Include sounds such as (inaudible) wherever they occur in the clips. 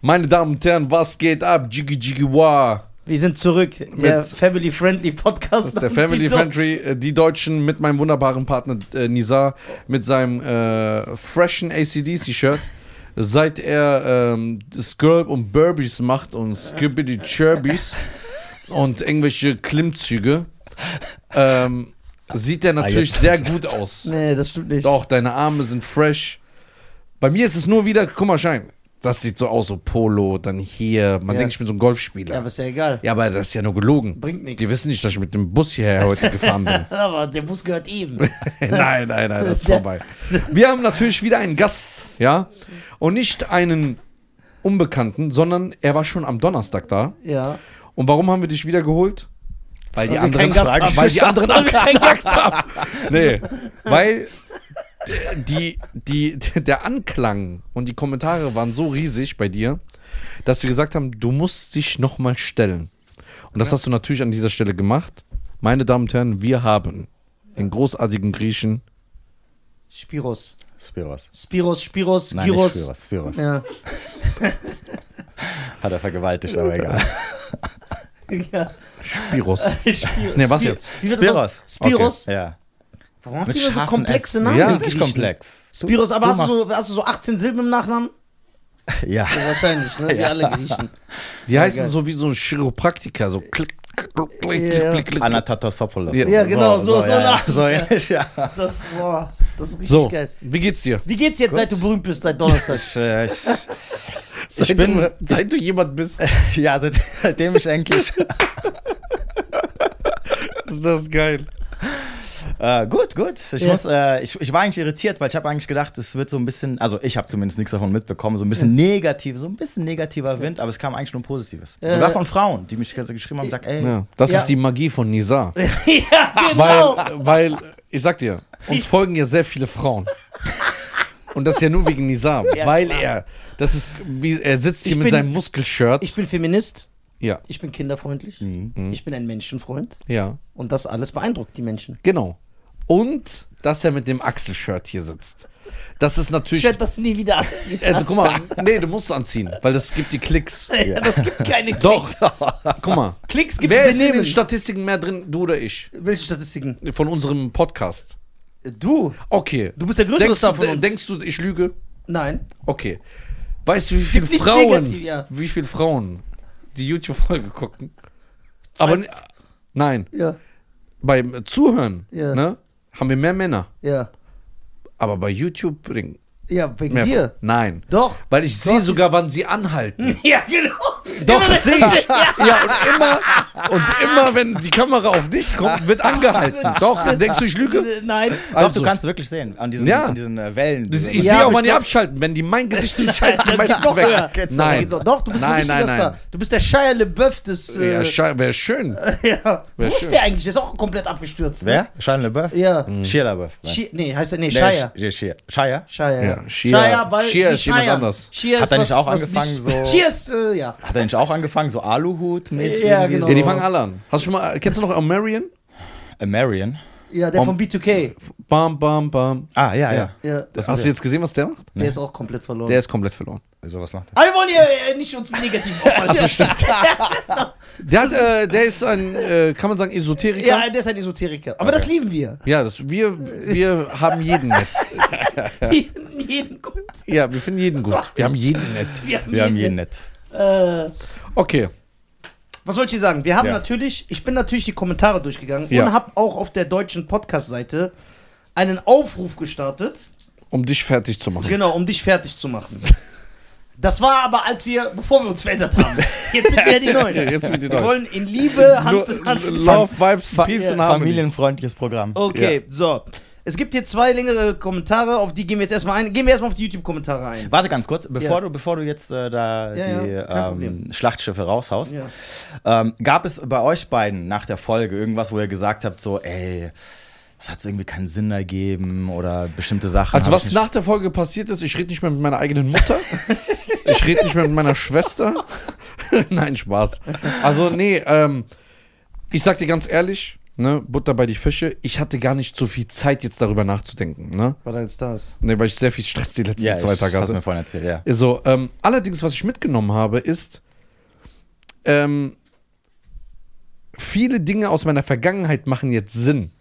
Meine Damen und Herren, was geht ab? Jiggy Jiggy Wah. Wir sind zurück, der Mit- Family Friendly Podcast. Das ist der Family namens Die Deutschen. Friendly, äh, die Deutschen mit meinem wunderbaren Partner äh, Nizar, mit seinem äh, freshen ACDC-Shirt. Seit er ähm, Skirp und Burbies macht und Skibbity Chirbies und irgendwelche Klimmzüge, ähm, sieht er natürlich jetzt. sehr gut aus. Nee, das stimmt nicht. Doch, deine Arme sind fresh. Bei mir ist es nur wieder, guck mal, Schein. Das sieht so aus, so Polo, dann hier. Man Ja. denkt, ich bin so ein Ja, aber Golfspieler. ist ja egal. Ja, aber das ist ja nur gelogen. Bringt nichts. Die wissen nicht, dass ich mit dem Bus hierher heute gefahren bin. Aber der Bus gehört ihm. (laughs) nein, nein, nein, das ist vorbei. Wir haben natürlich wieder einen Gast, ja. Und nicht einen Unbekannten, sondern er war schon am Donnerstag da. ja. Und warum haben wir dich wieder geholt? Weil die Weil wir keinen anderen, Gast haben. weil die anderen Weil wir keinen abgesagt haben. Nee, weil die, die, der Anklang und die Kommentare waren so riesig bei dir, dass wir gesagt haben, du musst dich nochmal stellen. Und das hast du natürlich an dieser Stelle gemacht. Meine Damen und Herren, wir haben den großartigen Griechen. Spiros. Spiros. Spiros, Spiros, Nein, Gyros. nicht Spiros. Spiros. Ja. Hat er vergewaltigt, aber egal. ja. Spiros. Spiro- Nee, was Spiro- jetzt? Wie wird das aus- Spiros. Spiros. Ja. Warum habt Mit ihr immer Äh, so scharfen komplexe S. Namen? Ja. die ist nicht Griechen? komplex. Du- Spiros, aber du hast, du machst- so, hast du so 18 Silben im Nachnamen? Ja, Ja. wahrscheinlich, ne? Wie alle Griechen. Die heißen geil. so wie so ein Chiropraktiker, so klick, klick, klick, Ja. klick, klick, klick. Anatatassopoulos. Ja. Ja, genau, so- so ja, nah. ja. So ähnlich, ja. (laughs) Das, boah, das ist richtig So, geil. wie geht's dir? Wie geht's jetzt, seit du berühmt bist, seit Donnerstag? (laughs) Ich, äh, ich, ich bin, (laughs) seit du jemand bist, (laughs) ja, seit- seitdem ich endlich, ist das geil. äh, gut, gut. Ich Ja. muss, äh, ich, ich war eigentlich irritiert, weil ich habe eigentlich gedacht, es wird so ein bisschen, also ich habe zumindest nichts davon mitbekommen, so ein bisschen negativ, so ein bisschen negativer Wind, aber es kam eigentlich nur Positives. Ja. Sogar von Frauen, die mich geschrieben haben, gesagt, ey, Ja, das Ja. ist die Magie von Nizar. ja, genau. Weil, weil, ich sag dir, uns folgen ja sehr viele Frauen. Und das ja nur wegen Nizar, Ja, weil klar. er, das ist, wie, er sitzt hier Ich mit bin- seinem Muskelshirt. ich bin Feminist, ja, ich bin kinderfreundlich, Mhm. ich bin ein Menschenfreund ja, und das alles beeindruckt die Menschen. genau. Und, dass er mit dem Achselshirt hier sitzt. Das ist Ich natürlich, werde das nie wieder anziehen. also guck mal, nee, du musst anziehen, weil das gibt die Klicks. (laughs) Ja, (laughs) das gibt keine (laughs) Doch, Klicks. guck mal. Klicks gibt Wer ist in den Benehmen. Statistiken mehr drin, du oder ich? Welche Statistiken? Von unserem Podcast. Du. Okay. Du bist der größere denkst, Star von du- uns. Denkst du, ich lüge? Nein. Okay. Weißt du, wie (laughs) viele nichts Frauen, negativ, ja. wie viele Frauen die YouTube-Folge gucken? Aber n- nein, Ja, beim Zuhören Ja. ne, haben wir mehr Männer. ja. Aber bei YouTube bringen Ja, wegen mehr dir. Nein. Doch. Weil ich sehe Doch, sogar, wann sie anhalten. (laughs) Ja, genau. Doch, Immer das wenn- (laughs) sehe ich. Ja, und immer, und immer, wenn die Kamera auf dich kommt, wird angehalten. Doch, dann denkst du, ich lüge? Also Nein. doch, Also. du kannst wirklich sehen, an diesen, Ja. an diesen äh, Wellen. Das- Ich Ja, sehe auch, wann aber ich die glaub- abschalten. Wenn die mein (laughs) Gesicht nicht schalten, dann Dann meistens geht's doch höher. weg. Geht's Nein. So, Doch, du bist ein Nein, richtiger nein, nein. Star. Du bist der Shia LeBeouf des. Äh, Ja, scha- wäre schön. (laughs) ja. Wo Wär ist schön. Hm. der eigentlich? Der ist auch komplett abgestürzt. ne? Wer? Shia LaBeouf? Ja. Shia LaBeouf. nein. Shi- nee, heißt er. Nee, Nee, Hm. Shia. Sh- Shia. Shia? Shia. Ja, Shia- weil- Shia nee, ist jemand anders. Shia Hat ist er nicht was- auch was angefangen, nicht- so- Shia ist, äh, ja. Hat er nicht auch angefangen, so Aluhut-mäßig? Ja, irgendwie genau. Ja, So? die fangen alle an. Hast du schon mal, kennst du noch Omarion? A Marion? Ja, der Om- von B2K. Bam, bam, bam. Ah, ja, ja. Ja, Das Hast du jetzt gesehen, was der macht? der ist auch komplett verloren. Der ist komplett verloren. Sowas macht er. Aber wir wollen ja äh, nicht uns negativ aufhalten. Achso, stimmt. Der, hat, äh, der ist ein, äh, kann man sagen, Esoteriker? (laughs) Ja, der ist ein Esoteriker. Aber das lieben wir. Ja, das, wir, wir haben jeden nett. Jeden, (laughs) jeden gut. Ja, wir finden jeden gut. Wir haben jeden nett. Wir haben jeden nett. Äh, Okay. was wollte ich sagen? Wir haben Ja. natürlich, ich bin natürlich die Kommentare durchgegangen Ja. und habe auch auf der deutschen Podcast-Seite einen Aufruf gestartet, Um dich fertig zu machen. genau, um dich fertig zu machen. Das war aber, als wir, bevor wir uns verändert haben. Jetzt sind wir ja die Neuen. Ja, (laughs) jetzt sind wir die Genau. Wir Neuen. wollen in Liebe Hand in Hand. Love, Vibes, Fa Peace and Harmony. Familienfreundliches Programm. Okay, so. Es gibt hier zwei längere Kommentare, auf die gehen wir jetzt erstmal ein. Gehen wir erstmal auf die YouTube-Kommentare ein. Warte ganz kurz, bevor, Ja. du, bevor du jetzt äh, da Ja, die ja, kein Problem. ähm, Schlachtschiffe raushaust, Ja. ähm, gab es bei euch beiden nach der Folge irgendwas, wo ihr gesagt habt, so, ey, das hat irgendwie keinen Sinn ergeben oder bestimmte Sachen? Also hab was ich nach der Folge passiert ist, ich rede nicht mehr mit meiner eigenen Mutter. ich rede nicht mehr mit meiner (laughs) Schwester. Nein, Spaß. Also nee, ähm, ich sag dir ganz ehrlich, ne, Butter bei die Fische. Ich hatte gar nicht so viel Zeit, jetzt darüber nachzudenken, ne? War da jetzt das? Ne, weil ich sehr viel Stress die letzten Ja, zwei ich Tage hast hatte. mir vorhin erzählt, ja. So, ähm, allerdings, was ich mitgenommen habe, ist ähm, viele Dinge aus meiner Vergangenheit machen jetzt Sinn.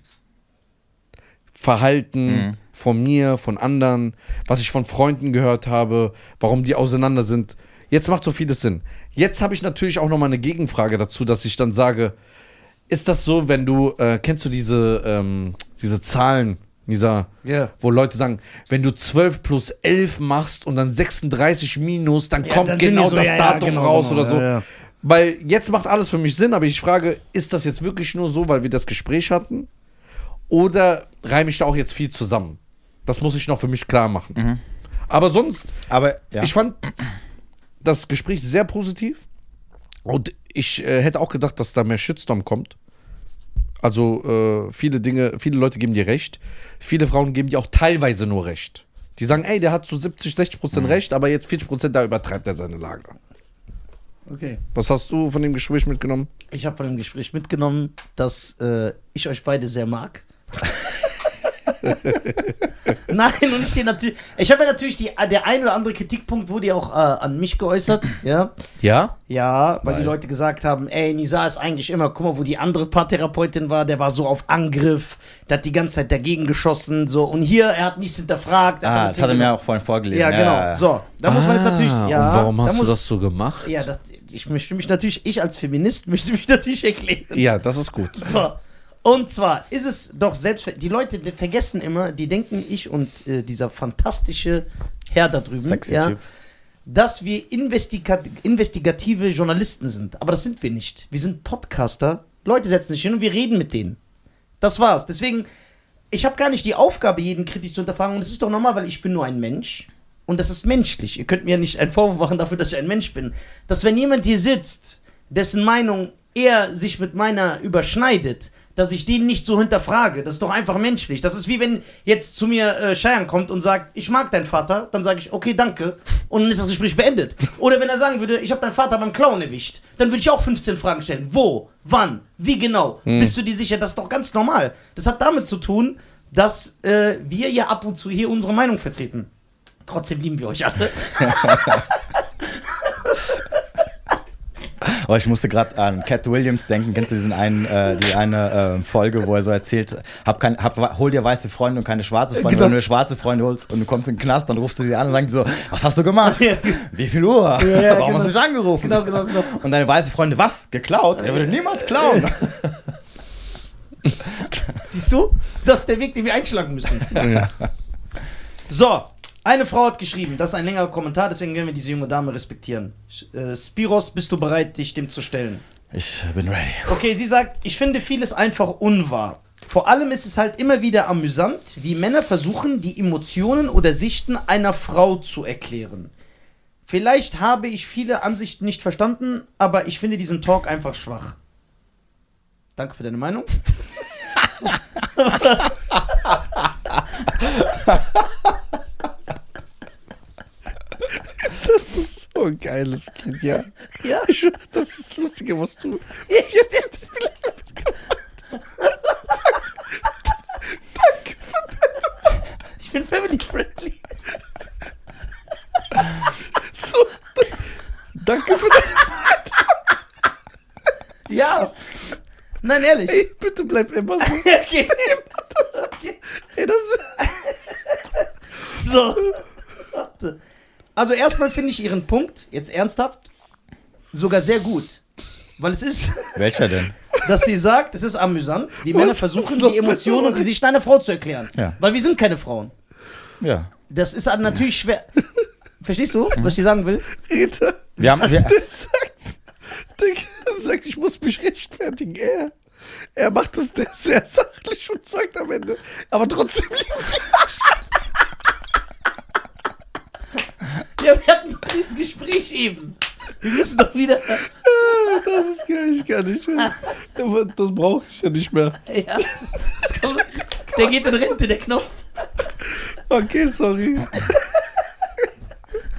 Verhalten Mhm. von mir, von anderen, was ich von Freunden gehört habe, warum die auseinander sind. Jetzt macht so vieles Sinn. Jetzt habe ich natürlich auch nochmal eine Gegenfrage dazu, dass ich dann sage, ist das so, wenn du, äh, kennst du diese, ähm, diese Zahlen, dieser, Ja. wo Leute sagen, wenn du 12 plus 11 machst und dann 36 minus, dann Ja, kommt dann sind die genau so, das ja, ja, Datum genau, raus genau, oder so. ja, ja. Weil jetzt macht alles für mich Sinn, aber ich frage, ist das jetzt wirklich nur so, weil wir das Gespräch hatten? Oder reime ich da auch jetzt viel zusammen? Das muss ich noch für mich klar machen. Mhm. Aber sonst, Aber ja. ich fand das Gespräch sehr positiv und ich äh, hätte auch gedacht, dass da mehr Shitstorm kommt. Also äh, viele Dinge, viele Leute geben dir recht. Viele Frauen geben dir auch teilweise nur recht. Die sagen, ey, der hat zu 70, 60 Prozent recht, aber jetzt 40 Prozent, da übertreibt er seine Lage. Okay. Was hast du von dem Gespräch mitgenommen? Ich habe von dem Gespräch mitgenommen, dass äh, ich euch beide (laughs) sehr mag. Nein, und ich stehe natürlich. Ich habe ja natürlich die, der ein oder andere Kritikpunkt wurde ja auch äh, an mich geäußert, ja. Ja? Ja, weil die Weil- Leute gesagt haben, ey, Nisa ist eigentlich immer, guck mal, wo die andere Paartherapeutin war, der war so auf Angriff, der hat die ganze Zeit dagegen geschossen, so. Und hier, er hat nichts hinterfragt. er hat ah, alles das hat er mir hinterfragt. auch vorhin vorgelesen. Ja, genau. ja. So, da muss man jetzt natürlich. Ja, Ah, und warum da hast du muss, das so gemacht? Ja, das, ich möchte mich natürlich, ich als Feminist (laughs) möchte mich natürlich erklären. Ja, das ist (laughs) gut. So. Und zwar ist es doch selbst, die Leute die vergessen immer, die denken ich und äh, dieser fantastische Herr da drüben, Sexy ja, Typ. dass wir Investiga investigative Journalisten sind. Aber das sind wir nicht. Wir sind Podcaster. Leute setzen sich hin und wir reden mit denen. Das war's. Deswegen, ich habe gar nicht die Aufgabe, jeden kritisch zu hinterfragen. Und es ist doch normal, weil ich bin nur ein Mensch. Und das ist menschlich. Ihr könnt mir ja nicht einen Vorwurf machen dafür, dass ich ein Mensch bin. Dass wenn jemand hier sitzt, dessen Meinung er sich mit meiner überschneidet, dass ich den nicht so hinterfrage. Das ist doch einfach menschlich. Das ist wie wenn jetzt zu mir äh, Cheyenne kommt und sagt, ich mag deinen Vater. Dann sage ich, okay, danke. Und dann ist das Gespräch beendet. Oder wenn er sagen würde, ich habe deinen Vater beim Clown erwischt. Dann würde ich auch 15 Fragen stellen. Wo? Wann? Wie genau? Bist du dir sicher? Das ist doch ganz normal. Das hat damit zu tun, dass äh, wir ja ab und zu hier unsere Meinung vertreten. Trotzdem lieben wir euch alle. Aber ich musste gerade an Cat Williams denken. Kennst du diesen einen, äh, die eine äh, Folge, wo er so erzählt, hab kein, hab, hol dir weiße Freunde und keine schwarze Freunde. Genau. Wenn du dir schwarze Freunde holst und du kommst in den Knast, dann rufst du die an und sagst so, was hast du gemacht? Ja. Wie viel Uhr? ja, Warum hast genau. du mich angerufen? Genau, genau, genau. Und deine weiße Freunde, was? Geklaut? Er würde niemals klauen. Siehst du? Das ist der Weg, den wir einschlagen müssen. So, eine Frau hat geschrieben, das ist ein längerer Kommentar, deswegen werden wir diese junge Dame respektieren. Sch- Äh, Spiros, bist du bereit, dich dem zu stellen? Ich bin ready. Okay, sie sagt, ich finde vieles einfach unwahr. Vor allem ist es halt immer wieder amüsant, wie Männer versuchen, die Emotionen oder Sichten einer Frau zu erklären. Vielleicht habe ich viele Ansichten nicht verstanden, aber ich finde diesen Talk einfach schwach. Danke für deine Meinung. So ein Oh, geiles Kind, ja. Ja. Das ist lustiger, was du. (laughs) Ich bin family friendly. Danke für das. Ja. Nein, (laughs) ehrlich. Ey, bitte bleib immer so. Okay. Ey, das (laughs) So. Warte. Also erstmal finde ich ihren Punkt, jetzt ernsthaft, sogar sehr gut. Weil es ist, Welcher denn? dass sie sagt, es ist amüsant, wie Männer Was versuchen, ist noch die Emotionen und die Sicht einer Frau zu erklären. Ja. Weil wir sind keine Frauen. Ja. Das ist an- natürlich schwer. Verstehst du, was sie sagen will? Rita, Wir haben, wir, (laughs) der sagt, der sagt, ich muss mich rechtfertigen. Er, er macht das sehr sachlich und sagt am Ende, aber trotzdem lieb. Ja, wir hatten doch dieses Gespräch eben. Wir müssen doch wieder. Das ist geil, ich kann nicht mehr. Das brauche ich ja nicht mehr. Ja. Das kommt, der geht in Rente, der Knopf. Okay, sorry.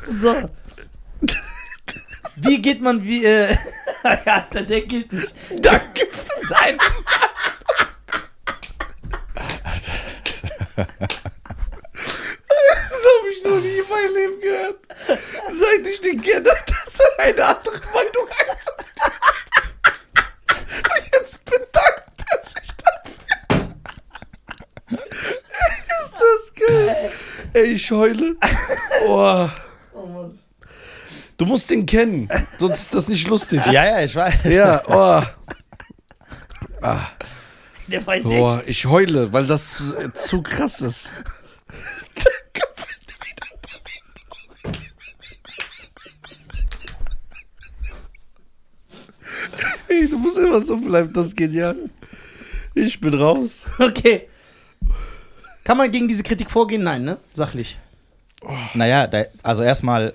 So. Wie geht (laughs) man wie. Äh, Alter, der gilt nicht. Danke für dein. habe ich noch nie in meinem Leben gehört. Seit ich den kenne, dass er eine andere Meinung hat. Und jetzt bedankt er sich dafür. Ist das geil. Ey, ich heule. Oh. Du musst den kennen, sonst ist das nicht lustig. Ja, ja, ich weiß. Ja, oh. Der Feind Boah, echt. ich heule, weil das äh, zu krass ist. (laughs) Ey, du musst immer so bleiben, das ist genial. Ich bin raus. Okay. Kann man gegen diese Kritik vorgehen? Nein, ne? Sachlich. Naja, da, also erstmal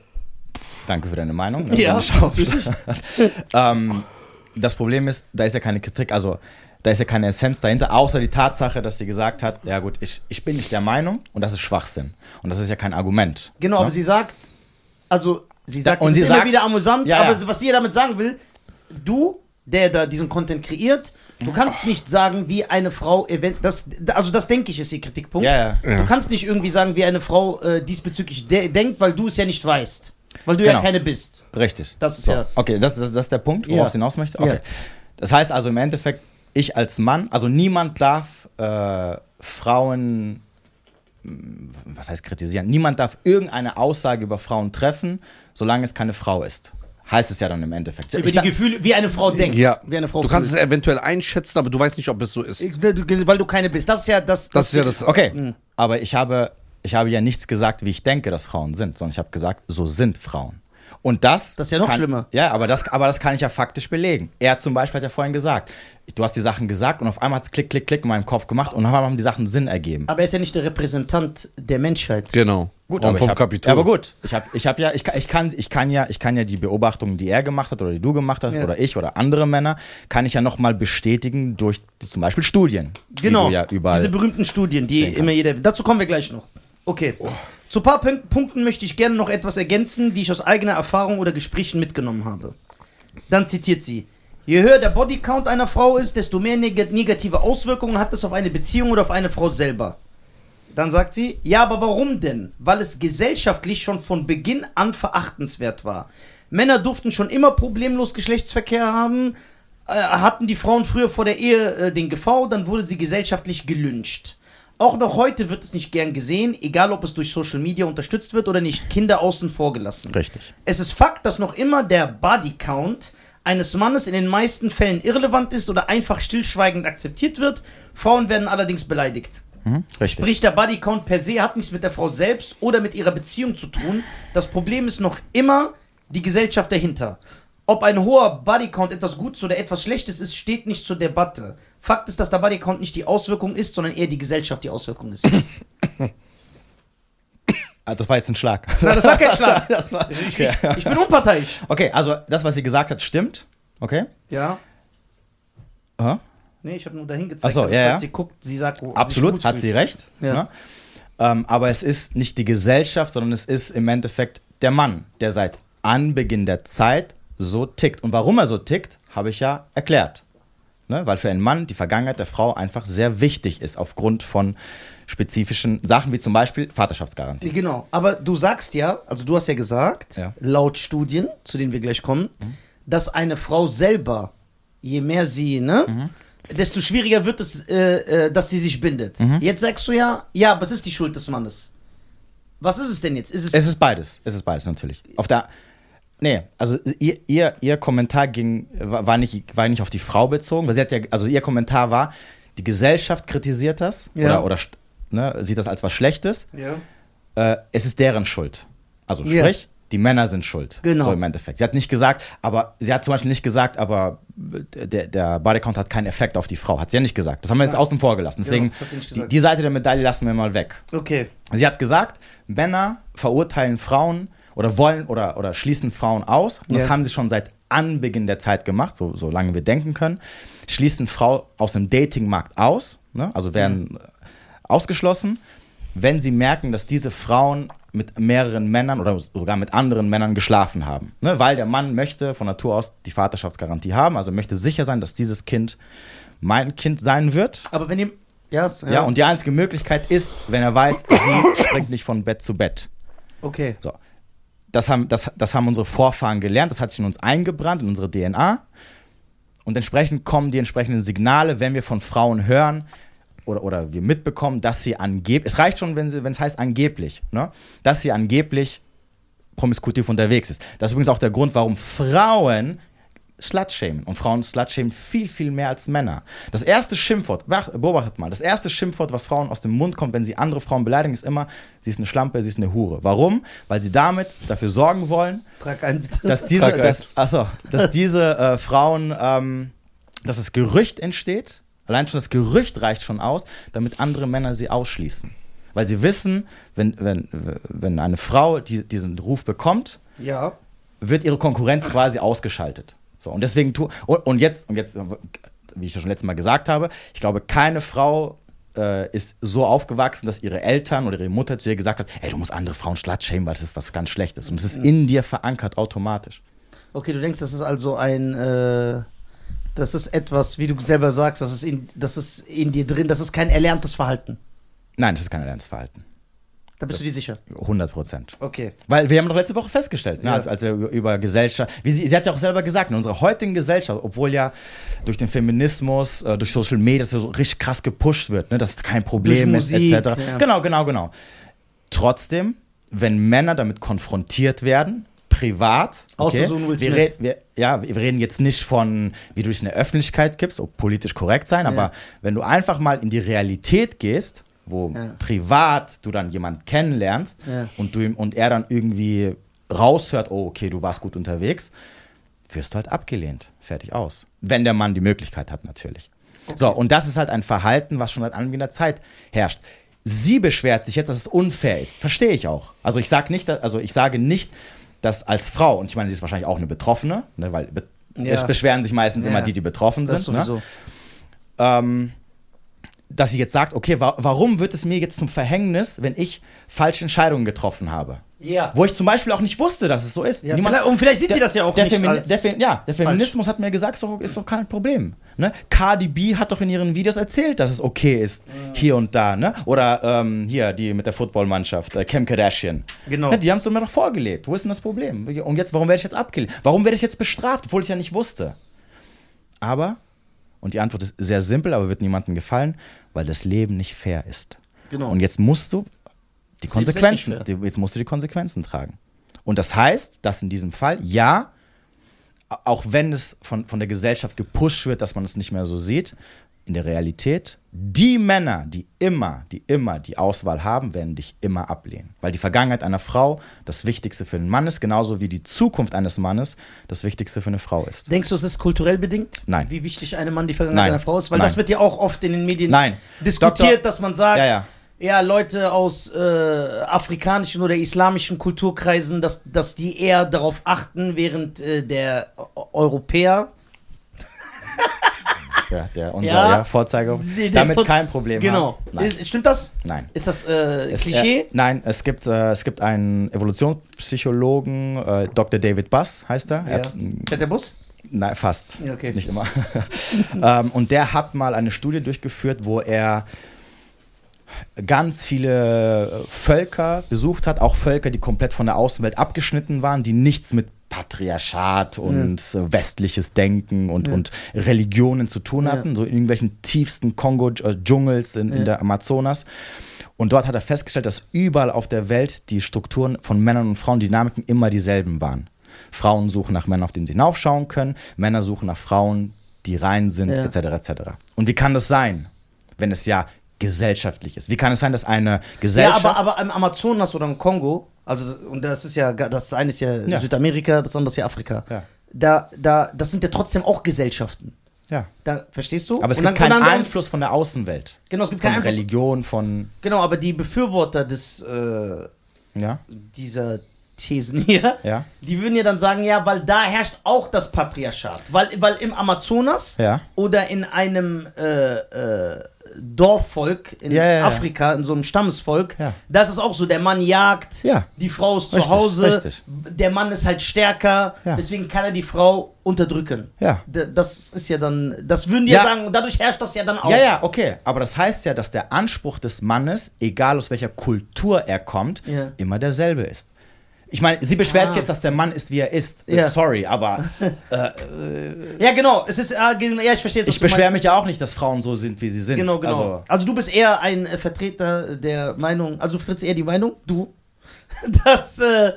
danke für deine Meinung. Also, Ja. (laughs) ähm, das Problem ist, da ist ja keine Kritik, also da ist ja keine Essenz dahinter, außer die Tatsache, dass sie gesagt hat, ja gut, ich, ich bin nicht der Meinung und das ist Schwachsinn. Und das ist ja kein Argument. Genau, ne? aber sie sagt, also sie sagt, und es sie ist immer sagt- wieder amüsant, Ja, ja. aber was sie damit sagen will, du, der da diesen Content kreiert, du kannst nicht sagen, wie eine Frau event das also das denke ich ist ihr Kritikpunkt. Ja, ja. Ja. Du kannst nicht irgendwie sagen, wie eine Frau äh, diesbezüglich de denkt, weil du es ja nicht weißt, weil du ja Genau. keine bist. Richtig. Das ist ja- Okay, das, das, das ist der Punkt, worauf Ja. sie hinaus möchte. Ja. Okay. Das heißt also im Endeffekt, ich als Mann, also niemand darf äh, Frauen, mh, was heißt kritisieren, niemand darf irgendeine Aussage über Frauen treffen, solange es keine Frau ist. Heißt es ja dann im Endeffekt. Über Ich die da- Gefühle, wie eine Frau denkt, Ja. wie eine Frau Du kannst es fühlt. eventuell einschätzen, aber du weißt nicht, ob es so ist. Ich- du- weil du keine bist. Das ist ja das Das ist ja das. okay, Mhm. aber ich habe, ich habe ja nichts gesagt, wie ich denke, dass Frauen sind, sondern ich habe gesagt, so sind Frauen. Und das. Das ist ja noch kann, schlimmer. Ja, aber das, aber das kann ich ja faktisch belegen. Er zum Beispiel hat ja vorhin gesagt, du hast die Sachen gesagt und auf einmal hat es klick, klick, klick in meinem Kopf gemacht und auf einmal haben die Sachen Sinn ergeben. aber er ist ja nicht der Repräsentant der Menschheit. Genau. Und aber vom ich hab, Kapitol. Ja, aber gut, ich habe ich hab ja, ich, kann- ich, kann, ich, kann ja, ich kann ja die Beobachtungen, die er gemacht hat oder die du gemacht hast Ja. oder ich oder andere Männer, kann ich ja nochmal bestätigen durch zum Beispiel Studien. Genau. Die du ja überall. Diese berühmten Studien, die immer jeder. Dazu kommen wir gleich noch. Okay. Oh. Zu ein paar Pün- Punkten möchte ich gerne noch etwas ergänzen, die ich aus eigener Erfahrung oder Gesprächen mitgenommen habe. Dann zitiert sie: Je höher der Bodycount einer Frau ist, desto mehr neg negative Auswirkungen hat es auf eine Beziehung oder auf eine Frau selber. Dann sagt sie: Ja, aber warum denn? Weil es gesellschaftlich schon von Beginn an verachtenswert war. Männer durften schon immer problemlos Geschlechtsverkehr haben, äh, hatten die Frauen früher vor der Ehe äh, den GV, dann wurde sie gesellschaftlich gelünscht. Auch noch heute wird es nicht gern gesehen, egal ob es durch Social Media unterstützt wird oder nicht, Kinder außen vor gelassen. Richtig. Es ist Fakt, dass noch immer der Body Count eines Mannes in den meisten Fällen irrelevant ist oder einfach stillschweigend akzeptiert wird. Frauen werden allerdings beleidigt. Mhm, richtig. Sprich, der Bodycount per se hat nichts mit der Frau selbst oder mit ihrer Beziehung zu tun. Das Problem ist noch immer die Gesellschaft dahinter. Ob ein hoher Bodycount etwas Gutes oder etwas Schlechtes ist, steht nicht zur Debatte. Fakt ist, dass der Bodycount nicht die Auswirkung ist, sondern eher die Gesellschaft die Auswirkung (laughs) ist. Nein, Ah, das war jetzt ein Schlag. das war kein Schlag. Das war- Ich, ich, ich bin unparteiisch. Okay, also das, was sie gesagt hat, stimmt. Okay. Ja. Aha. Nee, ich habe nur dahin gezeigt, Ach so, damit, ja, falls ja. sie guckt, sie sagt, wo Absolut, hat sie recht. recht. Ja. Ne? Ähm, aber es ist nicht die Gesellschaft, sondern es ist im Endeffekt der Mann, der seit Anbeginn der Zeit so tickt. Und warum er so tickt, habe ich ja erklärt. Ne? Weil für einen Mann die Vergangenheit der Frau einfach sehr wichtig ist, aufgrund von spezifischen Sachen, wie zum Beispiel Vaterschaftsgarantie. Genau, aber du sagst ja, also du hast ja gesagt, Ja. Mhm. laut Studien, zu denen wir gleich kommen, dass eine Frau selber, je mehr sie, ne, Mhm. desto schwieriger wird es, äh, äh, dass sie sich bindet. Jetzt sagst du ja, ja, aber es ist die Schuld des Mannes. Was ist es denn jetzt? Ist es, Es ist beides. Es ist beides natürlich. Auf der. Nee, also ihr, ihr, ihr Kommentar ging, war war nicht, war nicht auf die Frau bezogen. Weil sie hat ja, also ihr Kommentar war, die Gesellschaft kritisiert das Ja. oder, oder st- ne, sieht das als was Schlechtes. Ja. äh, es ist deren Schuld. Also Ja. sprich, die Männer sind schuld. Genau. So im Endeffekt. Sie hat nicht gesagt, aber sie hat zum Beispiel nicht gesagt, aber äh, der, der Bodycount hat keinen Effekt auf die Frau. Hat sie ja nicht gesagt. Das haben wir jetzt außen vor gelassen. Deswegen, das Genau, hat sie nicht die, gesagt. die Seite der Medaille lassen wir mal weg. okay, Sie hat gesagt, Männer verurteilen Frauen oder wollen oder, oder schließen Frauen aus. Und das Ja. haben sie schon seit Anbeginn der Zeit gemacht, so, solange wir denken können. Schließen Frau aus dem Datingmarkt aus, ne? also werden äh, ausgeschlossen, wenn sie merken, dass diese Frauen mit mehreren Männern oder sogar mit anderen Männern geschlafen haben. Ne? Weil der Mann möchte von Natur aus die Vaterschaftsgarantie haben, also möchte sicher sein, dass dieses Kind mein Kind sein wird. aber wenn ihr, Ja, ist- Ja, und die einzige Möglichkeit ist, wenn er weiß, sie springt nicht von Bett zu Bett. Okay. So. Das haben, das, das haben unsere Vorfahren gelernt, das hat sich in uns eingebrannt, in unsere DNA. Und entsprechend kommen die entsprechenden Signale, wenn wir von Frauen hören oder, oder wir mitbekommen, dass sie angeblich, es reicht schon, wenn, sie, wenn es heißt angeblich, ne? dass sie angeblich promiskutiv unterwegs ist. Das ist übrigens auch der Grund, warum Frauen Slutshamen und Frauen Slutshamen viel, viel mehr als Männer. Das erste Schimpfwort, mach- beobachtet mal, das erste Schimpfwort, was Frauen aus dem Mund kommt, wenn sie andere Frauen beleidigen, ist immer, sie ist eine Schlampe, sie ist eine Hure. Warum? Weil sie damit dafür sorgen wollen, Trag ein, bitte. dass diese, Krankheit. dass, achso, dass diese äh, Frauen, ähm, dass das Gerücht entsteht, allein schon das Gerücht reicht schon aus, damit andere Männer sie ausschließen. Weil sie wissen, wenn, wenn, wenn eine Frau die, diesen Ruf bekommt, Ja. wird ihre Konkurrenz quasi ausgeschaltet. So, und deswegen tu, und, und jetzt, und jetzt, wie ich das schon letztes Mal gesagt habe, ich glaube, keine Frau äh, ist so aufgewachsen, dass ihre Eltern oder ihre Mutter zu ihr gesagt hat, ey, du musst andere Frauen schlatschämen, weil das ist was ganz Schlechtes. Und es ist in dir verankert automatisch. Okay, du denkst, das ist also ein, äh, das ist etwas, wie du selber sagst, das ist in, das ist in dir drin, das ist kein erlerntes Verhalten. Nein, das ist kein Erlernungsverhalten. Da bist du dir sicher. 100 Prozent. Okay. Weil wir haben doch letzte Woche festgestellt, ne, Ja. als, als wir über- über Gesellschaft, wie sie, sie hat ja auch selber gesagt, in unserer heutigen Gesellschaft, obwohl ja durch den Feminismus, äh, durch Social Media das so richtig krass gepusht wird, ne, dass es kein Problem Durch ist, Musik, etc. ja. Genau, genau, genau. Trotzdem, wenn Männer damit konfrontiert werden, privat, Außer so ein Will wir, Smith. re- wir, ja, wir reden jetzt nicht von, wie du dich in der Öffentlichkeit gibst, ob politisch korrekt sein, aber wenn du einfach mal in die Realität gehst, wo Ja. privat du dann jemanden kennenlernst Ja. und, du ihm, und er dann irgendwie raushört, oh, okay, du warst gut unterwegs, wirst du halt abgelehnt. Fertig aus. Wenn der Mann die Möglichkeit hat, natürlich. So, und das ist halt ein Verhalten, was schon seit angehender Zeit herrscht. Sie beschwert sich jetzt, dass es unfair ist. Verstehe ich auch. Also ich sage nicht, dass- also ich sage nicht, dass als Frau, und ich meine, sie ist wahrscheinlich auch eine Betroffene, ne, weil be Ja. es beschweren sich meistens Ja. immer die, die betroffen Das sind, ne? sowieso. ähm, dass sie jetzt sagt, okay, wa warum wird es mir jetzt zum Verhängnis, wenn ich falsche Entscheidungen getroffen habe? Ja. Wo ich zum Beispiel auch nicht wusste, dass es so ist. ja Niemand- vielleicht, um und vielleicht sieht sie das ja auch der nicht. Femi- als- der Fe ja, der Feminismus hat mir gesagt, ist doch, ist doch kein Problem. Ne? Cardi B hat doch in ihren Videos erzählt, dass es okay ist, Mhm. hier und da. Ne? Oder ähm, hier, die mit der Footballmannschaft, äh, Kim Kardashian. Genau. Ne, die haben es mir doch vorgelebt. Wo ist denn das Problem? Und jetzt, warum werde ich jetzt abgelehnt? Warum werde ich jetzt bestraft, obwohl ich ja nicht wusste? Aber, und die Antwort ist sehr simpel, aber wird niemandem gefallen, weil das Leben nicht fair ist. Genau. Und jetzt musst du die Leben ist echt Konsequenzen, nicht die, jetzt musst du die Konsequenzen tragen. Und das heißt, dass in diesem Fall, ja, a- auch wenn es von, von der Gesellschaft gepusht wird, dass man es nicht mehr so sieht, in der Realität, die Männer, die immer, die immer die Auswahl haben, werden dich immer ablehnen. Weil die Vergangenheit einer Frau das Wichtigste für einen Mann ist, genauso wie die Zukunft eines Mannes das Wichtigste für eine Frau ist. Denkst du, es ist kulturell bedingt? Nein. Wie wichtig einem Mann die Vergangenheit Nein. einer Frau ist? Weil Nein. das wird ja auch oft in den Medien Nein. diskutiert, Doktor- dass man sagt, Ja, ja. ja, Leute aus äh, afrikanischen oder islamischen Kulturkreisen, dass, dass die eher darauf achten, während äh, der Eu- Europäer Ja, der, unser Ja. ja. Vorzeiger, Nee, der damit Vor- kein Problem Genau. haben. Nein. Ist, stimmt das? Nein. Ist das äh, Es- Klischee? Äh, nein, es gibt, äh, es gibt einen Evolutionspsychologen, äh, Dr. David Buss heißt er. er ja. hat, m, Fährt der Bus? nein, fast. Ja, okay. Nicht immer. (laughs) ähm, und der hat mal eine Studie durchgeführt, wo er ganz viele äh, Völker besucht hat, auch Völker, die komplett von der Außenwelt abgeschnitten waren, die nichts mit Patriarchat und äh, westliches Denken und, und Religionen zu tun Ja. hatten, so in irgendwelchen tiefsten Kongo-Dschungels in, Ja. in der Amazonas. Und dort hat er festgestellt, dass überall auf der Welt die Strukturen von Männern und Frauen, Dynamiken immer dieselben waren. Frauen suchen nach Männern, auf denen sie hinaufschauen können, Männer suchen nach Frauen, die rein sind, Ja. etc. etc. Und wie kann das sein, wenn es ja gesellschaftlich ist? Wie kann es sein, dass eine Ja, Gesellschaft. aber, aber im Amazonas oder im Kongo, also und das ist ja, ga- das eine ist ja, Ja. Südamerika, das andere ist ja Afrika. Ja. Da, da, das sind ja trotzdem auch Gesellschaften. ja. Da, verstehst du? aber es Und gibt dann- keinen und dann- Einfluss von der Außenwelt. Genau, es gibt Von keinen Einfluss. Religion, von. Genau, aber die Befürworter des, äh, Ja, dieser Thesen hier, Ja. die würden ja dann sagen, ja, weil da herrscht auch das Patriarchat. Weil, weil im Amazonas Ja. oder in einem äh, äh, Dorfvolk in Ja, ja, ja. Afrika, in so einem Stammesvolk, Ja. da ist es auch so, der Mann jagt, Ja. die Frau ist zu Richtig, Hause, richtig. der Mann ist halt stärker, Ja. deswegen kann er die Frau unterdrücken. Ja. D das ist ja dann, das würden die ja. Ja. sagen, und dadurch herrscht das ja dann auch. Ja, ja, okay. Aber das heißt ja, dass der Anspruch des Mannes, egal aus welcher Kultur er kommt, Ja. immer derselbe ist. Ich meine, sie beschwert Ah. sich jetzt, dass der Mann ist, wie er ist. Äh, Ja. (laughs) Sorry, aber Ja, genau, es ist, ah, gen- ja, ich verstehe jetzt, was ich du meinst. beschwere mich ja auch nicht, dass Frauen so sind, wie sie sind. Genau, genau. Also, Also, du bist eher ein äh, Vertreter der Meinung, also du vertrittst eher die Meinung, du, (laughs) dass äh,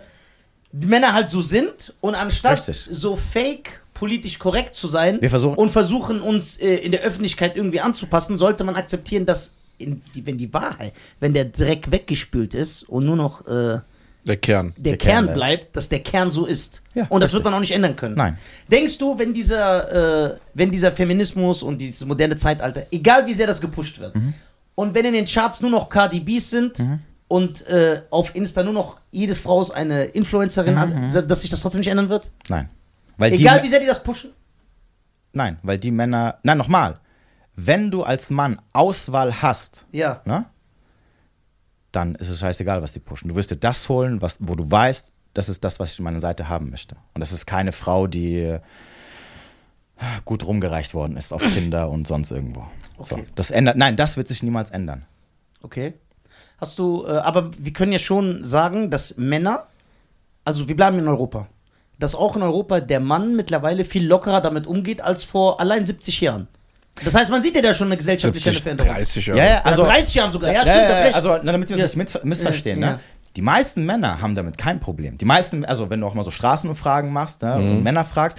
die Männer halt so sind und anstatt Richtig. so fake politisch korrekt zu sein Wir versuchen- und versuchen uns äh, in der Öffentlichkeit irgendwie anzupassen, sollte man akzeptieren, dass in die, wenn die Wahrheit, wenn der Dreck weggespült ist und nur noch äh, der, Der Kern. Der Kern, Kern bleibt, dass der Kern so ist. Ja, und das richtig. wird man auch nicht ändern können. Nein. Denkst du, wenn dieser, äh, wenn dieser Feminismus und dieses moderne Zeitalter, egal wie sehr das gepusht wird, Mhm. und wenn in den Charts nur noch KDBs sind und äh, auf Insta nur noch jede Frau ist eine Influencerin, an- dass sich das trotzdem nicht ändern wird? nein. Weil egal Mhm, Also die, wie sehr die das pushen? Nein, weil die Männer. Nein, nochmal. Wenn du als Mann Auswahl hast, Ja. ne, dann ist es scheißegal, was die pushen. Du wirst dir das holen, was, wo du weißt, das ist das, was ich an meiner Seite haben möchte. Und das ist keine Frau, die äh, gut rumgereicht worden ist auf Kinder und sonst irgendwo. So, Okay. das ändert. Nein, das wird sich niemals ändern. Okay. Hast du, äh, aber wir können ja schon sagen, dass Männer, also wir bleiben in Europa, dass auch in Europa der Mann mittlerweile viel lockerer damit umgeht als vor allein 70 Jahren. Das heißt, man sieht ja da schon eine gesellschaftliche Veränderung. 30 Ja, ja, Also also. 30 Jahren sogar, ja, Ja, stimmt, ja, hab ja, recht. also, na, damit wir Ja. uns nicht mit- missverstehen, Ja, ja. ne? Die meisten Männer haben damit kein Problem. Die meisten, also wenn du auch mal so Straßenumfragen machst, ne, Mhm. und Männer fragst,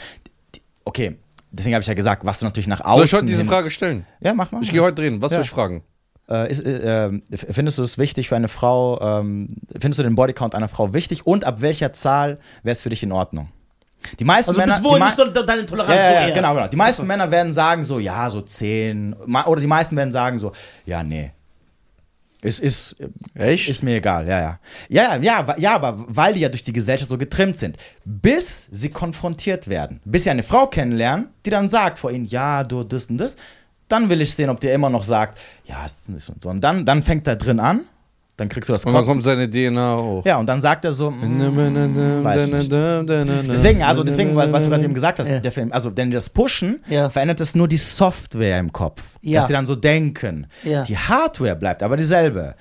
die, okay, deswegen habe ich ja gesagt, was du natürlich nach außen. Soll ich heute diese hin- Frage stellen? Ja, mach mal. Ich gehe heute drehen. Was Ja. soll ich fragen? Äh, ist, äh, ähm, f- findest du es wichtig für eine Frau, ähm, findest du den Bodycount einer Frau wichtig und ab welcher Zahl wäre es für dich in Ordnung? Die meisten also Männer. bis wohin die mei- ist doch deine Toleranz ja, Ah, so ja, eher. ja, genau, genau. Die meisten Männer werden sagen so, ja, so 10. ma- Oder die meisten werden sagen so, ja, nee. Es ist, Echt? ist mir egal, ja, ja. Ja, ja, ja, wa- ja, aber weil die ja durch die Gesellschaft so getrimmt sind. Bis sie konfrontiert werden. Bis sie eine Frau kennenlernen, die dann sagt vor ihnen, ja, du, das und das. Dann will ich sehen, ob der immer noch sagt, ja, es ist nicht so. Und dann, dann fängt er drin an, dann kriegst du das Und dann Kotzen. kommt seine DNA hoch. Ja, und dann sagt er so, mm, weiß ich nicht. Deswegen, Deswegen, also deswegen, was, was du gerade eben gesagt hast, Ja. der Film, also wenn die das pushen, Ja. verändert es nur die Software im Kopf. Ja. Dass die dann so denken. Ja. Die Hardware bleibt aber dieselbe.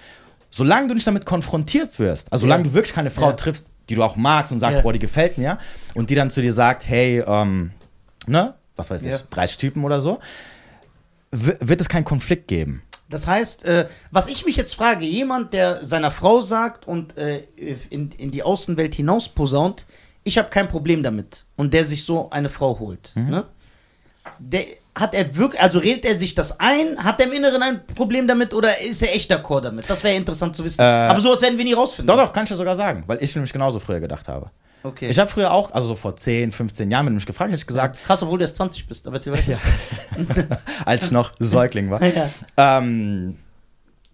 Solange du nicht damit konfrontiert wirst, also solange Ja. du wirklich keine Frau Ja. triffst, die du auch magst und sagst, Ja. boah, die gefällt mir, und die dann zu dir sagt, hey, ähm, ne, was weiß ich, Ja. 30 Typen oder so, w- wird es keinen Konflikt geben. Das heißt, äh, was ich mich jetzt frage, jemand, der seiner Frau sagt und äh, in, in die Außenwelt hinaus posaunt, ich habe kein Problem damit und der sich so eine Frau holt, Mhm. ne? der, hat er wirklich, also redet er sich das ein, hat er im Inneren ein Problem damit oder ist er echt d'accord damit? Das wäre interessant zu wissen. Aber sowas werden wir nie rausfinden. Äh, Doch, doch, kann ich ja sogar sagen, weil ich nämlich genauso früher gedacht habe. Okay. Ich habe früher auch, also so vor 10, 15 Jahren, wenn du mich gefragt hättest, gesagt, Krass, obwohl du erst 20 bist, aber erzähl (laughs) weiter. als ich noch Säugling war, Ja. ähm,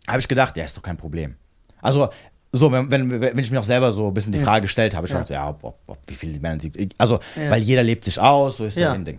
habe ich gedacht, ja, ist doch kein Problem. Also, so, wenn, wenn, wenn ich mir auch selber so ein bisschen die Frage gestellt habe, ich Ja. dachte, ja, ob, ob, ob, wie viele Männer sieht. ich- Also, Ja. weil jeder lebt sich aus, so ist Ja. so ein Ding.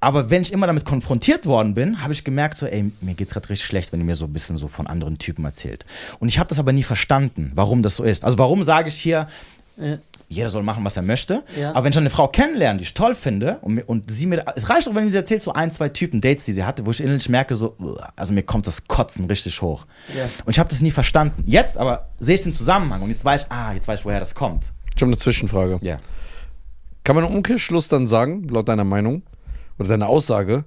Aber wenn ich immer damit konfrontiert worden bin, habe ich gemerkt, so, ey, mir geht's gerade richtig schlecht, wenn ihr mir so ein bisschen so von anderen Typen erzählt. Und ich habe das aber nie verstanden, warum das so ist. Also, warum sage ich hier, Ja. jeder soll machen, was er möchte. Ja. Aber wenn ich dann eine Frau kennenlerne, die ich toll finde, und, mir- und sie mir, es reicht auch, wenn sie erzählt, so ein, zwei Typen, Dates, die sie hatte, wo ich innerlich merke, so, uah, also mir kommt das Kotzen richtig hoch. Ja. Und ich habe das nie verstanden. Jetzt aber sehe ich den Zusammenhang und jetzt weiß ich, ah, jetzt weiß ich, woher das kommt. Ich habe eine Zwischenfrage. Ja. Kann man im Umkehrschluss dann sagen, laut deiner Meinung oder deiner Aussage,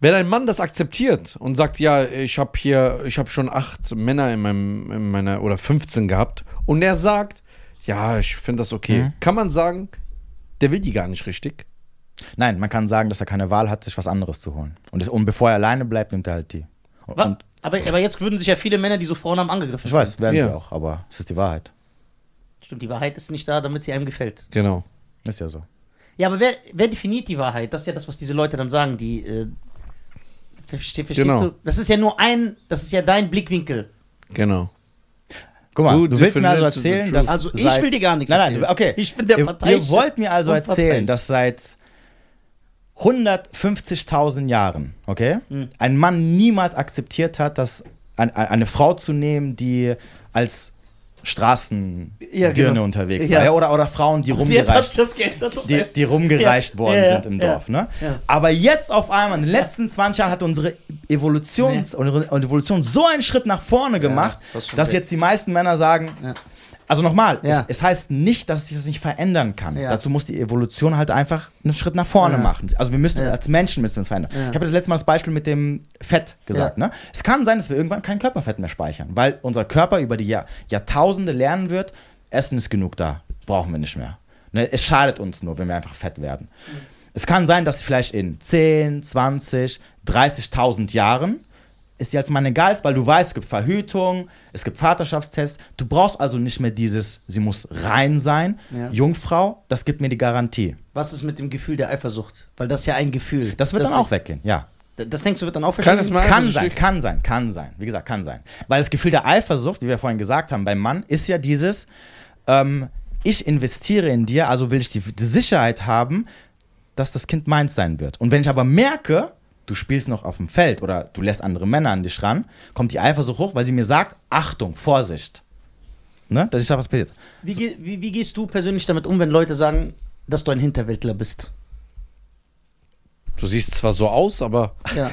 wenn ein Mann das akzeptiert und sagt, ja, ich habe hier, ich habe schon acht Männer in meinem, in meiner oder 15 gehabt und er sagt, ja, ich finde das okay, Mhm. kann man sagen, der will die gar nicht richtig? Nein, man kann sagen, dass er keine Wahl hat, sich was anderes zu holen. Und, das, und bevor er alleine bleibt, nimmt er halt die. Und, Wa- und Aber, aber jetzt würden sich ja viele Männer, die so Frauen haben, angegriffen. ich weiß, werden Ja. sie auch, aber es ist die Wahrheit. Stimmt, die Wahrheit ist nicht da, damit sie einem gefällt. Genau. Ist ja so. Ja, aber wer, wer definiert die Wahrheit? Das ist ja das, was diese Leute dann sagen, die. Äh, verste, verstehst Genau. du? Das ist ja nur ein, das ist ja dein Blickwinkel. Genau. Guck mal, Who du willst mir also definites the erzählen, truth? dass. Also ich seit- will dir gar nichts Nein, nein, erzählen. okay. Ich bin der ihr, Parteichef ihr wollt mir also und erzählen, Parteichef. dass seit 150.000 Jahren, okay, Hm. ein Mann niemals akzeptiert hat, dass ein, ein- eine Frau zu nehmen, die als Straßendirne Ja, genau. unterwegs Ja. war. Ja, oder, oder Frauen, die (laughs) Jetzt hat rumgereicht sich das geändert. die, die rumgereicht äh, Ja, worden ja, ja, sind im ja, Dorf. Ne? ja. Aber jetzt auf einmal, in den letzten 20 Jahren hat unsere Evolution, unsere Evolution so einen Schritt nach vorne gemacht, das ist schon dass recht. jetzt die meisten Männer sagen, also nochmal, Ja. es, es heißt nicht, dass sich das nicht verändern kann. Ja. Dazu muss die Evolution halt einfach einen Schritt nach vorne Ja. machen. Also wir müssen, Ja. als Menschen müssen wir uns verändern. Ja. Ich habe das letzte Mal das Beispiel mit dem Fett gesagt. Ne? Es kann sein, dass wir irgendwann kein Körperfett mehr speichern, weil unser Körper über die Jahr Jahrtausende lernen wird, Essen ist genug da, brauchen wir nicht mehr. Ne? Es schadet uns nur, wenn wir einfach fett werden. Es kann sein, dass vielleicht in 10, 20, 30.000 Jahren ist dir als Mann egal ist, weil du weißt, es gibt Verhütung, es gibt Vaterschaftstests. Du brauchst also nicht mehr dieses, sie muss rein sein. Ja. Jungfrau, das gibt mir die Garantie. Was ist mit dem Gefühl der Eifersucht? Weil das ist ja ein Gefühl. Das wird dann auch weg. weggehen, ja. Das denkst du, wird dann auch Kann es mal- Also Kann ein sein, Stück- kann sein, kann sein. Wie gesagt, kann sein. Weil das Gefühl der Eifersucht, wie wir vorhin gesagt haben, beim Mann ist ja dieses, ähm, ich investiere in dir, also will ich die, die Sicherheit haben, dass das Kind meins sein wird. Und wenn ich aber merke, du spielst noch auf dem Feld oder du lässt andere Männer an dich ran, kommt die Eifersucht hoch, weil sie mir sagt, Achtung, Vorsicht. Ne? Dass ich da was passiert. Wie, geh- wie, wie gehst du persönlich damit um, wenn Leute sagen, dass du ein Hinterwäldler bist? Du siehst zwar so aus, aber Ja.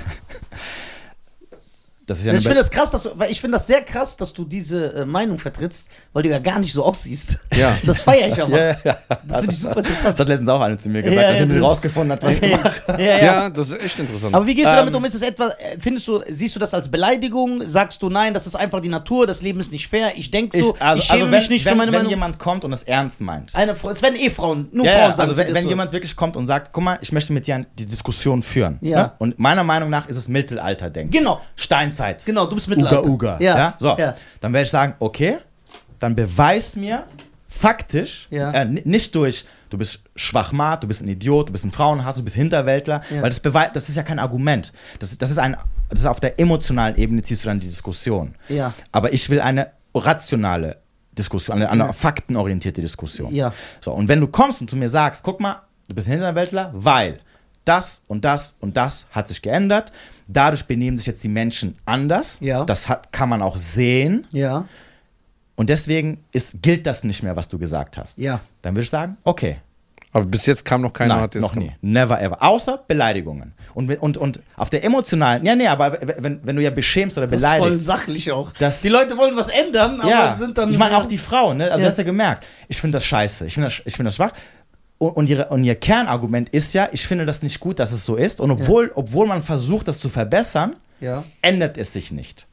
Also Das ist ja eine ich Be- finde das krass, dass du, weil ich finde das sehr krass, dass du diese äh, Meinung vertrittst, weil du ja gar nicht so aussiehst. Ja. (laughs) Das feiere ich aber. Ja, ja, ja. Das finde ich super Das interessant. hat letztens auch eine zu mir gesagt, Ja, ja, nachdem sie das- rausgefunden hat, was ich mache. (laughs) ja, ja. ja, das ist echt interessant. Aber wie gehst du damit Ähm, um? Ist es etwa, äh, findest du, siehst du das als Beleidigung? Sagst du nein, das ist einfach die Natur, das Leben ist nicht fair, ich denke so, ich, schäme also wenn, mich nicht wenn, für meine wenn Meinung. jemand kommt und das ernst meint. Eine Frau, es werden eh Frauen, nur Ja, Frauen ja, also zu wenn, dir wenn so. jemand wirklich kommt und sagt, guck mal, ich möchte mit dir ein- die Diskussion führen. Ja. Ne? Und meiner Meinung nach ist es Mittelalterdenken. Genau. Steinzeit. Genau, du bist Uga Mittelalter. Uga. Ja. So, Ja. dann werde ich sagen, okay, dann beweis mir faktisch, Ja. äh, n- nicht durch, du bist Schwachmat, du bist ein Idiot, du bist ein Frauenhass, du bist Hinterwäldler, Ja. weil das beweist, das ist ja kein Argument. Das, das ist ein, das ist auf der emotionalen Ebene ziehst du dann die Diskussion. Ja. Aber ich will eine rationale Diskussion, eine, eine faktenorientierte Diskussion. Ja. So, und wenn du kommst und zu mir sagst, guck mal, du bist ein Hinterwäldler, weil das und das und das hat sich geändert, dadurch benehmen sich jetzt die Menschen anders, Ja. das hat, kann man auch sehen Ja, und deswegen ist, gilt das nicht mehr, was du gesagt hast. ja. Dann würde ich sagen, okay, Aber bis jetzt kam noch keiner. Nein, hat jetzt noch nie. Never ever. Außer Beleidigungen. Und, wenn- und, und auf der emotionalen, ja, nee, aber wenn, wenn du ja beschämst oder Das ist voll beleidigst. sachlich auch. Das- die Leute wollen was ändern, aber ja, sind dann. ich meine auch die Frauen, ne? Also Ja. hast du ja gemerkt, ich finde das scheiße, ich finde das, ich finde das schwach. Und, und, ihre, und ihr Kernargument ist ja, ich finde das nicht gut, dass es so ist. Und obwohl, obwohl man versucht, das zu verbessern, Ja. ändert es sich nicht.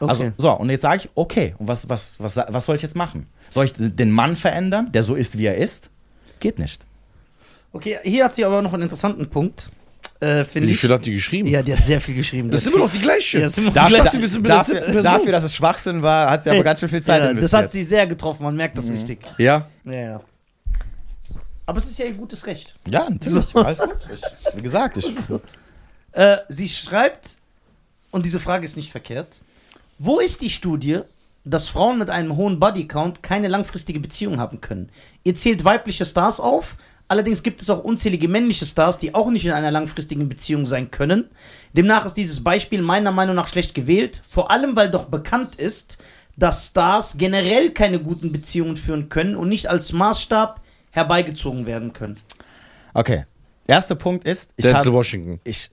Okay. Also, so, und jetzt sage ich, okay, und was, was, was, was soll ich jetzt machen? Soll ich den Mann verändern, der so ist, wie er ist? Geht nicht. Okay, hier hat sie aber noch einen interessanten Punkt. Äh, Finde Wie ich. viel hat die geschrieben? Ja, die hat sehr viel geschrieben. das ist immer noch die gleiche. Ja, das ist immer noch Darf- die Lass gleiche. sie wissen, mit der siebten dafür, Person. dafür, dass es Schwachsinn war, hat sie aber ganz schön viel Zeit ja, investiert. Mhm. Das hat sie sehr getroffen, man merkt das richtig. ja. Ja, ja. Aber es ist ja ihr gutes Recht. ja, natürlich. Alles gut. Ich, wie (laughs) gesagt, ich, Äh, sie schreibt, und diese Frage ist nicht verkehrt: Wo ist die Studie, dass Frauen mit einem hohen Bodycount keine langfristige Beziehung haben können? Ihr zählt weibliche Stars auf, allerdings gibt es auch unzählige männliche Stars, die auch nicht in einer langfristigen Beziehung sein können. Demnach ist dieses Beispiel meiner Meinung nach schlecht gewählt, vor allem weil doch bekannt ist, dass Stars generell keine guten Beziehungen führen können und nicht als Maßstab herbeigezogen werden können. Okay. Erster Punkt ist, ich Denzel habe. Washington. Ich,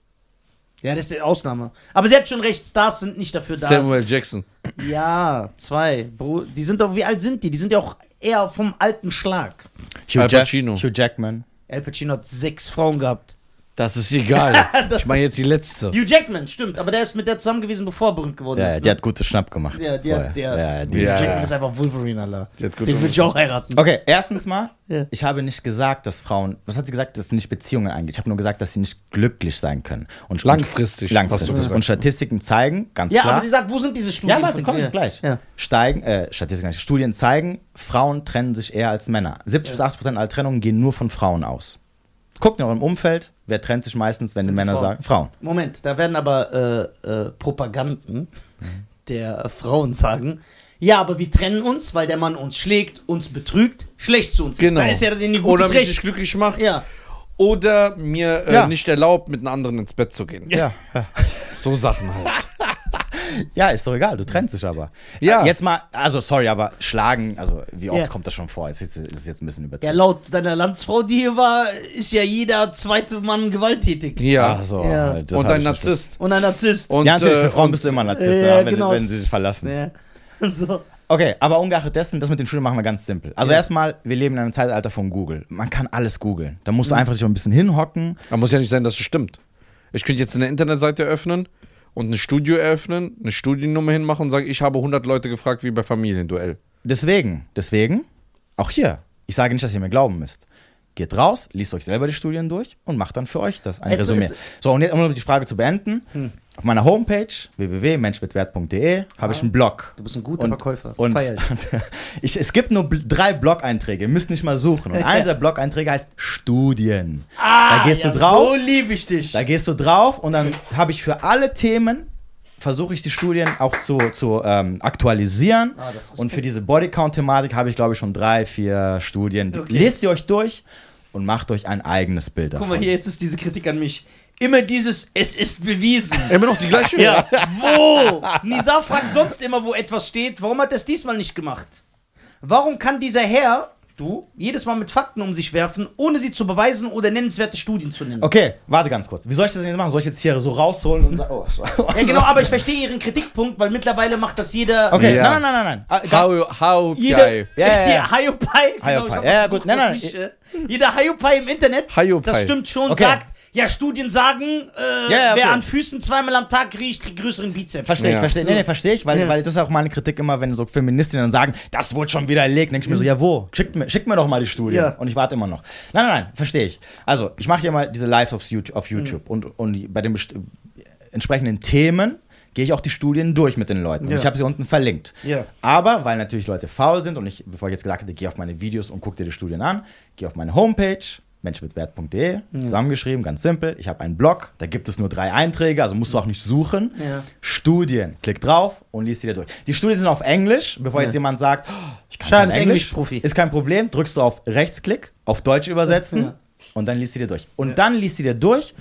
Ja, das ist die Ausnahme. Aber sie hat schon recht, Stars sind nicht dafür da. Samuel Jackson. Ja, zwei. Bru- Die sind doch, wie alt sind die? Die sind ja auch eher vom alten Schlag. Hugh, Al Jack, Pacino. Hugh Jackman. Al Pacino hat sechs Frauen gehabt. Das ist (laughs) egal. ich meine jetzt die letzte. Hugh Jackman, stimmt, aber der ist mit der zusammen gewesen, bevor er berühmt geworden Ja, ist. ne? ja, die hat gute Schnapp gemacht. Ja, die hat- Voll. die ja, hat- ja, die Hugh Ja. Jackman ist einfach Wolverine, Alter. Die hat Den gut würde ich auch heiraten. Okay, erstens mal, Ja. ich habe nicht gesagt, dass Frauen, was hat sie gesagt, dass sie nicht Beziehungen eingeht. Ich habe nur gesagt, dass sie nicht glücklich sein können. Und Langfristig, hast Langfristig. du gesagt. Und Statistiken zeigen, ganz Ja, klar. aber sie sagt, wo sind diese Studien? ja, warte, von- komm ich gleich. Ja. Steigen, äh, Statistiken, Studien zeigen, Frauen trennen sich eher als Männer. 70 bis 80 Prozent aller Trennungen gehen nur von Frauen aus. Guckt in eurem Umfeld, wer trennt sich meistens, wenn die Sind Männer Frauen. sagen, Frauen. Moment, da werden aber äh, äh, Propaganden der Frauen sagen, ja, aber wir trennen uns, weil der Mann uns schlägt, uns betrügt, schlecht zu uns Genau. ist. Da ist ja den Oder gutes mich nicht Recht. glücklich macht. Ja. oder mir äh, Ja. nicht erlaubt, mit einem anderen ins Bett zu gehen. Ja. So Sachen halt. ja, ist doch egal, du trennst dich aber. Ja. Äh, Jetzt mal, also sorry, aber schlagen, also wie oft Ja. kommt das schon vor? Es ist, ist jetzt ein bisschen Ja, übertrieben. laut deiner Landsfrau, die hier war, ist ja jeder zweite Mann gewalttätig. (laughs) Ja. Ach so, Ja. halt, das und hab ein ich nicht Narzisst. Und ein Narzisst. Und, ja, natürlich, äh, für Frauen und- bist du immer Narzisst, Ja, ne, wenn, genau. wenn sie sich verlassen. Ja. (laughs) So. Okay, aber ungeachtet dessen, das mit den Schulen machen wir ganz simpel. Also erstmal, wir leben in einem Zeitalter von Google. Man kann alles googeln. Da musst du Mhm. einfach dich mal ein bisschen hinhocken. Aber muss ja nicht sein, dass es stimmt. Ich könnte jetzt eine Internetseite öffnen und ein Studio eröffnen, eine Studiennummer hinmachen und sagen, ich habe 100 Leute gefragt, wie bei Familienduell. Deswegen, deswegen, auch hier, ich sage nicht, dass ihr mir glauben müsst. Geht raus, liest euch selber die Studien durch und macht dann für euch das ein Jetzt- Resümee. jetzt- So, und jetzt, um die Frage zu beenden, Hm. auf meiner Homepage www.menschmitwert.de habe ich einen Blog. Ah. Du bist ein guter Verkäufer. Und Feier ich. (laughs) ich, es gibt nur bl- drei Blog-Einträge, ihr müsst nicht mal (laughs) suchen. Und einer der Blog-Einträge heißt Studien. da gehst Ah, ja, du drauf. So liebe ich dich. Da gehst du drauf und dann habe ich für alle Themen versuche ich die Studien auch zu, zu ähm, aktualisieren. Ah, das ist und für diese Bodycount-Thematik habe ich, glaube ich, schon drei, vier Studien. Okay. Lest sie euch durch und macht euch ein eigenes Bild davon. Guck mal hier, jetzt ist diese Kritik an mich. Immer dieses, es ist bewiesen. Immer noch die gleiche? (laughs) Ja, wo? Nizar fragt sonst immer, wo etwas steht. Warum hat er es diesmal nicht gemacht? Warum kann dieser Herr, du, jedes Mal mit Fakten um sich werfen, ohne sie zu beweisen oder nennenswerte Studien zu nennen? Okay, warte ganz kurz. Wie soll ich das denn jetzt machen? Soll ich jetzt hier so rausholen und sagen, oh, Ja, genau, aber ich verstehe Ihren Kritikpunkt, weil mittlerweile macht das jeder. Okay, Ja. nein, nein, nein, nein. Ah, ganz- How, how (laughs) Jeder, geil. Ja, ja, ja. Hayopai, genau, Hayopai. ich hab das Ja, ja, versucht, gut. Nein, das nein, nicht, äh, jeder Hayopai im Internet, Hayopai. das stimmt schon, Okay. sagt, ja, Studien sagen, äh, Ja, ja, wer okay. an Füßen zweimal am Tag riecht, kriegt größeren Bizeps. Verstehe ich, Ja. verstehe ich. Nee, nee, verstehe ich, weil, Ja. weil das ist auch meine Kritik immer, wenn so Feministinnen dann sagen, das wurde schon widerlegt. denke ich mir so, ja wo? Schickt mir, schickt mir doch mal die Studie. Mhm. Ja. Und ich warte immer noch. Nein, nein, nein, verstehe ich. Also, ich mache hier mal diese Lives auf YouTube, Mhm. auf YouTube. und, und bei den best- entsprechenden Themen gehe ich auch die Studien durch mit den Leuten. Und Ja. ich habe sie unten verlinkt. Ja. Aber, weil natürlich Leute faul sind und ich, bevor ich jetzt gesagt hätte, geh auf meine Videos und guck dir die Studien an, geh auf meine Homepage, menschmitwert.de, Mhm. zusammengeschrieben, ganz simpel. Ich habe einen Blog, da gibt es nur drei Einträge, also musst du auch nicht suchen. Ja. Studien, klick drauf und liest sie dir durch. Die Studien sind auf Englisch, bevor jetzt jemand sagt, oh, ich kann Schade, kein ist Englisch. Englischprofi. Ist kein Problem, drückst du auf Rechtsklick, auf Deutsch übersetzen Ja. und dann liest sie dir durch. Und dann liest sie dir durch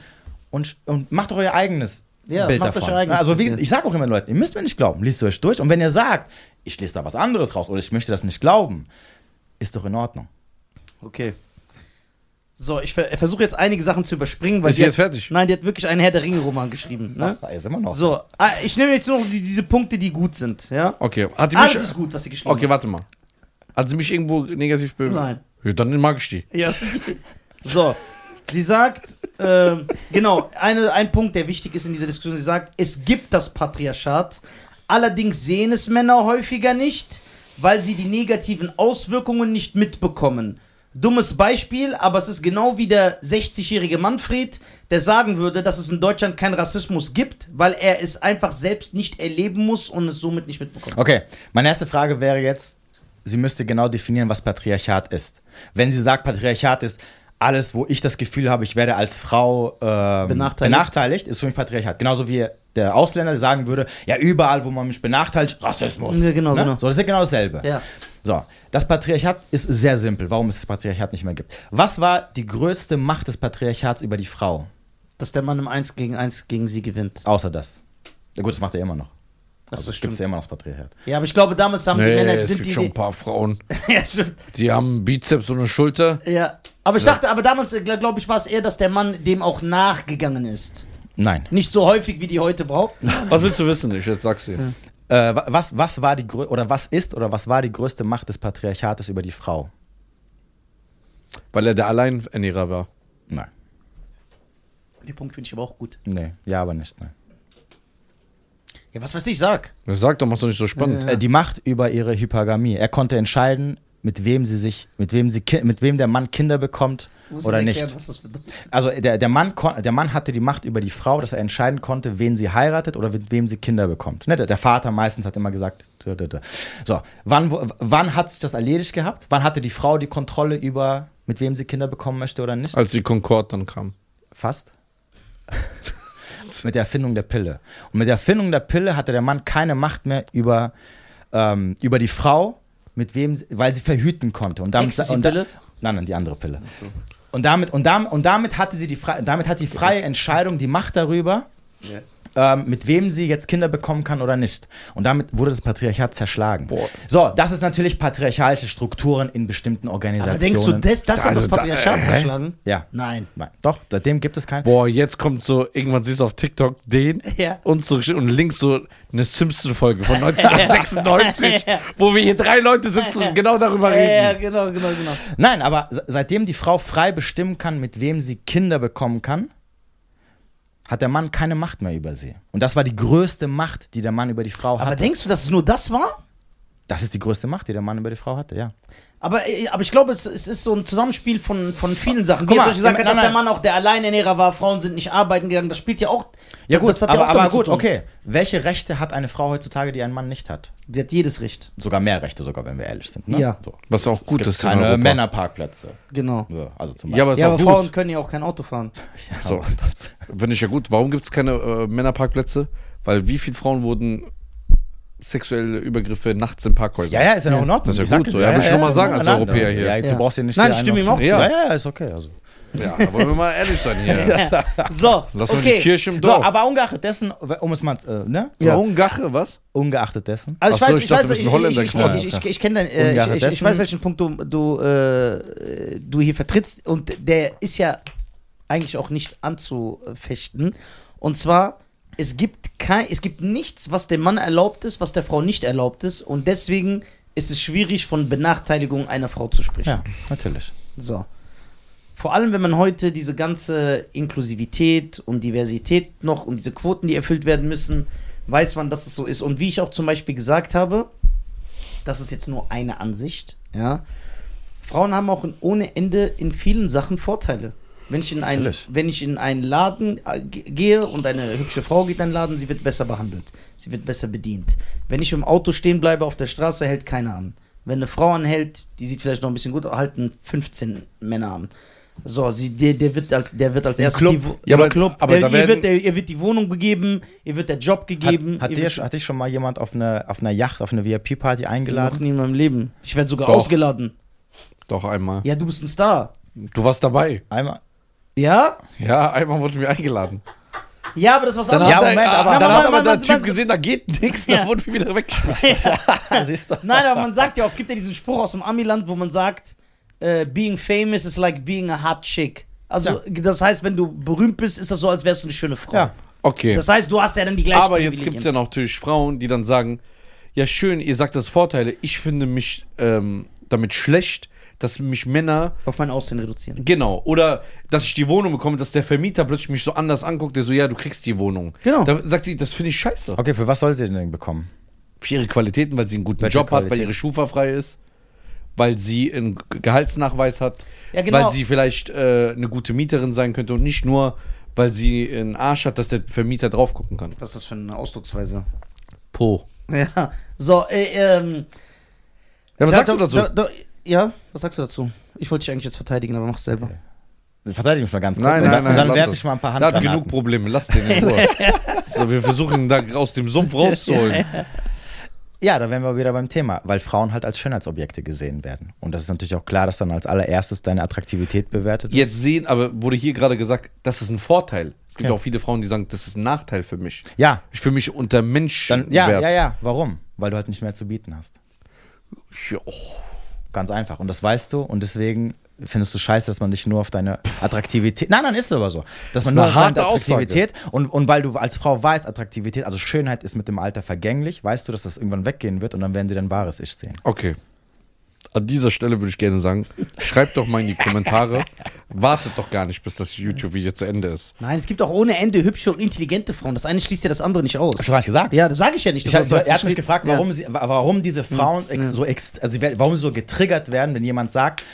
und, und macht doch euer eigenes Ja, Bild macht euch davon. euer eigenes also wie, Bild, ja. ich sage auch immer den Leuten, ihr müsst mir nicht glauben, liest euch durch. Und wenn ihr sagt, ich lese da was anderes raus oder ich möchte das nicht glauben, ist doch in Ordnung. Okay. So, ich ver versuche jetzt einige Sachen zu überspringen, weil Ist die sie hat- jetzt fertig? Nein, die hat wirklich einen Herr der Ringe Roman geschrieben. Ne? Ach, ist immer noch. So, ah, ich nehme jetzt nur noch die, diese Punkte, die gut sind. Ja, Okay, hat die mich, alles ist gut, was sie geschrieben okay, warte mal. Hat sie mich irgendwo negativ be... Nein. Ja, dann mag ich die. hat. Ja. (laughs) So, sie sagt, ähm, genau, eine, ein Punkt, der wichtig ist in dieser Diskussion. Sie sagt, es gibt das Patriarchat, allerdings sehen es Männer häufiger nicht, weil sie die negativen Auswirkungen nicht mitbekommen. Dummes Beispiel, aber es ist genau wie der 60-jährige Manfred, der sagen würde, dass es in Deutschland keinen Rassismus gibt, weil er es einfach selbst nicht erleben muss und es somit nicht mitbekommt. Okay, meine erste Frage wäre jetzt, sie müsste genau definieren, was Patriarchat ist. Wenn sie sagt, Patriarchat ist alles, wo ich das Gefühl habe, ich werde als Frau ähm, Benachteiligt. benachteiligt. ist für mich Patriarchat. Genauso wie der Ausländer sagen würde, ja, überall, wo man mich benachteiligt, Rassismus. Ja, genau, genau. So, das ist ja genau dasselbe. Ja. So, das Patriarchat ist sehr simpel, warum es das Patriarchat nicht mehr gibt. Was war die größte Macht des Patriarchats über die Frau? Dass der Mann im 1 gegen 1 gegen sie gewinnt. Außer das. Ja, gut, das macht er immer noch. Ach so, das gibt stimmt. es ja immer noch das Patriarchat. Ja, aber ich glaube, damals haben die Also Nee, Männer. es Sind gibt die, schon ein paar Frauen, (laughs) ja, stimmt. die haben einen Bizeps und eine Schulter. Ja. Aber ich dachte, aber damals, glaube ich, war es eher, dass der Mann dem auch nachgegangen ist. Nein. Nicht so häufig, wie die heute behaupten. Was willst du wissen? Ich jetzt sag's dir. Äh, wa- was, was war die grö- oder was ist oder was war die größte Macht des Patriarchates über die Frau? Weil er der Alleinernährer war. Nein. Den Punkt finde ich aber auch gut. Nee, ja, aber nicht. Nein. Ja, was weiß ich, sag. Das Sag doch, mach's doch nicht so spannend. Äh, die Macht über ihre Hypergamie. Er konnte entscheiden, mit wem sie sich, mit wem sie, ki- mit wem der Mann Kinder bekommt Muss oder ich nicht. erklären, Was das bedeutet. Also der, der, Mann kon- der Mann hatte die Macht über die Frau, dass er entscheiden konnte, wen sie heiratet oder mit wem sie Kinder bekommt. Ne, der, der Vater meistens hat immer gesagt, dö, dö, dö. so, wann, wo- wann hat sich das erledigt gehabt? Wann hatte die Frau die Kontrolle über, mit wem sie Kinder bekommen möchte oder nicht? Als die Concorde dann kam. Fast. mit der Erfindung der Pille. Und mit der Erfindung der Pille hatte der Mann keine Macht mehr über, ähm, über die Frau, mit wem sie, weil sie verhüten konnte. Und damit, Ecstasy-Pille? Und da, nein, nein, die andere Pille. Und damit, und, damit, und damit hatte sie die, frei- damit hat die freie Entscheidung die Macht darüber, Ja. ähm, mit wem sie jetzt Kinder bekommen kann oder nicht. Und damit wurde das Patriarchat zerschlagen. Boah. So, das ist natürlich patriarchalische Strukturen in bestimmten Aber Organisationen. denkst du, das, das hat Also das da- Patriarchat äh, zerschlagen? Ja. Nein. Nein, doch, seitdem gibt es keinen. Boah, jetzt kommt so, irgendwann siehst du auf TikTok den Ja. und, so, und links so eine Simpson-Folge (laughs) von 1996, wo wir hier drei Leute sitzen und genau darüber Ja, reden. genau, genau, genau. Nein, aber se- seitdem die Frau frei bestimmen kann, mit wem sie Kinder bekommen kann, hat der Mann keine Macht mehr über sie. Und das war die größte Macht, die der Mann über die Frau Aber hatte. denkst du, dass es nur das war? Das ist die größte Macht, die der Mann über die Frau hatte, ja. Aber, äh, aber ich glaube, es, es ist so ein Zusammenspiel von, von vielen Sachen. Wie Guck jetzt mal, euch gesagt nein, hat, dass nein. der Mann auch der Alleinernährer war, Frauen sind nicht arbeiten gegangen, das spielt ja auch. Ja das- gut, das hat aber, auch damit aber zu gut, tun. okay. Welche Rechte hat eine Frau heutzutage, die ein Mann nicht hat? Die hat jedes Recht. Sogar mehr Rechte, sogar wenn wir ehrlich sind. Ne? Ja. So. Was auch gut es gibt ist in keine Europa. Männerparkplätze. Genau. So, also zum Ja, aber ist Beispiel. ja, auch aber gut. Frauen können ja auch kein Auto fahren. (laughs) So. Finde ich ja gut. Warum gibt es keine äh, Männerparkplätze? Weil wie viele Frauen wurden sexuelle Übergriffe nachts im Parkhäuser? ja, ja, ist ja noch in Ordnung. Das ist ja Ich sag gut so. Ja, will ich schon mal sagen als nein, nein, Europäer hier. Ja, jetzt Ja. du brauchst ja nicht Nein, hier stimme einen ihm auch auf- zu. Ja, ja, ist okay. Also. Ja, da wollen wir mal ehrlich sein hier. So, Lass uns okay. die Kirche im So, Dorf. aber ungeachtet dessen, um es mal, äh, ne? So, Ungache, was? Ungeachtet dessen. Also ich Ach so, weiß, ich dachte, du weiß, bist ein Holländer. Ich, ich, Klar, ich, ich, ich, ich kenne dein, äh, Ungarn ich, ich, ich dessen- weiß, welchen Punkt du, du, äh, du hier vertrittst und der ist ja eigentlich auch nicht anzufechten. Und zwar, es gibt kein, es gibt nichts, was dem Mann erlaubt ist, was der Frau nicht erlaubt ist. Und deswegen ist es schwierig, von Benachteiligung einer Frau zu sprechen. Ja, natürlich. So. Vor allem, wenn man heute diese ganze Inklusivität und Diversität noch und diese Quoten, die erfüllt werden müssen, weiß man, dass es so ist. Und wie ich auch zum Beispiel gesagt habe, das ist jetzt nur eine Ansicht, ja. Frauen haben auch in, ohne Ende in vielen Sachen Vorteile. Wenn ich in einen, Natürlich. wenn ich in einen Laden äh, ge- gehe und eine hübsche Frau geht in einen Laden, sie wird besser behandelt. Sie wird besser bedient. Wenn ich im Auto stehen bleibe auf der Straße, hält keiner an. Wenn eine Frau anhält, die sieht vielleicht noch ein bisschen gut, aus, halten 15 Männer an. So, sie, der, der, wird, als- der wird als erstes Club. die Wo- Ja, aber- der Club, aber der, da ihr, werden- wird, der, ihr wird die Wohnung gegeben, ihr wird der Job Hat, gegeben. hat, ihr dir, wird- hat dich schon mal jemand auf eine, auf einer Yacht, auf eine VIP-Party noch eingeladen? nie in meinem Leben. Ich werde sogar Doch. ausgeladen. Doch einmal. Ja, du bist ein Star. Du warst dabei. Einmal. Ja? Ja, einmal wurden wir eingeladen. Ja, aber das war was Dann anderes. Ja, hat, Moment, er, aber- aber, dann Mann, hat Mann, aber der Mann, Typ Mann. gesehen, da geht nichts, Ja. dann wurden wir wieder weggeschmissen. (laughs) Siehst du? Nein, aber man sagt ja auch, es gibt ja diesen Spruch aus dem Amiland, wo man sagt, äh, being famous is like being a hot chick. Also, das heißt, wenn du berühmt bist, ist das so, als wärst du eine schöne Frau. Ja. Okay. Das heißt, du hast ja dann die gleichen aber jetzt gibt es ja Privilegien. natürlich Frauen, die dann sagen, ja schön, ihr sagt das Vorteile, ich finde mich ähm, damit schlecht, dass mich Männer, Auf mein Aussehen reduzieren. genau, oder dass ich die Wohnung bekomme, dass der Vermieter plötzlich mich so anders anguckt, der so, ja, du kriegst die Wohnung. Genau. Da sagt sie, das finde ich scheiße. Okay, für was soll sie denn bekommen? Für ihre Qualitäten, weil sie einen guten Welche Job hat, weil Qualitäten? ihre Schufa frei ist, weil sie einen G- Gehaltsnachweis hat, Ja, genau. weil sie vielleicht äh, eine gute Mieterin sein könnte und nicht nur, weil sie einen Arsch hat, dass der Vermieter drauf gucken kann. Was ist das für eine Ausdrucksweise? Po. Ja. So, äh, ähm. Ja, was da- sagst du da- dazu? da- da- ja, was sagst du dazu? Ich wollte dich eigentlich jetzt verteidigen, aber mach's selber. Verteidigen wir mal ganz kurz. Nein, und nein, dann, nein. und dann lass werfe das. ich mal ein paar Der hat Handgranaten. genug Probleme, lass den in (laughs) Ruhe. so, wir versuchen ihn da aus dem Sumpf rauszuholen. Ja, da wären wir wieder beim Thema, weil Frauen halt als Schönheitsobjekte gesehen werden. Und das ist natürlich auch klar, dass dann als allererstes deine Attraktivität bewertet wird. Jetzt sehen, aber wurde hier gerade gesagt, das ist ein Vorteil. Es gibt Ja. auch viele Frauen, die sagen, das ist ein Nachteil für mich. Ja, Ich fühle mich unter Menschen. dann, ja, ja, ja. Warum? Weil du halt nicht mehr zu bieten hast. oh, Ganz einfach. Und das weißt du und deswegen findest du scheiße, dass man dich nur auf deine Attraktivität. Nein, nein, ist aber so. Dass man ist nur eine auf deine harte Aussage. Attraktivität und, und weil du als Frau weißt, Attraktivität, also Schönheit ist mit dem Alter vergänglich, weißt du, dass das irgendwann weggehen wird und dann werden sie dein wahres Ich sehen. Okay. An dieser Stelle würde ich gerne sagen, schreibt doch mal in die (laughs) Kommentare. Wartet doch gar nicht, bis das YouTube-Video zu Ende ist. Nein, es gibt auch ohne Ende hübsche und intelligente Frauen. Das eine schließt ja das andere nicht Das aus. habe ich gesagt. Ja, das sage ich ja nicht. Also- Ich Du hab, hast doch er hat mich geschrieben- gefragt, Ja. Mhm. warum, sie, wa- warum diese Frauen ex, so ex, also sie werden- warum sie so getriggert werden, wenn jemand sagt,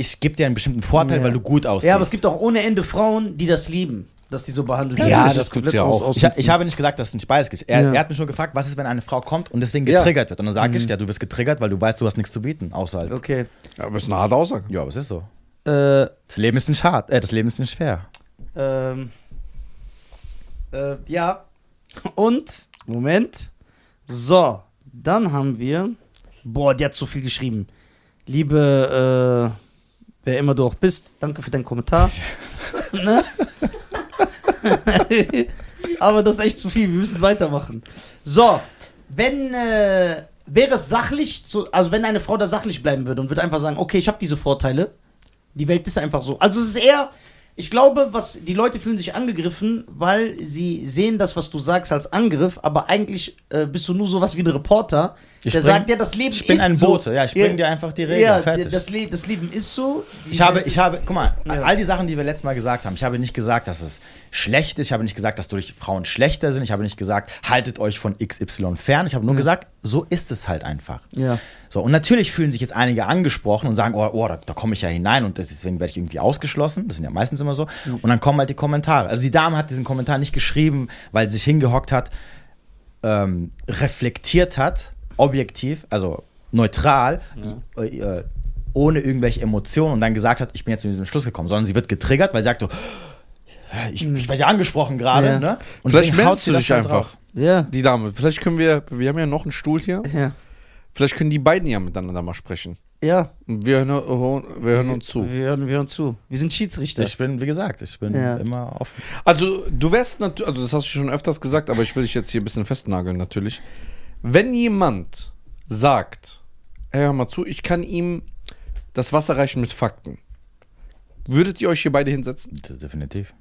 ich gebe dir einen bestimmten Vorteil, Ja. weil du gut aussiehst. Ja, aber es gibt auch ohne Ende Frauen, die das lieben, dass die so behandelt werden. Ja, Die das gibt's komplett ja aus- auch. aus- Ich, ha- ich habe nicht gesagt, dass es nicht beides gibt. Er, Ja. Mhm. er hat mich nur gefragt, was ist, wenn eine Frau kommt und deswegen Ja. getriggert wird. Und dann sage ich, ja, du wirst getriggert, weil du weißt, du hast nichts zu bieten, außer halt. Okay. Ja, aber es ist eine harte Aussage. Ja, aber es ist so. Äh, Das Leben ist nicht hart, äh, das Leben ist nicht schwer. ähm, äh, ja. Und, Moment. So, dann haben wir. Boah, die hat so viel geschrieben. Liebe, äh, wer immer du auch bist, danke für deinen (laughs) Kommentar. ne? (laughs) Aber das ist echt zu viel, wir müssen weitermachen. So, wenn, äh, wäre es sachlich, zu, also wenn eine Frau da sachlich bleiben würde und würde einfach sagen, okay, ich habe diese Vorteile, die Welt ist einfach so. Also es ist eher, ich glaube, was die Leute fühlen sich angegriffen, weil sie sehen das, was du sagst, als Angriff, aber eigentlich äh, bist du nur sowas wie ein Reporter, Ich der bring- sagt, ja, das Leben Ich bin ist ein so. Bote, ja, ich bringe Ja. dir einfach die Regeln, Ja, fertig. das, Le das Leben ist so. Die Ich habe, Welt- ich habe, guck mal, Ja. all die Sachen, die wir letztes Mal gesagt haben, ich habe nicht gesagt, dass es schlecht ist, ich habe nicht gesagt, dass durch Frauen schlechter sind, ich habe nicht gesagt, haltet euch von XY fern, ich habe nur gesagt, so ist es halt einfach. Ja. So, und natürlich fühlen sich jetzt einige angesprochen und sagen, oh, oh da, da komme ich ja hinein und das- deswegen werde ich irgendwie ausgeschlossen. Das sind ja meistens immer so. Und dann kommen halt die Kommentare. Also die Dame hat diesen Kommentar nicht geschrieben, weil sie sich hingehockt hat, ähm, reflektiert hat, objektiv, also neutral, äh, äh, ohne irgendwelche Emotionen und dann gesagt hat, ich bin jetzt zu diesem Schluss gekommen, sondern sie wird getriggert, weil sie sagt, oh, ich, ich werde ja angesprochen gerade. Ja. Ne? Und Hm. Vielleicht deswegen haut meldest sie du das dich dann einfach, drauf. Ja. die Dame. Vielleicht können wir, wir haben ja noch einen Stuhl (laughs) hier. Ja. Vielleicht können die beiden ja miteinander mal sprechen. Ja. Und Wir hören, hören- wir hören uns zu. Wir hören, wir hören zu. Wir sind Schiedsrichter. Ich bin, wie gesagt, ich bin Ja. immer offen. Also, du wärst natürlich, also das hast du schon öfters gesagt, aber ich will dich jetzt hier ein bisschen festnageln natürlich. Wenn jemand sagt, hey, hör mal zu, ich kann ihm das Wasser reichen mit Fakten, würdet ihr euch hier beide hinsetzen? D- Definitiv.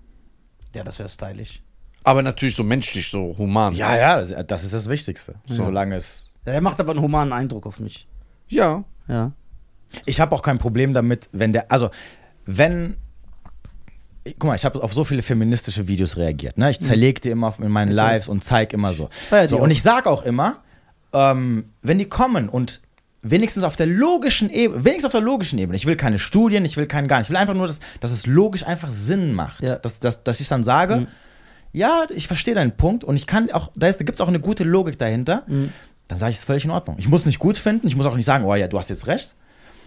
ja, das wäre stylisch. Aber natürlich so menschlich, so human. Ja, ja, das- äh, das ist das Wichtigste. Solange es. Ja, er macht aber einen humanen Eindruck auf mich. Ja. Ja. Ich habe auch kein Problem damit, wenn der. Also, wenn. Guck mal, ich habe auf so viele feministische Videos reagiert. Mhm. Ne? Ich zerlege die immer in meinen Lives und zeige immer so. feier die so auch. und ich sage auch immer, ähm, wenn die kommen und wenigstens auf der logischen Ebene, wenigstens auf der logischen Ebene, ich will keine Studien, ich will keinen gar nicht, ich will einfach nur, dass, dass es logisch einfach Sinn macht. Ja. Mhm. Dass, dass, dass ich dann sage, ja, ich verstehe deinen Punkt und ich kann auch, da gibt es auch eine gute Logik dahinter, Mhm. dann sage ich es völlig in Ordnung. Ich muss nicht gut finden, ich muss auch nicht sagen, oh ja, du hast jetzt recht.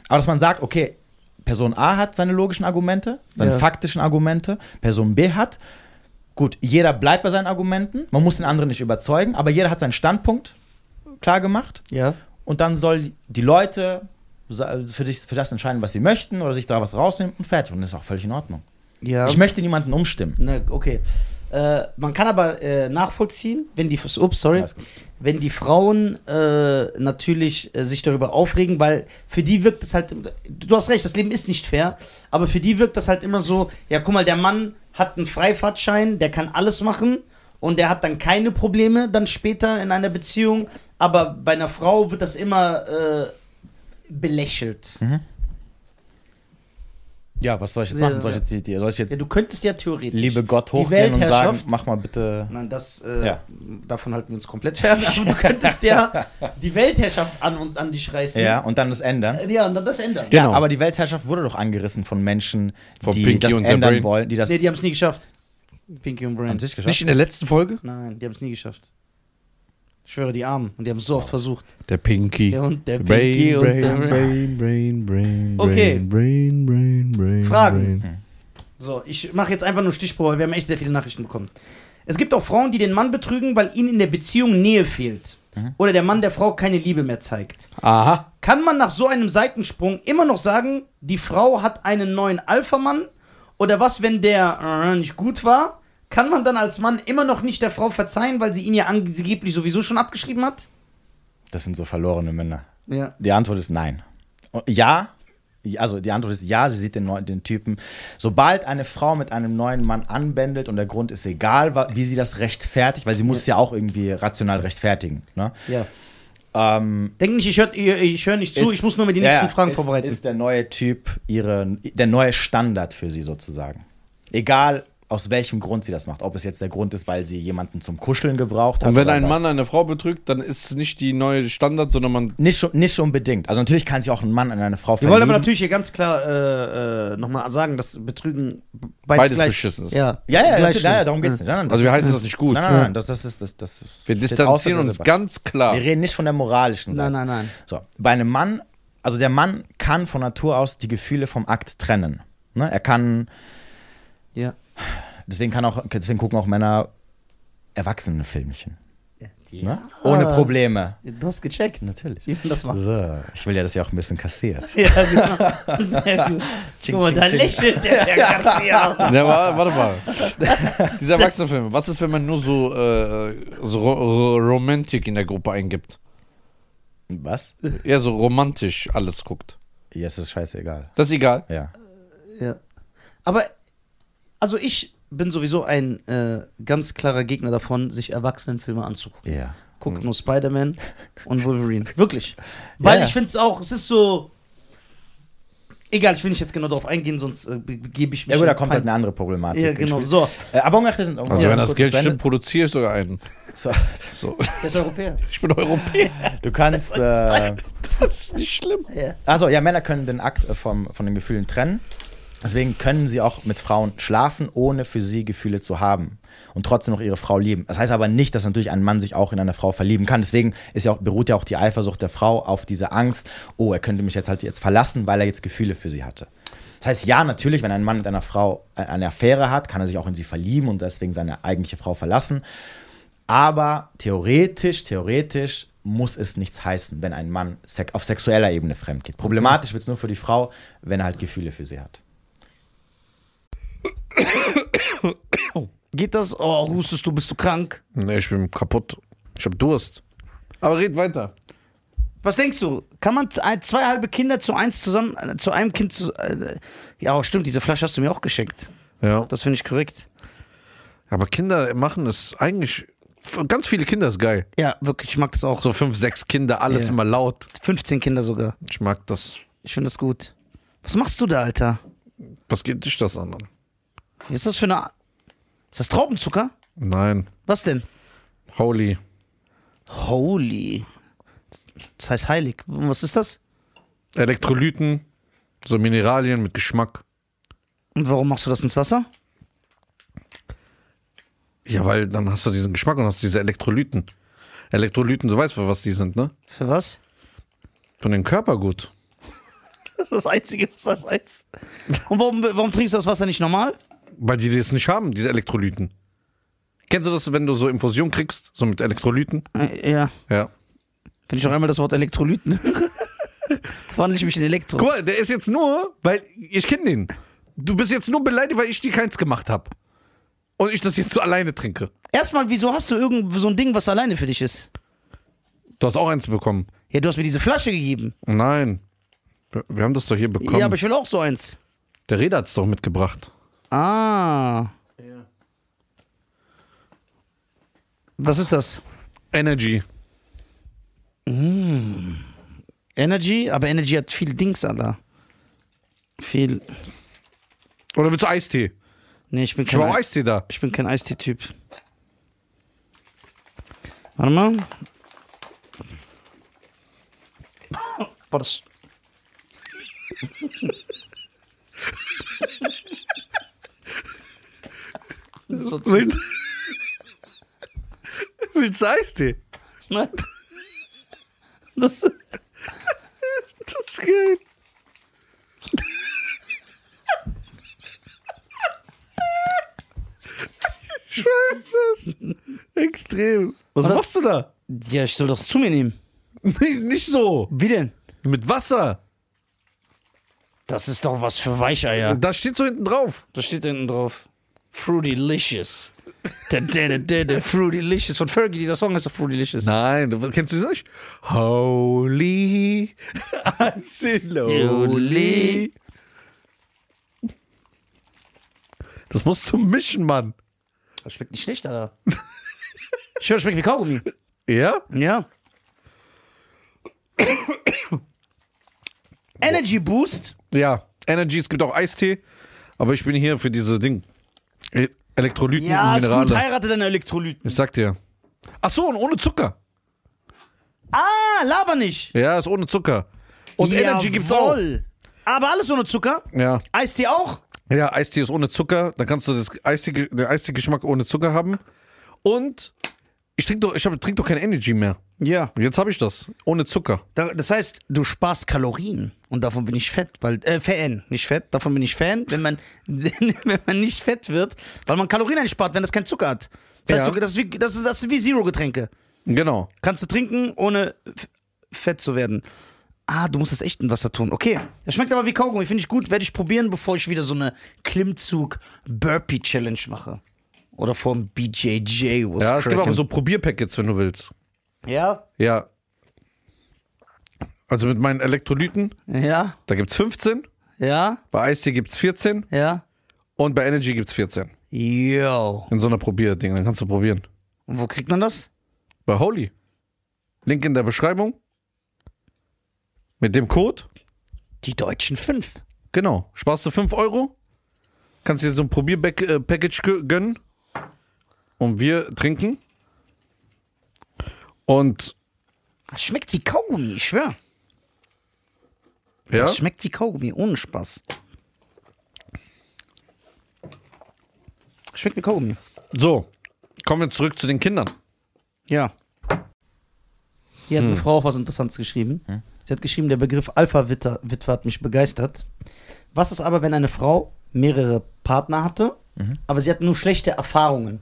Aber dass man sagt, okay, Person A hat seine logischen Argumente, seine Ja. faktischen Argumente, Person B hat. Gut, jeder bleibt bei seinen Argumenten, man muss den anderen nicht überzeugen, aber jeder hat seinen Standpunkt klar gemacht Ja. und dann soll die Leute sa- für, dich, für das entscheiden, was sie möchten oder sich da was rausnehmen und fertig. Und das ist auch völlig in Ordnung. Ja. Ich möchte niemanden umstimmen. Na, Ne, okay. Äh, man kann aber äh, nachvollziehen, wenn die, ups, sorry, Alles gut. wenn die Frauen äh, natürlich äh, sich darüber aufregen, weil für die wirkt es halt, du hast recht, das Leben ist nicht fair, aber für die wirkt das halt immer so, ja guck mal, der Mann hat einen Freifahrtschein, der kann alles machen und der hat dann keine Probleme dann später in einer Beziehung, aber bei einer Frau wird das immer äh, belächelt. Mhm. Ja, was soll ich jetzt Ja, machen? Soll ich ja. jetzt, die, die, soll ich jetzt Ja, du könntest ja theoretisch. liebe Gott die hochgehen und sagen, Weltherrschaft- mach mal bitte. Nein, das, äh, Ja. davon halten wir uns komplett fern. Aber du könntest (laughs) ja die Weltherrschaft an und an dich reißen. Ja, und dann das ändern. Äh, ja und dann das ändern. Ja. Genau. Ja, aber die Weltherrschaft wurde doch angerissen von Menschen, Von die Pinky das und der ändern Brain. wollen, die das Nee, die haben es nie geschafft. Pinky und an Brain. sich geschafft Nicht in der letzten Folge? Nein, die haben es nie geschafft. Ich schwöre, die Armen. Und die haben es so oft versucht. Der Pinky. Der und der Brain, Pinky und brain, der brain, brain, brain, brain, Okay. brain, brain, brain, Fragen. brain. So, ich mache jetzt einfach nur Stichprobe, weil wir haben echt sehr viele Nachrichten bekommen. Es gibt auch Frauen, die den Mann betrügen, weil ihnen in der Beziehung Nähe fehlt. Mhm. Oder der Mann der Frau keine Liebe mehr zeigt. Aha. Kann man nach so einem Seitensprung immer noch sagen, die Frau hat einen neuen Alpha-Mann? Oder was, wenn der äh, nicht gut war? Kann man dann als Mann immer noch nicht der Frau verzeihen, weil sie ihn ja angeblich sowieso schon abgeschrieben hat? Das sind so verlorene Männer. Ja. Die Antwort ist nein. Und Ja, also die Antwort ist ja, sie sieht den, neuen- den Typen. Sobald eine Frau mit einem neuen Mann anbändelt und der Grund ist egal, wa- wie sie das rechtfertigt, weil sie muss es ja auch irgendwie rational rechtfertigen. Ne? ja. Ähm, Denk nicht, ich höre ich hör nicht zu, ist- ich muss nur mir die ja, nächsten ja, Fragen ist, vorbereiten. Ist der neue Typ ihre, der neue Standard für sie sozusagen. Egal aus welchem Grund sie das macht. Ob es jetzt der Grund ist, weil sie jemanden zum Kuscheln gebraucht hat. Und wenn oder ein weil- Mann eine Frau betrügt, dann ist es nicht die neue Standard, sondern man. Nicht, schon- nicht unbedingt. Also natürlich kann sich auch ein Mann in eine Frau wir wollen aber verlieben. natürlich hier ganz klar äh, äh, nochmal sagen, dass Betrügen beides, Beides gleich, beschissen ist. Ja, Ja, ja, gleich natürlich, schlimm. nein, nein, darum geht's nicht. Nein, nein, Also, wir heißen das nicht gut. Nein, nein, nein, das, das ist das, das Wir steht außer distanzieren der uns Debatte. ganz klar. Wir reden nicht von der moralischen Seite. Nein, nein, nein. So, bei einem Mann, also der Mann kann von Natur aus die Gefühle vom Akt trennen. Ne? Er kann, Ja. deswegen kann auch, deswegen gucken auch Männer erwachsene Filmchen. Ne? Ohne Probleme. Du hast gecheckt. Natürlich. Wie man das macht. So, ich will ja, dass ihr auch ein bisschen kassiert. (laughs) Ja, genau. Sehr (laughs) gut. Ching, Guck mal, ching, da ching. lächelt der, der (laughs) Garcia. (laughs) Ja, wa- warte mal. (laughs) Dieser Erwachsenenfilm. Was ist, wenn man nur so, äh, so Ro Ro Romantik in der Gruppe eingibt? Was? Ja, so romantisch alles guckt. Ja, es ist scheißegal. Das ist egal. Ja. Ja. Aber, also ich bin sowieso ein äh, ganz klarer Gegner davon, sich Erwachsenenfilme anzugucken. Ja. Guckt nur Spider-Man und (laughs) Wolverine. Wirklich. Weil ja. ich finde es auch, es ist so. Egal, ich will nicht jetzt genau darauf eingehen, sonst äh, be- gebe ich mich. Ja gut, da in kommt Pein- halt eine andere Problematik. Ja, ins genau. Spiel. So, Äh, aber ungeachtet, Also, ja, wenn das kurz Geld zu Ende. stimmt, produziere ich sogar einen. (laughs) So, So. der ist Europäer. (laughs) Ich bin Europäer. du (laughs) kannst. Äh, Das ist nicht schlimm. Ja. also ja, Männer können den Akt äh, vom, von den Gefühlen trennen. Deswegen können sie auch mit Frauen schlafen, ohne für sie Gefühle zu haben und trotzdem noch ihre Frau lieben. Das heißt aber nicht, dass natürlich ein Mann sich auch in eine Frau verlieben kann. Deswegen ist ja auch, beruht ja auch die Eifersucht der Frau auf diese Angst, oh, er könnte mich jetzt halt jetzt verlassen, weil er jetzt Gefühle für sie hatte. Das heißt, ja, natürlich, wenn ein Mann mit einer Frau äh, eine Affäre hat, kann er sich auch in sie verlieben und deswegen seine eigentliche Frau verlassen. Aber theoretisch, theoretisch muss es nichts heißen, wenn ein Mann sek auf sexueller Ebene fremd geht. Problematisch wird es nur für die Frau, wenn er halt Gefühle für sie hat. Geht das? Oh, hustest du, bist du krank? Nee, ich bin kaputt. Ich hab Durst. Aber red weiter. Was denkst du? Kann man z- ein- zwei halbe Kinder zu eins zusammen, äh, zu einem Kind zu. Äh, ja, stimmt, diese Flasche hast du mir auch geschenkt. Ja. Das finde ich korrekt. Aber Kinder machen es eigentlich. Ganz viele Kinder ist geil. Ja, wirklich, ich mag das auch. So fünf, sechs Kinder, alles Ja. immer laut. 15 Kinder sogar. Ich mag das. Ich finde das gut. Was machst du da, Alter? Was geht dich das an? Was ist das für eine. Ist das Traubenzucker? Nein. Was denn? Holy. Holy. Das heißt heilig. Und Was ist das? Elektrolyten, so Mineralien mit Geschmack. Und warum machst du das ins Wasser? Ja, weil dann hast du diesen Geschmack und hast diese Elektrolyten. Elektrolyten, du weißt, für was die sind, ne? Für was? Von den Körper gut. Das ist das Einzige, was er weiß. Und warum, warum trinkst du das Wasser nicht normal? Weil die das nicht haben, diese Elektrolyten. Kennst du das, wenn du so Infusion kriegst, so mit Elektrolyten? Äh, Ja. Ja. Wenn ich noch einmal das Wort Elektrolyten höre, (laughs) wandle ich mich in Elektro. Guck mal, der ist jetzt nur, weil ich kenne den. Du bist jetzt nur beleidigt, weil ich dir keins gemacht habe. Und ich das jetzt so alleine trinke. Erstmal, wieso hast du irgend so ein Ding, was alleine für dich ist? Du hast auch eins bekommen. Ja, du hast mir diese Flasche gegeben. Nein. Wir- Wir haben das doch hier bekommen. Ja, aber ich will auch so eins. der Reda hat es doch mitgebracht. Ah. Was ist das? Energy. Energy, aber Energy hat viel Dings, Alter. Viel. Oder willst du Eistee? Nee, ich bin Ich kein, war auch Ei- Eistee da. ich bin kein Eistee-Typ. Warte mal. Boah, das. das war zu. (laughs) Willst, (laughs) willst du Eistee? Nein. Das. Das ist geil. Ich weiß das. Extrem. Was das- machst du da? Ja, ich soll doch zu mir nehmen. Nicht, nicht so. Wie denn? Mit Wasser. Das ist doch was für Weicheier. Da steht so hinten drauf. Da steht hinten drauf. Fruitylicious. Da, da, da, da, da, Fruitylicious. Von Fergie, dieser Song heißt doch Fruitylicious. Nein, du- kennst du das nicht? (laughs) Holy. Holy. Das musst du mischen, Mann. Das schmeckt nicht schlecht, Alter. Ich höre, schmeckt wie Kaugummi. Ja? Ja. Energy Boost. Ja, Energy, es gibt auch Eistee, aber ich bin hier für diese Ding. E- Elektrolyten Ja, und ist gut. Minerale. Heirate deine Elektrolyten. Ich sag dir. Ach so, und ohne Zucker. Ah, laber nicht. Ja, ist ohne Zucker. Und Energy gibt's auch. Jawohl. Aber alles ohne Zucker. Ja. Eistee auch. Ja, Eistee ist ohne Zucker, dann kannst du das Eistee, den Eistee-Geschmack ohne Zucker haben. Und ich trinke doch, ich hab- trink doch kein Energy mehr. Ja. Jetzt habe ich das. Ohne Zucker. Da- Das heißt, du sparst Kalorien und davon bin ich fett, weil äh, Fan, nicht fett, davon bin ich Fan, wenn man (laughs) wenn man nicht fett wird, weil man Kalorien einspart, wenn das kein Zucker hat. Das heißt, Ja. du, das, ist wie, das, ist, das ist wie Zero Getränke. Genau. Kannst du trinken, ohne f- fett zu werden. Ah, du musst das echt in Wasser tun. Okay. Das schmeckt aber wie Kaugummi. Finde ich gut. Werde ich probieren, bevor ich wieder so eine Klimmzug-Burpee-Challenge mache. Oder vom BJJ. was Ja, es gibt cracken. auch so Probierpackets, wenn du willst. Ja? Ja. Also mit meinen Elektrolyten, Ja? da gibt's 15, Ja? bei Eistee gibt's 14 Ja? und bei Energy gibt's 14. Yo. In so einer Probierding, dann kannst du probieren. Und wo kriegt man das? Bei Holy. Link in der Beschreibung. Mit dem Code, Die deutschen fünf. genau, sparst du 5 Euro, kannst dir so ein Probierpackage gönnen und wir trinken. Und Das schmeckt wie Kaugummi, ich schwör. ja, Das schmeckt wie Kaugummi, ohne Spaß. Schmeckt wie Kaugummi. so, kommen wir zurück zu den Kindern. Ja. Hier Hm. hat eine Frau auch was Interessantes geschrieben. Sie hat geschrieben, der Begriff Alpha-Witwe hat mich begeistert. Was ist aber, wenn eine Frau mehrere Partner hatte, Mhm. aber sie hat nur schlechte Erfahrungen?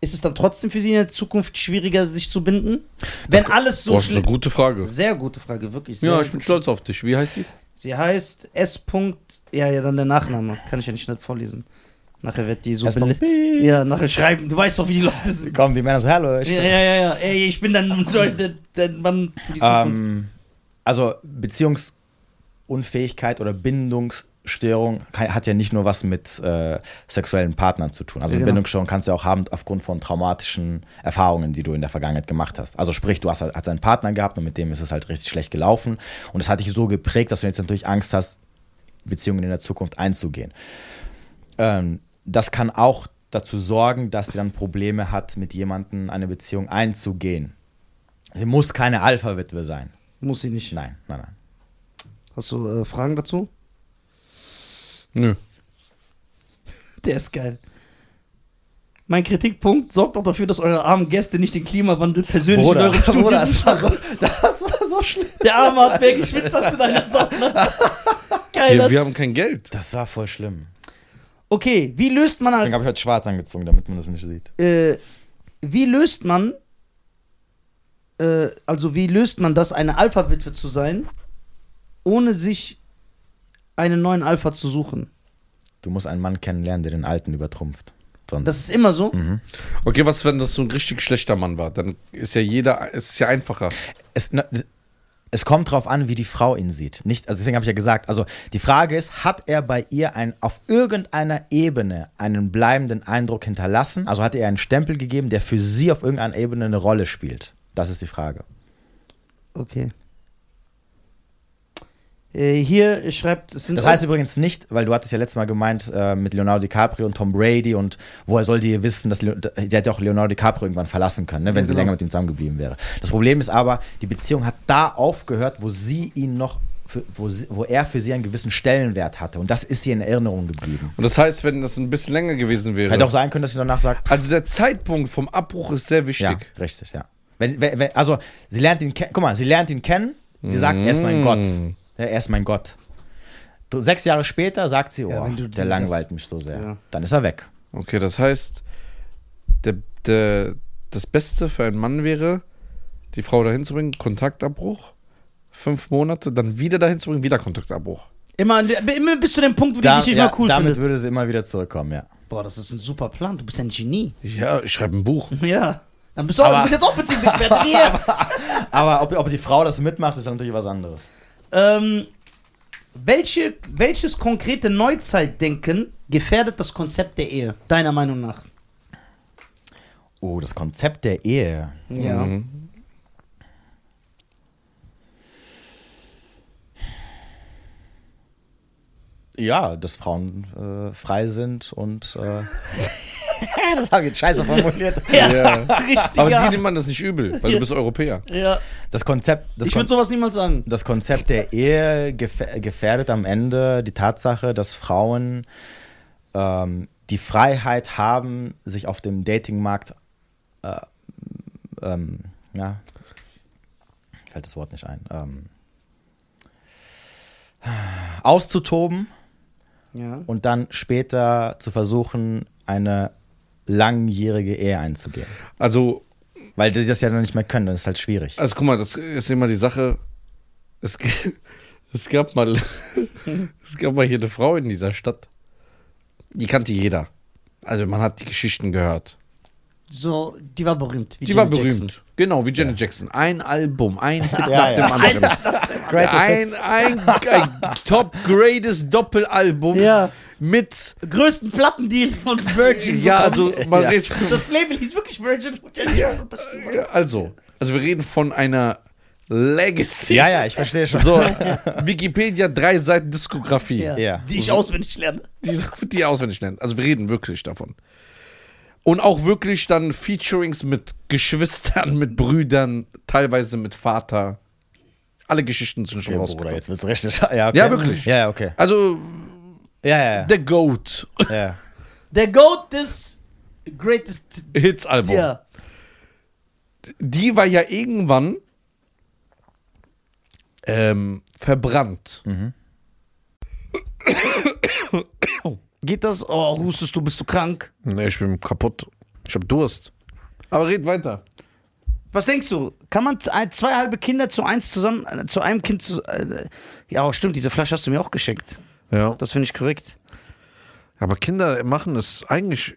Ist es dann trotzdem für sie in der Zukunft schwieriger, sich zu binden? Wenn alles so Boah, ist eine schle- gute Frage. Sehr gute Frage, wirklich. Sehr Ja, ich bin gute- stolz auf dich. Wie heißt sie? Sie heißt S. Punkt- Ja, ja, dann der Nachname. Kann ich ja nicht schnell vorlesen. Nachher wird die so S. Punkt beli- Ja, nachher schreiben. Du weißt doch, wie die Leute sind. Kommen die Männer so, hallo, ich Ja, ja, ja, ja. Ey, ich bin dann Leute, dein Mann für die Zukunft. Ähm, also Beziehungsunfähigkeit oder Bindungsstörung kann, hat ja nicht nur was mit äh, sexuellen Partnern zu tun. Also eine Genau. Bindungsstörung kannst du ja auch haben aufgrund von traumatischen Erfahrungen, die du in der Vergangenheit gemacht hast. Also sprich, du hast halt hast einen Partner gehabt und mit dem ist es halt richtig schlecht gelaufen und das hat dich so geprägt, dass du jetzt natürlich Angst hast, Beziehungen in der Zukunft einzugehen. Ähm, das kann auch dazu sorgen, dass sie dann Probleme hat, mit jemandem eine Beziehung einzugehen. Sie muss keine Alpha-Witwe sein. Muss sie nicht. Nein, nein, nein. Hast du äh, Fragen dazu? Nö. Der ist geil. Mein Kritikpunkt sorgt auch dafür, dass eure armen Gäste nicht den Klimawandel persönlich in (laughs) eurem Studio das, war so, (laughs) das war so schlimm. Der Arme hat mehr geschwitzt als in einer Sauna. (laughs) Geil. Wir, das- wir haben kein Geld. Das war voll schlimm. Also- Okay, wie löst man als Deswegen habe ich heute schwarz angezogen, damit man das nicht sieht. äh, wie löst man, äh, also wie löst man das, eine Alpha-Witwe zu sein, ohne sich einen neuen Alpha zu suchen? Du musst einen Mann kennenlernen, der den Alten übertrumpft. Sonst. Das ist immer so. Okay, was, wenn das so ein richtig schlechter Mann war? Dann ist ja jeder, es ist ja einfacher. es, na, es kommt drauf an, wie die Frau ihn sieht. Nicht, also deswegen habe ich ja gesagt, also die Frage ist, hat er bei ihr ein, auf irgendeiner Ebene einen bleibenden Eindruck hinterlassen? Also hat er ihr einen Stempel gegeben, der für sie auf irgendeiner Ebene eine Rolle spielt? Das ist die Frage. Okay. Äh, hier schreibt, es sind Das heißt übrigens nicht, weil du hattest ja letztes Mal gemeint äh, mit Leonardo DiCaprio und Tom Brady und woher sollt ihr wissen, dass Leo, der hätte auch Leonardo DiCaprio irgendwann verlassen können, ne, wenn sie genau. länger mit ihm zusammengeblieben wäre. Das Problem ist aber, die Beziehung hat da aufgehört, wo sie ihn noch, für, wo, sie, wo er für sie einen gewissen Stellenwert hatte und das ist ihr in Erinnerung geblieben. Und das heißt, wenn das ein bisschen länger gewesen wäre. Hätte auch sein können, dass sie danach sagt, also der Zeitpunkt vom Abbruch ist sehr wichtig. ja, richtig, ja. Wenn, wenn, wenn, also sie lernt ihn kennen, guck mal, sie lernt ihn kennen, sie sagt, er ist mein Gott, Ja, er ist mein Gott. Dr- Sechs Jahre später sagt sie, oh, wenn du der das- langweilt mich so sehr. Ja. Dann ist er weg. Okay, das heißt, der, der, das Beste für einen Mann wäre, die Frau dahin zu bringen, Kontaktabbruch, fünf Monate, dann wieder dahin zu bringen, wieder Kontaktabbruch. immer, an der- immer bis zu dem Punkt, wo die dich nicht ja, mehr cool damit findet. würde sie immer wieder zurückkommen, ja. Boah, das ist ein super Plan. Du bist ein Genie. (laughs) Ja, ich schreibe ein Buch. Ja. Dann bist du, auch, Aber- du bist jetzt auch Beziehungsexperte. Yeah. Aber ob, ob die Frau das mitmacht, ist natürlich was anderes. Ähm, welche, welches konkrete Neuzeitdenken gefährdet das Konzept der Ehe, deiner Meinung nach? Oh, das Konzept der Ehe. Ja. (laughs) Mhm. Ja, dass Frauen äh, frei sind und. (laughs) Äh, (laughs) das habe ich jetzt scheiße formuliert. Ja, richtig. Aber ja. die nimmt man das nicht übel, weil du bist Europäer. ja. Das Konzept. Das Ich würde Kon- sowas niemals sagen. das Konzept der Ehe gef gefährdet am Ende die Tatsache, dass Frauen ähm, die Freiheit haben, sich auf dem Datingmarkt. Äh, ähm, ja. Fällt das Wort nicht ein. Ähm, auszutoben Ja. und dann später zu versuchen, eine langjährige Ehe einzugehen. Also Weil die das ja dann nicht mehr können, dann ist halt schwierig. Also guck mal, das ist immer die Sache. Es, g- (laughs) es gab mal, (laughs) es gab mal hier eine Frau in dieser Stadt. Die kannte jeder. Also man hat die Geschichten gehört. So, die war berühmt. wie die war Janet berühmt. Jackson. Genau, wie Janet Jackson. Ein Album, (laughs) ein Hit nach Ja, ja. dem anderen. Ein, Greatest ein, (laughs) ein top greatest Doppelalbum Ja. mit. Größten Plattendeal von Virgin. Ja, also bekommen. man Ja. redet. Das Label hieß wirklich Virgin. und Janet Jackson unterschrieben hat. Ja, Also, also wir reden von einer Legacy. Ja, ja, ich verstehe schon. (laughs) So, Wikipedia, drei Seiten Diskografie, Ja. Ja. Die ich auswendig lerne. die, die auswendig lernt. Also wir reden wirklich davon. Und auch wirklich dann Featurings mit Geschwistern, mit Brüdern, teilweise mit Vater. Alle Geschichten sind schon Okay, Genau, Bruder, rausgekommen. jetzt wird's richtig. (laughs) scha- Ja, okay. Ja, wirklich. Ja, ja, okay. Also, Ja, ja, The Goat, ja. ja. Der Goat des Greatest. Hits-Album. Ja. Die war ja irgendwann ähm, verbrannt. Geht das? Oh, hustest du, bist du krank? Nee, ich bin kaputt. Ich hab Durst. Aber red weiter. Was denkst du? Kann man z- ein- zwei halbe Kinder zu eins zusammen, äh, zu einem Kind zu. äh, Ja, stimmt, diese Flasche hast du mir auch geschenkt. Ja. Das finde ich korrekt. Aber Kinder machen es eigentlich.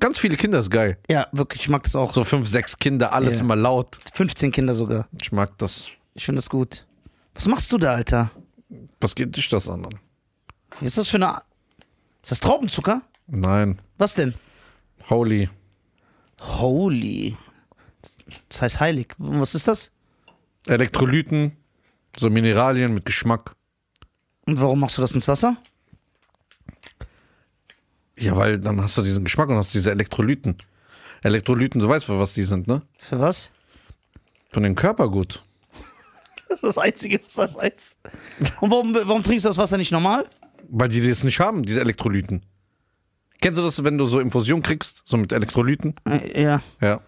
Ganz viele Kinder ist geil. Ja, wirklich, ich mag das auch. So fünf, sechs Kinder, alles Ja. immer laut. 15 Kinder sogar. Ich mag das. Ich finde das gut. Was machst du da, Alter? Was geht dich das an? Was ist das für eine. Ist das Traubenzucker? Nein. Was denn? Holy. Holy. Das heißt heilig. Was ist das? Elektrolyten, so Mineralien mit Geschmack. Und warum machst du das ins Wasser? Ja, weil dann hast du diesen Geschmack und hast diese Elektrolyten. Elektrolyten, du weißt, für was die sind, ne? Für was? Von den Körper gut. Das ist das Einzige, was er weiß. Und warum, warum trinkst du das Wasser nicht normal? Weil die das nicht haben, diese Elektrolyten. Kennst du das, wenn du so Infusion kriegst, so mit Elektrolyten? Äh, Ja. Ja.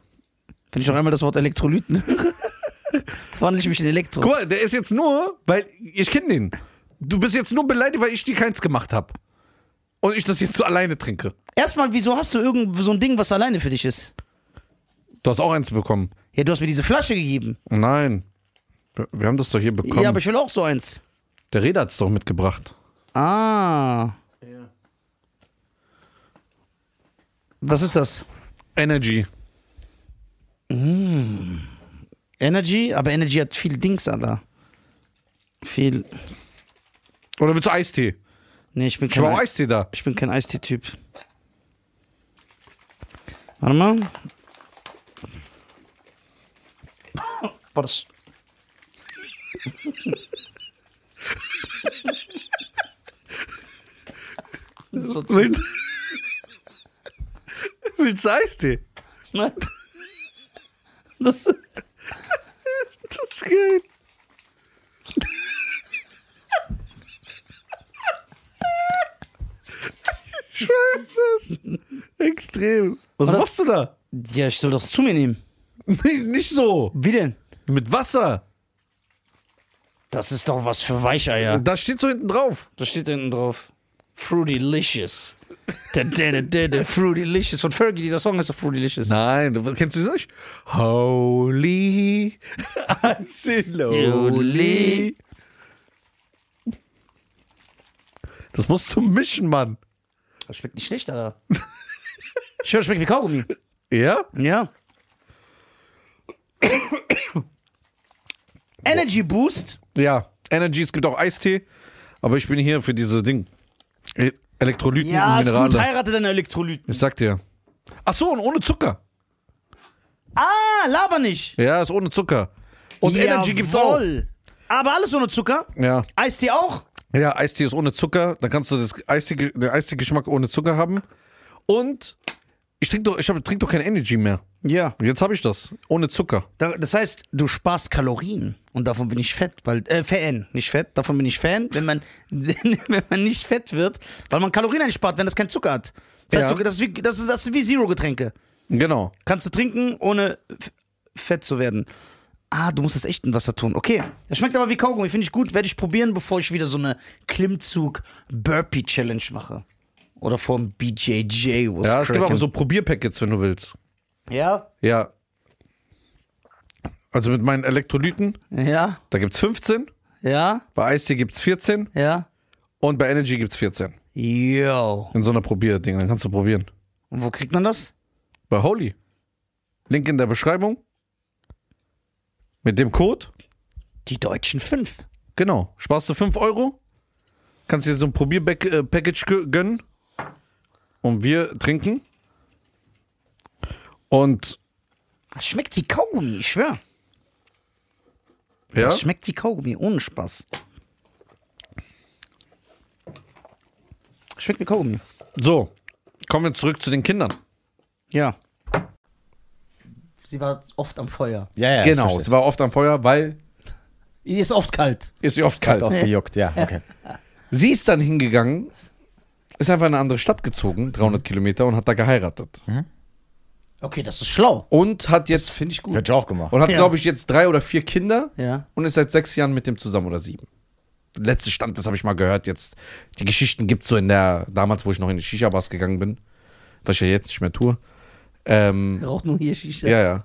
Wenn ich noch einmal das Wort Elektrolyten höre, (laughs) wandle ich mich in Elektro. Guck mal, der ist jetzt nur, weil ich kenne den. Du bist jetzt nur beleidigt, weil ich dir keins gemacht habe. Und ich das jetzt so alleine trinke. Erstmal, wieso hast du irgend so ein Ding, was alleine für dich ist? Du hast auch eins bekommen. Ja, du hast mir diese Flasche gegeben. Nein. Wir- Wir haben das doch hier bekommen. Ja, aber ich will auch so eins. der Reda hat es doch mitgebracht. Ah. Was ist das? Energy. Energy? Aber Energy hat viel Dings, Alter. Viel. Oder willst du Eistee? Nee, ich bin Ich kein, war auch Ei- Eistee da. ich bin kein Eistee-Typ. Warte mal. Boah, das. das war zu Willst, (laughs) willst du Eistee? Nein. Das, Das ist geil. Ich weiß das. Extrem. Was das- machst du da? ja, ich soll doch zu mir nehmen. (laughs) Nicht, nicht so. Wie denn? Mit Wasser. Das ist doch was für Weicheier. Da steht so hinten drauf. Da steht hinten drauf. Fruitylicious. Da, da, da, da, da, Fruitylicious. Von Fergie, dieser Song heißt doch Fruitylicious. Nein, du- kennst du das nicht? Holy. Holy. Das musst du mischen, Mann. Das schmeckt nicht schlecht, Alter. Ich höre, das schmeckt wie Kaugummi. Ja? Ja. Energy Boost. Ja. Energy, es gibt auch Eistee. Aber ich bin hier für diese Ding. E- Elektrolyten Ja, und ist gut. Minerale. Heirate deine Elektrolyten. Ich sag dir. Ach so, und ohne Zucker. Ah, laber nicht. Ja, ist ohne Zucker. Und Energy gibt's auch. Jawohl. Aber alles ohne Zucker. Ja. Eistee auch. Ja, Eistee ist ohne Zucker. Dann kannst du das Eistee, den Eistee-Geschmack ohne Zucker haben. Und ich trinke doch, ich hab- trink doch kein Energy mehr. Ja. Jetzt habe ich das. Ohne Zucker. Da- Das heißt, du sparst Kalorien und davon bin ich fett, weil äh, Fan, nicht fett, davon bin ich Fan, wenn man (laughs) wenn man nicht fett wird, weil man Kalorien einspart, wenn das kein Zucker hat. Das heißt, Ja. du, das, ist wie, das, ist, das ist wie Zero Getränke. Genau. Kannst du trinken, ohne f- fett zu werden. Ah, du musst das echt in Wasser tun. Okay. Das schmeckt aber wie Kaugummi, finde ich gut, werde ich probieren, bevor ich wieder so eine Klimmzug Burpee Challenge mache. Oder vom BJJ was Ja, es gibt crackin'. auch so Probierpackets, wenn du willst. Ja, Ja. Also mit meinen Elektrolyten, Ja, da gibt's 15, ja, bei Eistee gibt's 14 ja. und bei Energy gibt's 14. Yo. In so einer Probierding, dann kannst du probieren. Und wo kriegt man das? Bei Holy. Link in der Beschreibung. Mit dem Code, Die deutschen fünf. genau, sparst du 5 Euro, kannst dir so ein Probier-Package gönnen und wir trinken. Und Das schmeckt wie Kaugummi, ich schwör. ja, Das schmeckt wie Kaugummi, ohne Spaß. Schmeckt wie Kaugummi. so, kommen wir zurück zu den Kindern. Ja. Sie war oft am Feuer. Ja, ja, ich genau, verstehe. es war oft am Feuer, weil Ihr ist oft kalt. ist sie oft Hat kalt. oft gejuckt, ja, okay. Sie ist dann hingegangen, ist einfach in eine andere Stadt gezogen, 300 Kilometer, und hat da geheiratet. Okay, das ist schlau. Und hat jetzt, Finde ich gut. Hätte ich auch gemacht. und hat, Ja. glaube ich, jetzt drei oder vier Kinder Ja. und ist seit sechs Jahren mit dem zusammen oder sieben. Letzte Stand, das habe ich mal gehört jetzt. Die Geschichten gibt es so in der, damals, wo ich noch in die Shisha-Bars gegangen bin, was ich ja jetzt nicht mehr tue. Ähm, Er raucht nur hier Shisha. ja, ja.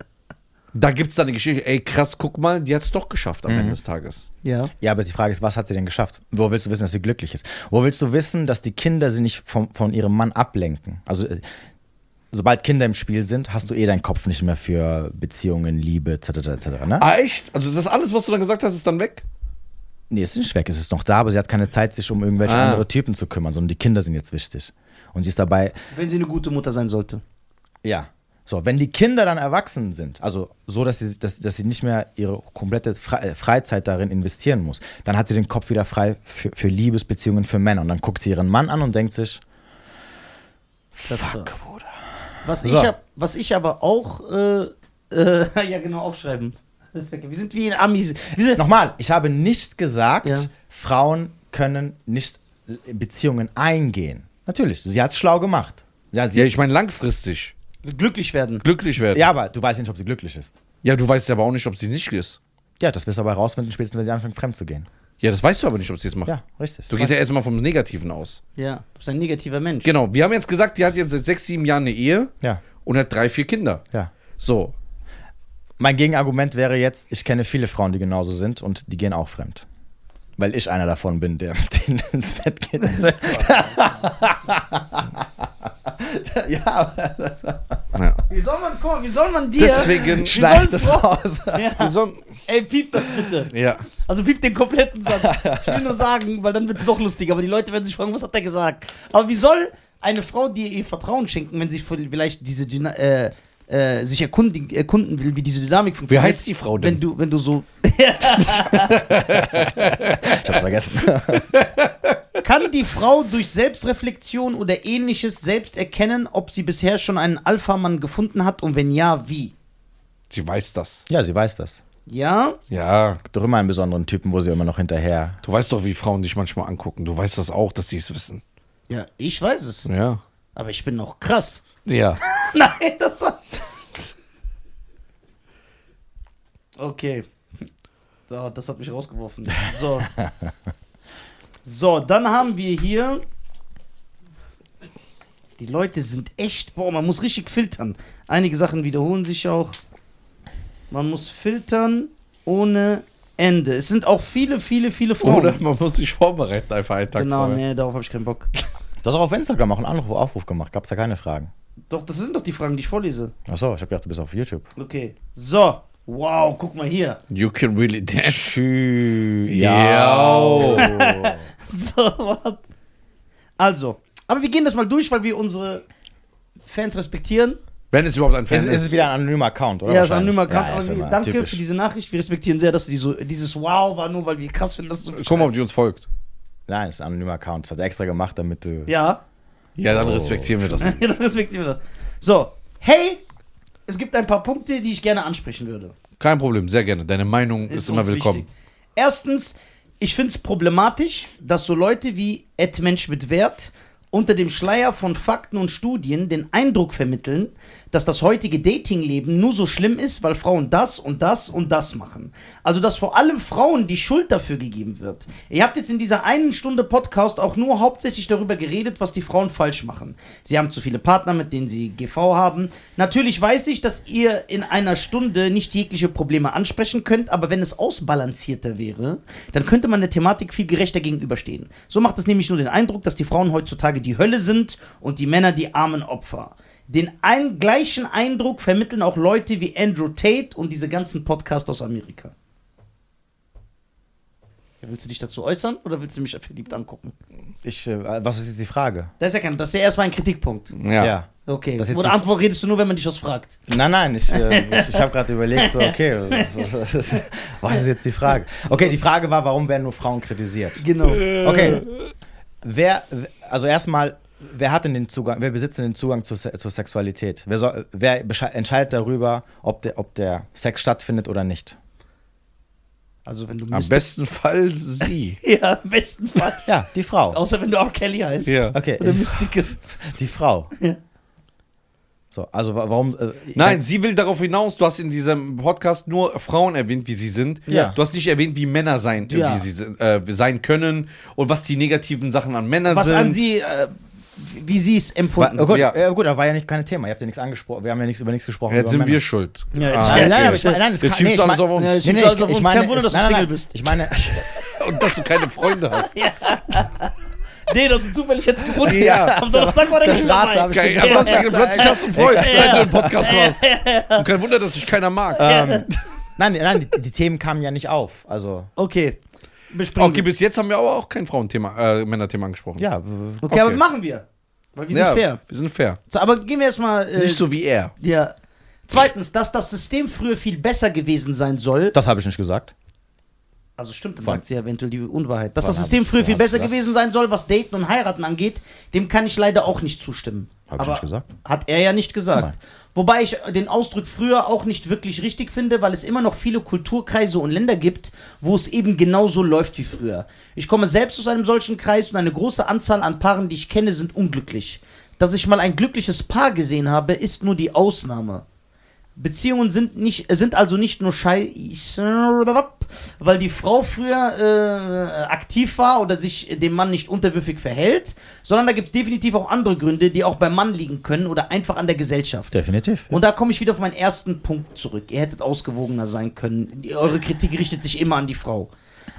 Da gibt es dann eine Geschichte, ey krass, guck mal, die hat es doch geschafft am Ende des Tages. Ja. Ja, aber die Frage ist, was hat sie denn geschafft? Wo willst du wissen, dass sie glücklich ist? Wo willst du wissen, dass die Kinder sie nicht vom, von ihrem Mann ablenken? Also, äh, sobald Kinder im Spiel sind, hast du eh deinen Kopf nicht mehr für Beziehungen, Liebe, etc. etc. Ne? Ah, echt? Also das alles, was du dann gesagt hast, ist dann weg? Nee, es ist nicht weg, es ist noch da, aber sie hat keine Zeit, sich um irgendwelche Ah. andere Typen zu kümmern, sondern die Kinder sind jetzt wichtig. Und sie ist dabei, Wenn sie eine gute Mutter sein sollte. ja. So, wenn die Kinder dann erwachsen sind, also so, dass sie, dass, dass sie nicht mehr ihre komplette Fre äh, Freizeit darin investieren muss, dann hat sie den Kopf wieder frei für, für Liebesbeziehungen für Männer. Und dann guckt sie ihren Mann an und denkt sich, Das war- fuck, Bruder. Was, So. ich hab, was ich aber auch. Äh, äh, (laughs) ja, genau, aufschreiben. Wir sind wie in Amis. Wir sind, Nochmal, ich habe nicht gesagt, Ja. Frauen können nicht Beziehungen eingehen. Natürlich, sie hat es schlau gemacht. Ja, sie, Ja, ja, ich meine langfristig. glücklich werden. Glücklich werden. aber du weißt nicht, ob sie glücklich ist. Ja, du weißt ja aber auch nicht, ob sie nicht ist. Ja, das wirst du aber rausfinden, spätestens, wenn sie anfängt, fremd zu gehen. Ja, das weißt du aber nicht, ob sie es macht. Ja, richtig. Du gehst Weißt- ja erstmal vom Negativen aus. Ja. Du bist ein negativer Mensch. Genau, wir haben jetzt gesagt, die hat jetzt seit sechs, sieben Jahren eine Ehe Ja, und hat drei, vier Kinder. ja. So, Mein Gegenargument wäre jetzt, ich kenne viele Frauen, die genauso sind und die gehen auch fremd. Weil ich einer davon bin, der mit denen ins Bett (laughs) geht. Also, ja, aber ja. Wie soll man, guck mal, wie soll man dir. deswegen. schneid sollen das Frauen- raus. Wir ja. sollen- Ey, piep das bitte. Ja, Also piep den kompletten Satz. (laughs) Ich will nur sagen, weil dann wird's doch lustiger. Aber die Leute werden sich fragen, was hat er gesagt? Aber wie soll eine Frau dir ihr Vertrauen schenken, wenn sie vielleicht diese Dyna äh, äh, sich erkunden, erkunden will, wie diese Dynamik funktioniert? heißt die Frau denn? Wenn du, wenn du so. Ich hab's vergessen. Kann die Frau durch Selbstreflexion oder ähnliches selbst erkennen, ob sie bisher schon einen Alpha-Mann gefunden hat und wenn ja, wie? sie weiß das. (laughs) Ja, sie weiß das. Ja? Ja, doch immer einen besonderen Typen, wo sie immer noch hinterher. du weißt doch, wie Frauen dich manchmal angucken. Du weißt das auch, dass sie es wissen. Ja, ich weiß es. Ja. Aber ich bin noch krass. (laughs) Ja. Nein, das war. Okay. So, das hat mich rausgeworfen. So. So, dann haben wir hier. Die Leute sind echt. Boah, man muss richtig filtern. Einige Sachen wiederholen sich auch. Man muss filtern ohne Ende. Es sind auch viele, viele, viele Frauen. (laughs) Oder man muss sich vorbereiten, einfach einen Tag genau, vorher. nee, darauf habe ich keinen Bock. Du hast auch auf Instagram auch einen Anruf, Aufruf gemacht, gab's da keine Fragen. Doch, das sind doch die Fragen, die ich vorlese. Achso, ich hab gedacht, du bist auf YouTube. Okay. So. Wow, guck mal (laughs) hier. You can really dance. Tschüss. So, was? Also, aber wir gehen das mal durch, weil wir unsere Fans respektieren. Wenn es überhaupt ein Fan Ist, ist. ist es wieder ein anonymer Account, oder? ja, ist Wahrscheinlich. anonymer Kampf. Ja, ist aber immer wir- danke typisch. für diese Nachricht. Wir respektieren sehr, dass du die so, dieses Wow war, nur weil wir krass finden, dass du. (laughs) Guck mal, ob die uns folgt. Nein, ist ein anonymer Account. Das hat er extra gemacht, damit du. (laughs) Ja, Ja, dann Oh. respektieren wir das. ja, dann respektieren wir das. So, hey, es gibt ein paar Punkte, die ich gerne ansprechen würde. Kein Problem, sehr gerne. Deine Meinung ist, immer uns willkommen. wichtig. Erstens, ich finde es problematisch, dass so Leute wie Ed Mensch mit Wert unter dem Schleier von Fakten und Studien den Eindruck vermitteln, dass das heutige Datingleben nur so schlimm ist, weil Frauen das und das und das machen. Also dass vor allem Frauen die Schuld dafür gegeben wird. Ihr habt jetzt in dieser einen Stunde Podcast auch nur hauptsächlich darüber geredet, was die Frauen falsch machen. Sie haben zu viele Partner, mit denen sie GV haben. Natürlich weiß ich, dass ihr in einer Stunde nicht jegliche Probleme ansprechen könnt, aber wenn es ausbalancierter wäre, dann könnte man der Thematik viel gerechter gegenüberstehen. So macht es nämlich nur den Eindruck, dass die Frauen heutzutage die Hölle sind und die Männer die armen Opfer. Den ein, gleichen Eindruck vermitteln auch Leute wie Andrew Tate und diese ganzen Podcasts aus Amerika. Ja, willst du dich dazu äußern oder willst du mich verliebt angucken? Ich, äh, was ist jetzt die Frage? Das ist ja kein, das ist ja erstmal ein Kritikpunkt. Ja. Okay. Mhm. Das ist jetzt Oder die- Antwort redest du nur, wenn man dich was fragt. Nein, nein, ich, äh, ich, ich habe gerade überlegt, so, (laughs) okay, was, was, was ist jetzt die Frage? Okay, die Frage war, warum werden nur Frauen kritisiert? Genau. Okay, wer, also erstmal, wer hat denn den Zugang, wer besitzt denn den Zugang zur, Se- zur Sexualität? Wer, soll, wer besche- entscheidet darüber, ob der, ob der Sex stattfindet oder nicht? Also wenn du Am Mr. besten Fall sie. (laughs) Ja, im besten Fall. Ja, die Frau. Außer wenn du R. Kelly heißt. Ja. Okay, Oder Mystical. die Frau. Ja. So, also wa- warum? Äh, Nein, sie will darauf hinaus, du hast in diesem Podcast nur Frauen erwähnt, wie sie sind. Ja. Du hast nicht erwähnt, wie Männer sein, Ja. wie sie sind, äh, sein können und was die negativen Sachen an Männern Was sind. an sie, äh, wie sie es War, empfunden oh gut, Ja. ja. gut, da war ja nicht kein Thema. Ihr habt ja nichts angesprochen. Wir haben ja nichts über nichts gesprochen. Jetzt über sind wir Männer. schuld. Ja, jetzt- Ah, ja, Nein, nein, okay. aber ich meine, nein, das Jetzt kann, nee, schiebst ich du alles meine- auf uns. Ja, Nee, nee, Schiebst alles ich, auf ich uns. meine, Kein Wunder, dass du nein, nein, Single nein. bist. Ich meine, (laughs) Und dass du keine Freunde hast. Nee, das ist zufällig jetzt gefunden. (laughs) Ja. Am Donnerstag war der der nicht Straße dabei. habe ich den Geil, am Samstag plötzlich hast du einen Freund, seit du im Podcast warst. Und kein Wunder, dass dich keiner mag. ähm, nein, nein, die, die Themen kamen ja nicht auf. Also, Okay. Besprechen. Okay, bis jetzt haben wir aber auch kein Frauenthema, äh, Männerthema angesprochen. ja, okay, aber okay. machen wir. Weil wir sind Ja, fair. Wir sind fair. So, aber gehen wir erstmal. Äh, Nicht so wie er. Ja. Zweitens, dass das System früher viel besser gewesen sein soll. das habe ich nicht gesagt. Also stimmt, dann Wann? sagt sie eventuell die Unwahrheit. Dass Wann das hab System ich- früher wann viel hab besser ich gesagt? gewesen sein soll, was Daten und Heiraten angeht, dem kann ich leider auch nicht zustimmen. Hab ich nicht gesagt. Hat er ja nicht gesagt. Nein. Wobei ich den Ausdruck früher auch nicht wirklich richtig finde, weil es immer noch viele Kulturkreise und Länder gibt, wo es eben genauso läuft wie früher. Ich komme selbst aus einem solchen Kreis und eine große Anzahl an Paaren, die ich kenne, sind unglücklich. Dass ich mal ein glückliches Paar gesehen habe, ist nur die Ausnahme. Beziehungen sind nicht äh, sind also nicht nur scheiße, weil die Frau früher äh, aktiv war oder sich dem Mann nicht unterwürfig verhält, sondern da gibt es definitiv auch andere Gründe, die auch beim Mann liegen können oder einfach an der Gesellschaft. Definitiv. Und da komme ich wieder auf meinen ersten Punkt zurück. Ihr hättet ausgewogener sein können. Die- Eure Kritik richtet sich immer an die Frau.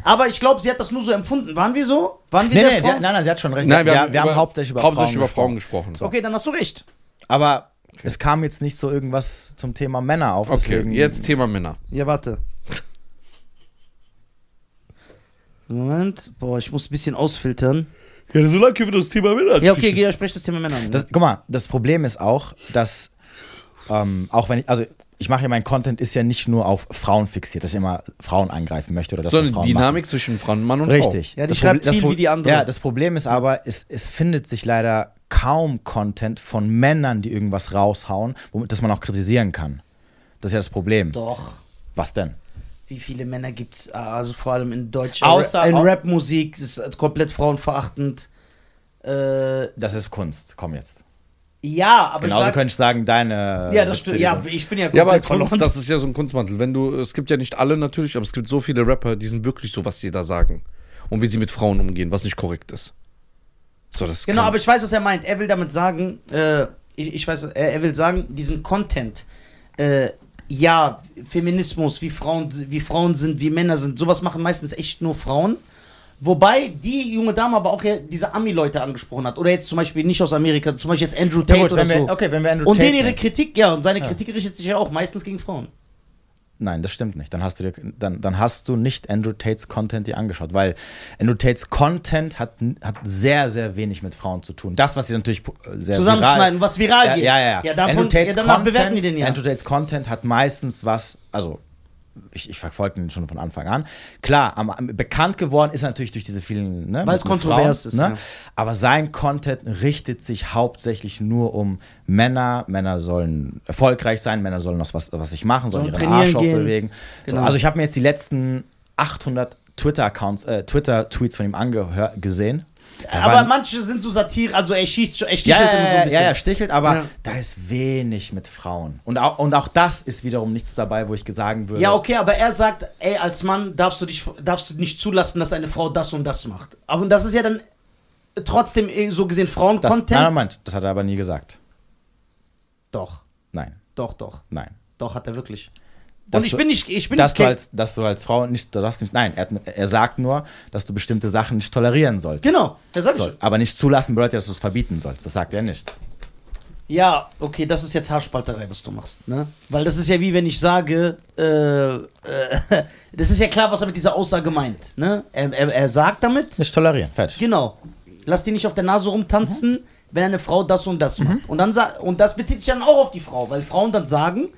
Aber ich glaube, sie hat das nur so empfunden. Waren wir so? Waren wir Nee, der nee, Frau? der, nein, nein, sie hat schon recht. Nein, wir, haben, wir über- haben hauptsächlich über hauptsächlich Frauen über Frauen gesprochen. So. Okay, dann hast du recht. Aber es kam jetzt nicht so irgendwas zum Thema Männer auf. Okay, deswegen- jetzt Thema Männer. Ja, warte. Moment. Boah, ich muss ein bisschen ausfiltern. Ja, so lange können wir das Thema Männer Ja, okay, geh, sprech das Thema Männer an. ne? Das, guck mal, das Problem ist auch, dass ähm, auch wenn ich, also ich mache ja meinen Content ist ja nicht nur auf Frauen fixiert, dass ich immer Frauen angreifen möchte oder dass So was eine Frauen Dynamik zwischen Mann, Mann und Machen. Richtig. Ja, die Das schreibt Proble- das viel Pro- wie die andere. Ja, das Problem ist aber, es, es findet sich leider kaum Content von Männern, die irgendwas raushauen, womit das man auch kritisieren kann. Das ist ja das Problem. Doch. Was denn? Wie viele Männer gibt's? Ah, Also vor allem in Deutsch. Außer- in Rapmusik ist komplett frauenverachtend. Äh, Das ist Kunst. Komm jetzt. ja, Genau aber Genauso ich sag, könnte ich sagen, deine. ja, das stimmt. Ja, Beziehung. ich bin ja Ja, aber komplett Kunst, verloren. das ist ja so ein Kunstmantel. Wenn du, es gibt ja nicht alle natürlich, aber es gibt so viele Rapper, die sind wirklich so, was sie da sagen. Und wie sie mit Frauen umgehen, was nicht korrekt ist. So, das Genau, kann- aber ich weiß, was er meint. Er will damit sagen, äh, ich, ich weiß, er, er will sagen, diesen Content, äh, ja, Feminismus, wie Frauen, wie Frauen sind, wie Männer sind, sowas machen meistens echt nur Frauen. Wobei die junge Dame aber auch ja diese Ami-Leute angesprochen hat. Oder jetzt zum Beispiel nicht aus Amerika, zum Beispiel jetzt Andrew Tate Ja, gut, oder wenn wir, so. okay, wenn wir Andrew und Tate den ihre nehmen. Kritik, ja, und seine Kritik richtet sich ja auch meistens gegen Frauen. Nein, das stimmt nicht. Dann hast du dir, dann, dann hast du nicht Andrew Tates Content dir angeschaut, weil Andrew Tates Content hat, n- hat sehr, sehr wenig mit Frauen zu tun. Das, was sie natürlich pu- sehr viral, Zusammenschneiden, was viral ja, geht. Ja, ja, ja. davon, Andrew ja Tates danach Content, bewerten die den ja. Andrew Tates Content hat meistens was, also ich, ich verfolge den schon von Anfang an. Klar, am, am, bekannt geworden ist er natürlich durch diese vielen, ne, Weil es mit- mit kontrovers Frauen, ne? ist, ja. Aber sein Content richtet sich hauptsächlich nur um Männer. Männer sollen erfolgreich sein, Männer sollen noch was, was sich machen, sollen Sollen ihren trainieren Arsch gehen. bewegen. Genau. So, also ich habe mir jetzt die letzten 800 Twitter-Accounts, äh, Twitter-Tweets von ihm angesehen. aber waren- manche sind so Satire, also er schießt schon, er stichelt Ja, immer so ja, ein ja, ja, bisschen. ja, stichelt, aber Ja. da ist wenig mit Frauen. Und auch, und auch das ist wiederum nichts dabei, wo ich sagen würde. Ja, okay, aber er sagt, ey, als Mann darfst du, dich, darfst du nicht zulassen, dass eine Frau das und das macht. Aber das ist ja dann trotzdem eh, so gesehen das, Frauencontent. Nein, nein, nein, das hat er aber nie gesagt. Doch, Nein, doch, doch. nein. Doch, hat er wirklich. Dass und ich du- bin nicht, ich bin dass, nicht du ke- als, dass du als Frau nicht, du darfst nicht, nein, er, hat- er sagt nur, dass du bestimmte Sachen nicht tolerieren sollst. Genau, er sagt Soll. schon. Aber nicht zulassen bedeutet, dass du es verbieten sollst. Das sagt er nicht. Ja, okay, das ist jetzt Haarspalterei, was du machst, ne? Weil das ist ja wie wenn ich sage, äh, äh, (laughs) das ist ja klar, was er mit dieser Aussage meint, ne? Er, er, er sagt damit, Nicht tolerieren, fertig. Genau. Lass die nicht auf der Nase rumtanzen, wenn eine Frau das und das Mhm. macht. Und, dann sa- und das bezieht sich dann auch auf die Frau, weil Frauen dann sagen,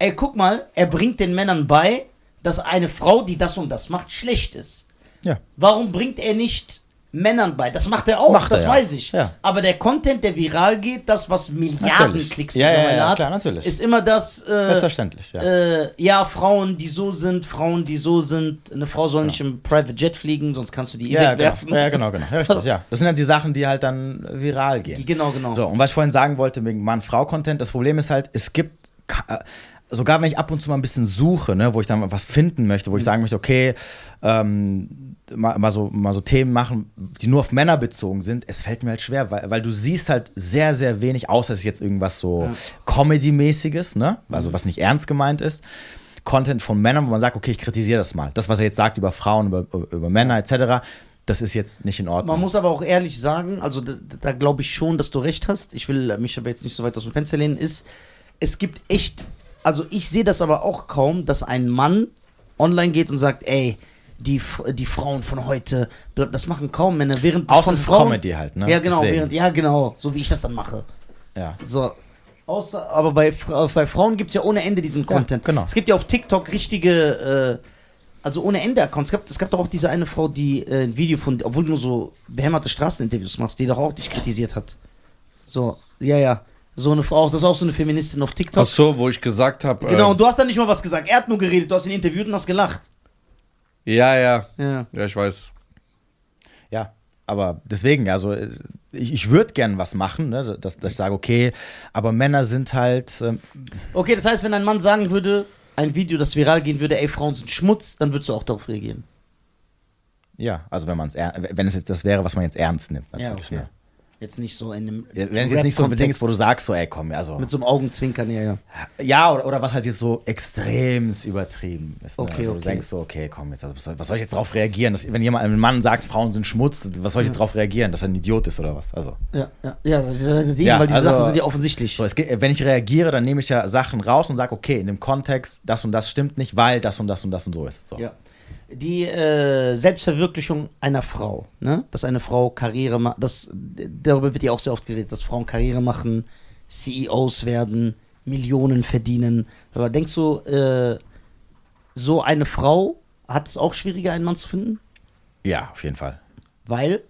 ey, guck mal, er bringt den Männern bei, dass eine Frau, die das und das macht, schlecht ist. Ja. Warum bringt er nicht Männern bei? Das macht er auch, Macht er, das ja. weiß ich. Ja. Aber der Content, der viral geht, das, was Milliarden Natürlich. Klicks Ja, mittlerweile ja, ja, hat, klar, natürlich. ist immer das, äh, Selbstverständlich, ja. äh, ja, Frauen, die so sind, Frauen, die so sind. Eine Frau soll nicht im Private Jet fliegen, sonst kannst du die eh Genau. ja, wegwerfen. genau. ja, genau, genau. Ja, richtig, (laughs) ja. Das sind halt die Sachen, die halt dann viral gehen. Genau, genau. So, und was ich vorhin sagen wollte wegen Mann-Frau-Content, das Problem ist halt, es gibt. ka- äh, Sogar wenn ich ab und zu mal ein bisschen suche, ne, wo ich dann was finden möchte, Mhm. wo ich sagen möchte, okay, ähm, mal, mal, so, mal so Themen machen, die nur auf Männer bezogen sind, es fällt mir halt schwer, weil, weil du siehst halt sehr, sehr wenig, außer es ist jetzt irgendwas so Comedy-mäßiges, ne? Mhm. Also was nicht ernst gemeint ist. Content von Männern, wo man sagt, okay, ich kritisiere das mal. Das, was er jetzt sagt über Frauen, über, über Männer etc., das ist jetzt nicht in Ordnung. Man muss aber auch ehrlich sagen, also da, da glaube ich schon, dass du recht hast. Ich will äh, mich aber jetzt nicht so weit aus dem Fenster lehnen. Ist, es gibt echt, also ich sehe das aber auch kaum, dass ein Mann online geht und sagt, ey, die, F- die Frauen von heute, bla- das machen kaum Männer. Während Außer von es ist Comedy halt, ne? Ja, genau, Deswegen. während, ja, genau, so wie ich das dann mache. ja. So. Außer, aber bei, Fra- bei Frauen gibt es ja ohne Ende diesen Content. genau. Es gibt ja auf TikTok richtige, äh, also ohne Ende Accounts. Es gab, es gab doch auch diese eine Frau, die äh, ein Video von, obwohl du nur so behämmerte Straßeninterviews machst, die doch auch dich kritisiert hat. So, ja, ja. So eine Frau, das ist auch so eine Feministin auf TikTok. Ach so, wo ich gesagt habe. genau, Ähm, und du hast dann nicht mal was gesagt. Er hat nur geredet, du hast ihn interviewt und hast gelacht. ja, ja. Ja. Ja, ich weiß. Ja, aber deswegen, also es- ich, ich würde gern was machen, ne? so, dass, dass ich sage, okay, aber Männer sind halt, ähm, Okay, das heißt, wenn ein Mann sagen würde, ein Video, das viral gehen würde, ey, Frauen sind Schmutz, dann würdest du auch darauf reagieren. ja, also wenn man es, wenn es jetzt das wäre, was man jetzt ernst nimmt, natürlich. ne? Ja, Ja, okay. Jetzt nicht so in einem. ne? Wenn es jetzt nicht so ein Ding Rap-Kontext. ist, wo du sagst, so, ey, komm, also, Mit so einem Augenzwinkern, ja, ja. ja, oder, oder was halt jetzt so extremst übertrieben ist. Ne? Okay, wo Du okay. denkst so, okay, komm, jetzt, also, was, soll, was soll ich jetzt drauf reagieren? Dass, wenn jemand, ein Mann sagt, Frauen sind Schmutz, was soll ich jetzt drauf reagieren? Dass er ein Idiot ist oder was? Also. Ja, ja, ja, das ist eben, Ja, weil diese also- Sachen sind ja offensichtlich. So, es, geht- wenn ich reagiere, dann nehme ich ja Sachen raus und sage, okay, in dem Kontext, das und das stimmt nicht, weil das und das und das und so ist. So. Ja. Die äh, Selbstverwirklichung einer Frau, ne? dass eine Frau Karriere macht, das, darüber wird ja auch sehr oft geredet, dass Frauen Karriere machen, CEOs werden, Millionen verdienen. Aber denkst du, äh, so eine Frau hat es auch schwieriger, einen Mann zu finden? Ja, auf jeden Fall. Weil,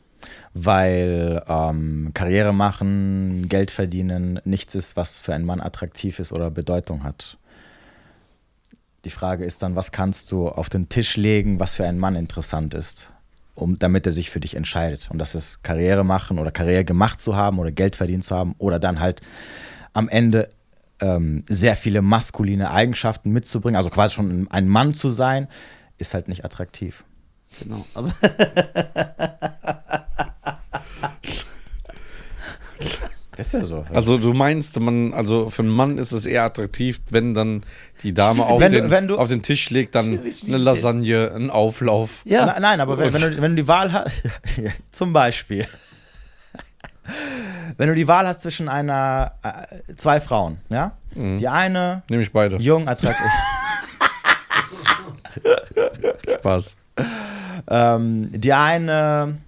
Weil ähm, Karriere machen, Geld verdienen, nichts ist, was für einen Mann attraktiv ist oder Bedeutung hat. Die Frage ist dann, was kannst du auf den Tisch legen, was für einen Mann interessant ist, um, damit er sich für dich entscheidet. Und das ist Karriere machen oder Karriere gemacht zu haben oder Geld verdient zu haben oder dann halt am Ende ähm, sehr viele maskuline Eigenschaften mitzubringen, also quasi schon ein Mann zu sein, ist halt nicht attraktiv. genau, aber Das ist ja so. Also du meinst, man, also für einen Mann ist es eher attraktiv, wenn dann die Dame auf, Wenn du- den, wenn du- auf den Tisch legt, dann eine Lasagne, einen Auflauf. ja. Na, nein, aber wenn, wenn, du, wenn du die Wahl (laughs) hast, zum Beispiel, (laughs) wenn du die Wahl hast zwischen einer, äh, zwei Frauen, ja, Mhm. die eine, Nehme ich beide. jung, attraktiv, Spaß. ähm, die eine,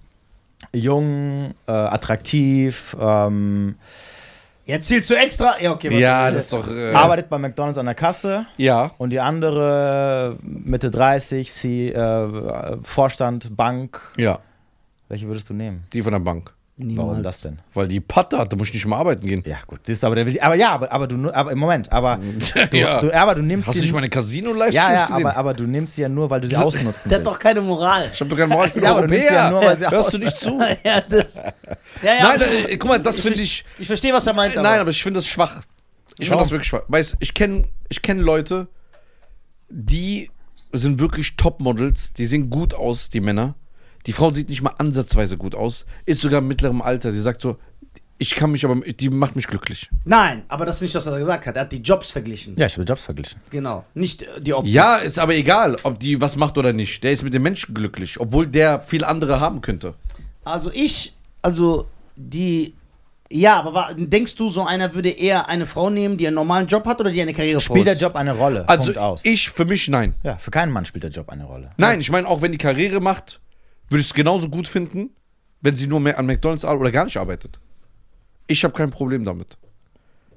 jung, äh, attraktiv, ähm, Jetzt zielst du extra. Ja, okay, warte. Ja, das ist doch. Äh, arbeitet bei McDonalds an der Kasse ja. und die andere, Mitte 30, sie, äh, Vorstand, Bank, Ja. welche würdest du nehmen? Die von der Bank. Niemals. Warum das denn? Weil die Patte hat, da muss ich nicht mal arbeiten (laughs) gehen. Ja, gut, das ist aber der Wiss- Aber ja, aber, aber du, nu- aber im Moment, aber du, Ja. du, aber du nimmst Hast du die- nicht meine Casino-Livestreams Ja, ja, gesehen? aber, aber du nimmst sie ja nur, weil du sie ausnutzen Der hat doch willst. keine Moral. ich hab doch keinen Morgen, ich bin Ja, aber du nimmst Europäer. sie ja nur, weil sie Hörst aus- du nicht (laughs) zu? ja, das, ja, ja. Nein, da, äh, guck mal, das finde ich. ich verstehe, was er meint. Nein, aber ich finde das schwach. Ich finde das wirklich schwach. Weißt ich kenne ich kenn Leute, die sind wirklich Topmodels, die sehen gut aus, die Männer. Die Frau sieht nicht mal ansatzweise gut aus, ist sogar im mittleren Alter. Die sagt so, ich kann mich aber, die macht mich glücklich. Nein, aber das ist nicht, was er gesagt hat. Er hat die Jobs verglichen. Ja, ich habe Jobs verglichen. Genau. Nicht äh, die Optik. Ja, ist aber egal, ob die was macht oder nicht. Der ist mit dem Menschen glücklich, obwohl der viel andere haben könnte. Also ich, also die. Ja, aber wa- denkst du, so einer würde eher eine Frau nehmen, die einen normalen Job hat oder die eine Karriere Spielt der Job eine Rolle? Also Punkt aus. ich, für mich, nein. ja, für keinen Mann spielt der Job eine Rolle. Nein, ich meine, auch wenn die Karriere macht, würde ich es genauso gut finden, wenn sie nur mehr an McDonalds arbeitet oder gar nicht arbeitet. Ich habe kein Problem damit.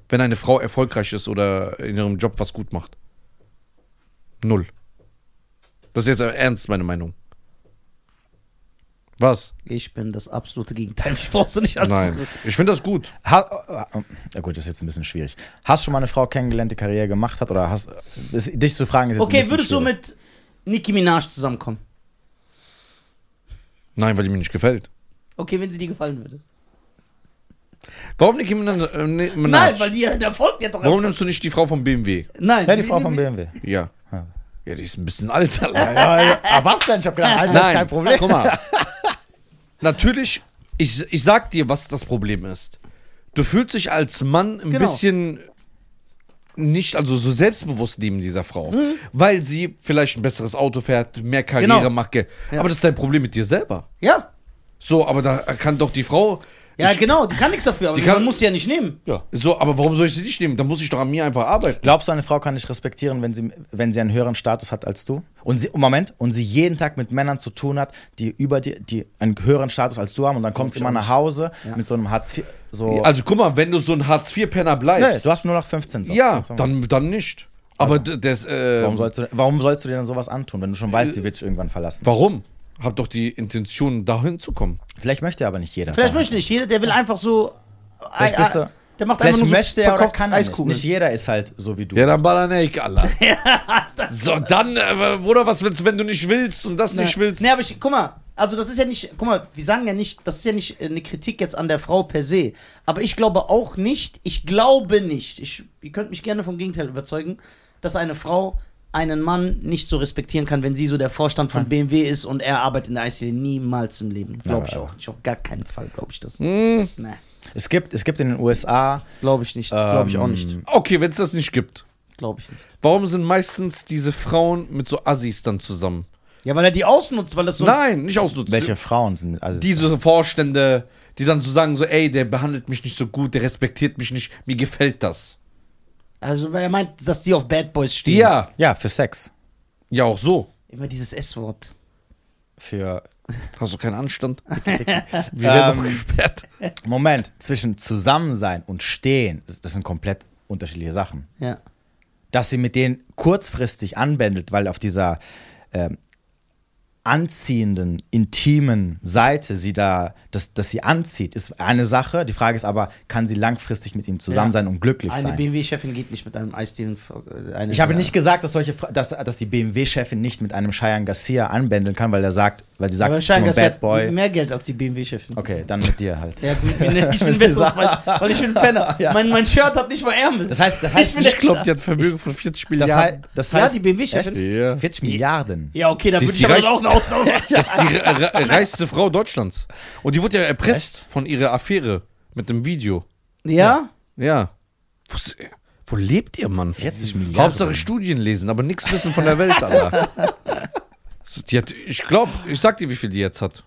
Wenn eine Frau erfolgreich ist oder in ihrem Job was gut macht. Null. Das ist jetzt ernst, meine Meinung. Was? Ich bin das absolute Gegenteil. Ich brauch's nicht Nein. Ich finde das gut. Ha äh, äh, ja gut, das ist jetzt ein bisschen schwierig. Hast du schon mal eine Frau kennengelernt, die Karriere gemacht hat? Oder hast, ist, dich zu fragen ist jetzt ein Okay, bisschen würdest du schwierig. mit Nicki Minaj zusammenkommen? Nein, weil die mir nicht gefällt. Okay, wenn sie dir gefallen würde. Warum nicht Minaj? äh, ne- Minaj? Nein, weil die ja der Erfolg die hat doch. Warum nimmst du nicht die Frau vom BMW? Nein. Ja, die Frau vom BMW. Ja. Ja. Ja, die ist ein bisschen alt. Alter. Ja, ja. Ah, was denn? Ich hab gedacht, Alter, das ist kein Problem. Guck mal. (laughs) Natürlich, ich, ich sag dir, was das Problem ist. Du fühlst dich als Mann ein Genau. bisschen nicht, also so selbstbewusst neben dieser Frau, Mhm. weil sie vielleicht ein besseres Auto fährt, mehr Karriere Genau. macht. Geld. Aber das ist dein Problem mit dir selber. Ja. So, aber da kann doch die Frau. Ja, ich, genau, die kann nichts dafür, aber Die die kann- man muss sie ja nicht nehmen. So, aber warum soll ich sie nicht nehmen? Da muss ich doch an mir einfach arbeiten. Glaubst du, eine Frau kann dich respektieren, wenn sie, wenn sie einen höheren Status hat als du? Und sie, Moment, und sie jeden Tag mit Männern zu tun hat, die über dir, die einen höheren Status als du haben und dann kommt sie immer nach Hause mit so einem Hartz IV, so, Also guck mal, wenn du so ein Hartz-IV-Penner nee, bleibst, du hast nur noch 15. So. ja, Kannst du mal- dann, dann nicht. Aber d- das. Äh, Also, Warum sollst, du, warum sollst du dir dann sowas antun, wenn du schon weißt, Äh, die wird dich irgendwann verlassen? warum? Hab doch die Intention, dahin zu kommen. Vielleicht möchte aber nicht jeder. Vielleicht möchte nicht jeder, der will einfach so. Vielleicht bist du- der macht Vielleicht einfach nur so möchte er oder verkauft kann er nicht. Nicht jeder ist halt so wie du. Ja, dann Balanek, Allah. so, dann, äh, Bruder, was willst du, wenn du nicht willst und das nicht willst? Nee, aber ich, guck mal, also das ist ja nicht, guck mal, wir sagen ja nicht, das ist ja nicht äh, eine Kritik jetzt an der Frau per se. Aber ich glaube auch nicht, ich glaube nicht, ich, ihr könnt mich gerne vom Gegenteil überzeugen, dass eine Frau einen Mann nicht so respektieren kann, wenn sie so der Vorstand von BMW ist und er arbeitet in der ICD. Niemals im Leben. Glaube ich aber- auch nicht. Auf gar keinen Fall glaube ich das. Hm. Nee, Es, gibt, es gibt in den USA. glaube ich nicht. Glaube ich auch nicht. ähm, Okay, wenn es das nicht gibt. Glaube ich nicht. Warum sind meistens diese Frauen mit so Assis dann zusammen? Ja, weil er die ausnutzt, weil das so... Nein, nicht ausnutzen. Welche Frauen sind. Also Diese Vorstände, die dann so sagen, so, ey, der behandelt mich nicht so gut, der respektiert mich nicht, mir gefällt das. Also weil er meint, dass die auf Bad Boys stehen. Ja, ja, für Sex. ja, auch so. Immer dieses S-Wort. Für Hast du keinen Anstand? Wir werden Ähm, doch gesperrt. Moment, zwischen Zusammensein und Stehen, das das sind komplett unterschiedliche Sachen. Ja. Dass sie mit denen kurzfristig anbändelt, weil auf dieser ähm, anziehenden, intimen Seite sie da, dass, dass sie anzieht, ist eine Sache. Die Frage ist aber, kann sie langfristig mit ihm zusammen Ja. sein und glücklich Eine sein? BMW-Chefin geht nicht mit einem Eisdielen. vor- äh, eine- ich habe ja. nicht gesagt, dass, solche, Fra- dass, dass die BMW-Chefin nicht mit einem Cheyenne Garcia anbändeln kann, weil er sagt, weil sie sagt, Aber ich bin Schein, ein das Bad hat Boy. mehr Geld als die BMW-Chefin. Okay, dann mit dir halt. Ja, gut, ich bin, (laughs) ich bin besser, weil, weil ich bin Penner. Ja. Mein, mein Shirt hat nicht mal Ärmel. Das heißt, das heißt, bin Ich der- glaube, die hat Vermögen von 40 das, hei- Milliarden. das ja, heißt die BMW-Chefin. Ja. 40 Milliarden. Ja, okay, da Die würde ist die ich aber reichste- auch eine Ausnahme machen. Das ist die re- re- reichste Frau Deutschlands. Und die wurde ja erpresst von ihrer Affäre mit dem Video. Ja? Ja. Wo, s- wo lebt ihr, Mann? Hm. 40 Milliarden. Hauptsache Studien lesen, aber nichts wissen von der Welt, Alter. So, Die hat, ich glaube, ich sag dir, wie viel die jetzt hat.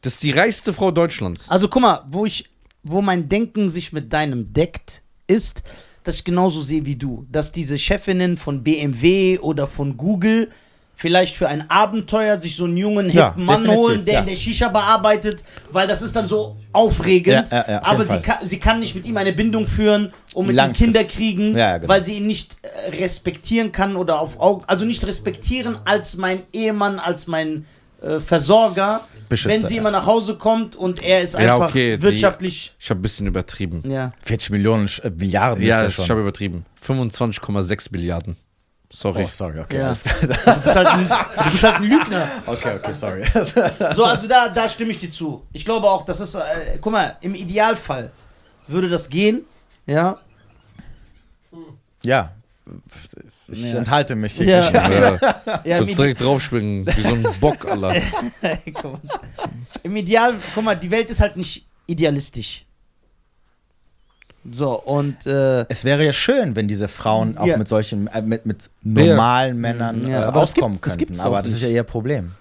Das ist die reichste Frau Deutschlands. Also guck mal, wo ich, wo mein Denken sich mit deinem deckt, ist, dass ich genauso sehe wie du, dass diese Chefinnen von BMW oder von Google vielleicht für ein Abenteuer sich so einen jungen Ja, hippen Mann definitiv, holen, der ja. in der Shisha bearbeitet, weil das ist dann so aufregend. Ja, ja, ja, auf aber jeden sie Fall. kann, sie kann nicht mit ihm eine Bindung führen und mit ihm Langfristig. Kinder kriegen, Ja, ja, genau. weil sie ihn nicht äh, respektieren kann oder auf Augen, also nicht respektieren als mein Ehemann, als mein äh, Versorger, Beschützer. wenn sie immer nach Hause kommt und er ist Ja, einfach okay, die- wirtschaftlich. Ich habe ein bisschen übertrieben. Ja. 40 Millionen Sch- äh, Milliarden Ja, ist ja ich schon. habe übertrieben. 25,6 Milliarden. Sorry. (laughs) Oh, sorry, okay. Ja. alles klar. Du bist halt ein, du bist halt ein Lügner. Okay, okay, (laughs) sorry. So, also da, da stimme ich dir zu. Ich glaube auch, das ist, äh, guck mal, im Idealfall würde das gehen. (laughs) Ja. ja. Ich Ja. enthalte mich. Ja. Ich, Ja, ja im, kannst Ide Äh, direkt draufspringen, wie so ein Bock, Alter. guck mal. Im Ideal, guck mal, die Welt ist halt nicht idealistisch. So, und äh, Es wäre ja schön, wenn diese Frauen auch Ja. mit solchen, äh, mit, mit normalen Männern Ja, äh, aber das auskommen gibt's- das könnten. gibt's auch aber das ist nicht. ja ihr Problem.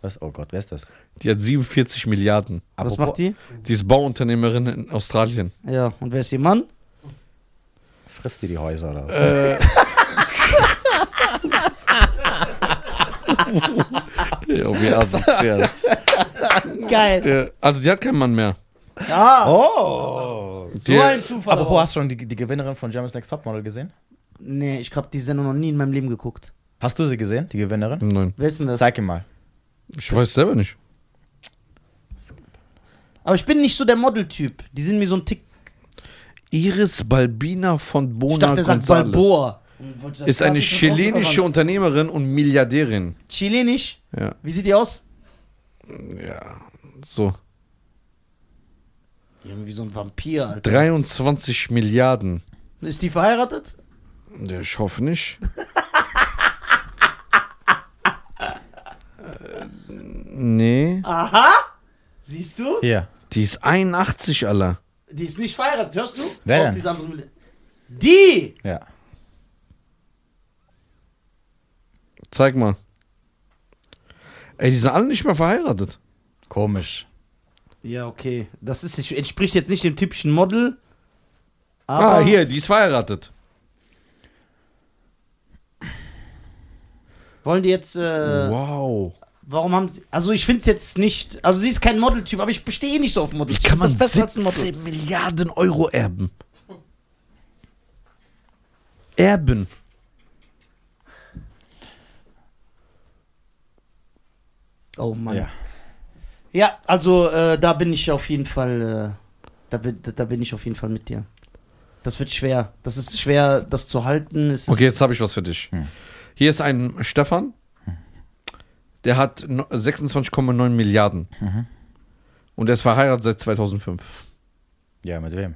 Was? Oh Gott, wer ist das? Die hat 47 Milliarden. was Apropos- macht die? Die ist Bauunternehmerin in Australien. Ja, und wer ist ihr Mann? Frisst die die Häuser oder was? Äh. Ja, wie asozial. (laughs) Geil. Der- Also die hat keinen Mann mehr. Ah, Oh! so die- ein Zufall. Apropos, aber. hast du schon die, die Gewinnerin von Germany's Next Topmodel gesehen? Nee, ich hab die Sendung noch nie in meinem Leben geguckt. Hast du sie gesehen, die Gewinnerin? Nein. Wer ist denn das? Zeig ihm mal. Ich weiß selber nicht. Aber ich bin nicht so der Model-Typ. Die sind mir so ein Tick. Iris Balbina von Bona Ich dachte, er sagt González Balboa. ist eine chilenische Unternehmerin und Milliardärin. Chilenisch? Ja, Wie sieht die aus? so. Irgendwie so ein Vampir, Alter. 23 Milliarden. Ist die verheiratet? Ja, Ich hoffe (laughs) nicht. Äh, Nee, Aha! Siehst du? Hier. die ist 81 aller. Die ist nicht verheiratet, hörst du? Wer Auf denn? diese andere Mille- Die! Ja. Zeig mal. Ey, die sind alle nicht mehr verheiratet. Komisch. Ja, okay. Das ist, nicht- entspricht jetzt nicht dem typischen Model. Aber ah, hier, die ist verheiratet. Wollen die jetzt. Äh, wow. Warum haben sie. Also, ich finde es jetzt nicht. Also, sie ist kein Modeltyp, aber ich bestehe eh nicht so auf Models. Wie kann Ich man find das besser als ein 17 Model. Milliarden Euro erben? Erben. Oh Mann. Ja. Ja, ja also äh, da bin ich auf jeden Fall, äh, da, bin, da bin ich auf jeden Fall mit dir. Das wird schwer. Das ist schwer, das zu halten. Es ist Okay, jetzt habe ich was für dich. Hm. Hier ist ein Stefan, der hat no- 26,9 Milliarden. Mhm. Und er ist verheiratet seit 2005. Ja, mit wem?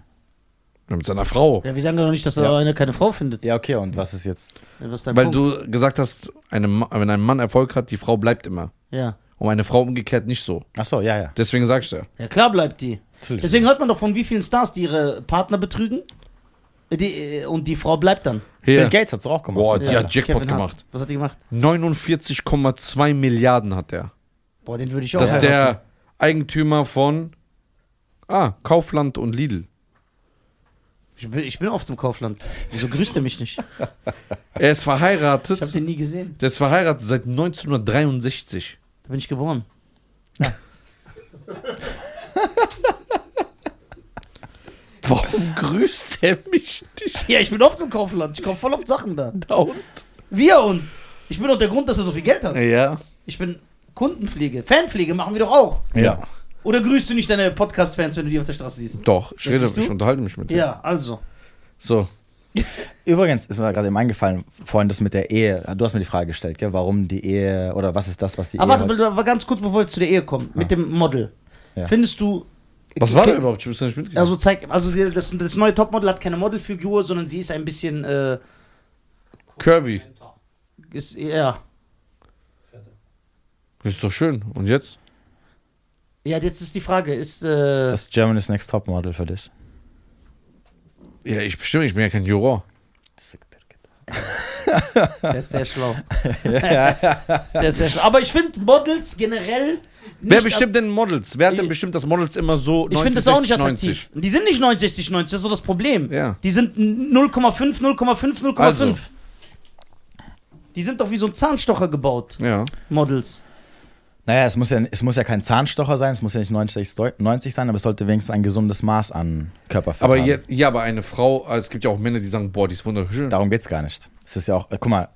Mit seiner Frau. Ja, wir sagen ja noch nicht, dass er Ja. eine keine Frau findet. Ja, okay, und was ist jetzt? Was ist dein Weil Punkt? du gesagt hast, eine, Ma- wenn ein Mann Erfolg hat, die Frau bleibt immer. Ja. Und eine Frau umgekehrt nicht so. Achso, ja, ja. Deswegen sag ich dir. ja, klar bleibt die. Natürlich. Deswegen hört man doch von wie vielen Stars, die ihre Partner betrügen. Die, äh, und die Frau bleibt dann. Hier. Bill Gates hat's doch auch gemacht. Boah, die Ja. hat Jackpot Kevin Hart. gemacht. Was hat die gemacht? 49,2 Milliarden hat er. Boah, den würde ich auch Das ist heiraten. der Eigentümer von ah, Kaufland und Lidl. ich, bin, ich bin oft im Kaufland. Wieso grüßt er mich nicht? Er ist Ich habe verheiratet. den nie gesehen. Der ist verheiratet seit 1963. Da bin ich geboren. Warum grüßt er mich nicht? Ja, ich bin oft im Kaufland. Ich kaufe voll oft Sachen da. Da und? Wir und. Ich bin doch der Grund, dass er so viel Geld hat. Ja. Ich bin Kundenpflege. Fanpflege machen wir doch auch. Ja. Oder grüßt du nicht deine Podcast-Fans, wenn du die auf der Straße siehst? Doch, ich, Das rede, siehst du? ich unterhalte mich mit ihm. Ja, also. So, Übrigens ist mir da gerade eben eingefallen, vorhin das mit der Ehe. Du hast mir die Frage gestellt, gell? Warum die Ehe oder was ist das, was die Aber Ehe. warte, heute- aber ganz kurz, bevor wir zu der Ehe kommen, mit dem Model. Ja. Findest du. was war Ke- da überhaupt? Ich bin nicht mitgekommen. Also zeig, also das, das neue Topmodel hat keine Modelfigur, sondern sie ist ein bisschen, äh, Curvy. ist, ja. Ist doch schön. Und jetzt? Ja, jetzt ist die Frage, ist, äh, ist das Germany's Next Topmodel für dich? Ja, ich bestimme, ich bin ja kein Juror. der ist (laughs) sehr schlau. der ist sehr schlau. Aber ich finde Models generell nicht Wer bestimmt denn Models? Wer hat denn Ich- bestimmt, dass Models immer so 90, Ich finde das auch nicht 60, attraktiv. Die sind nicht 90, 60, 90, das ist so das Problem. Ja. Die sind 0,5, 0,5, 0,5. Also. Also. Die sind doch wie so ein Zahnstocher gebaut, Ja. Models. Naja, es muss, ja, es muss ja kein Zahnstocher sein, es muss ja nicht 90, deu- 90 sein, aber es sollte wenigstens ein gesundes Maß an Körperfett Aber haben. je, ja, aber also eine Frau, es gibt ja auch Männer, die sagen, boah, die ist wunderschön. Darum geht's gar nicht. Es ist ja auch, äh, guck mal,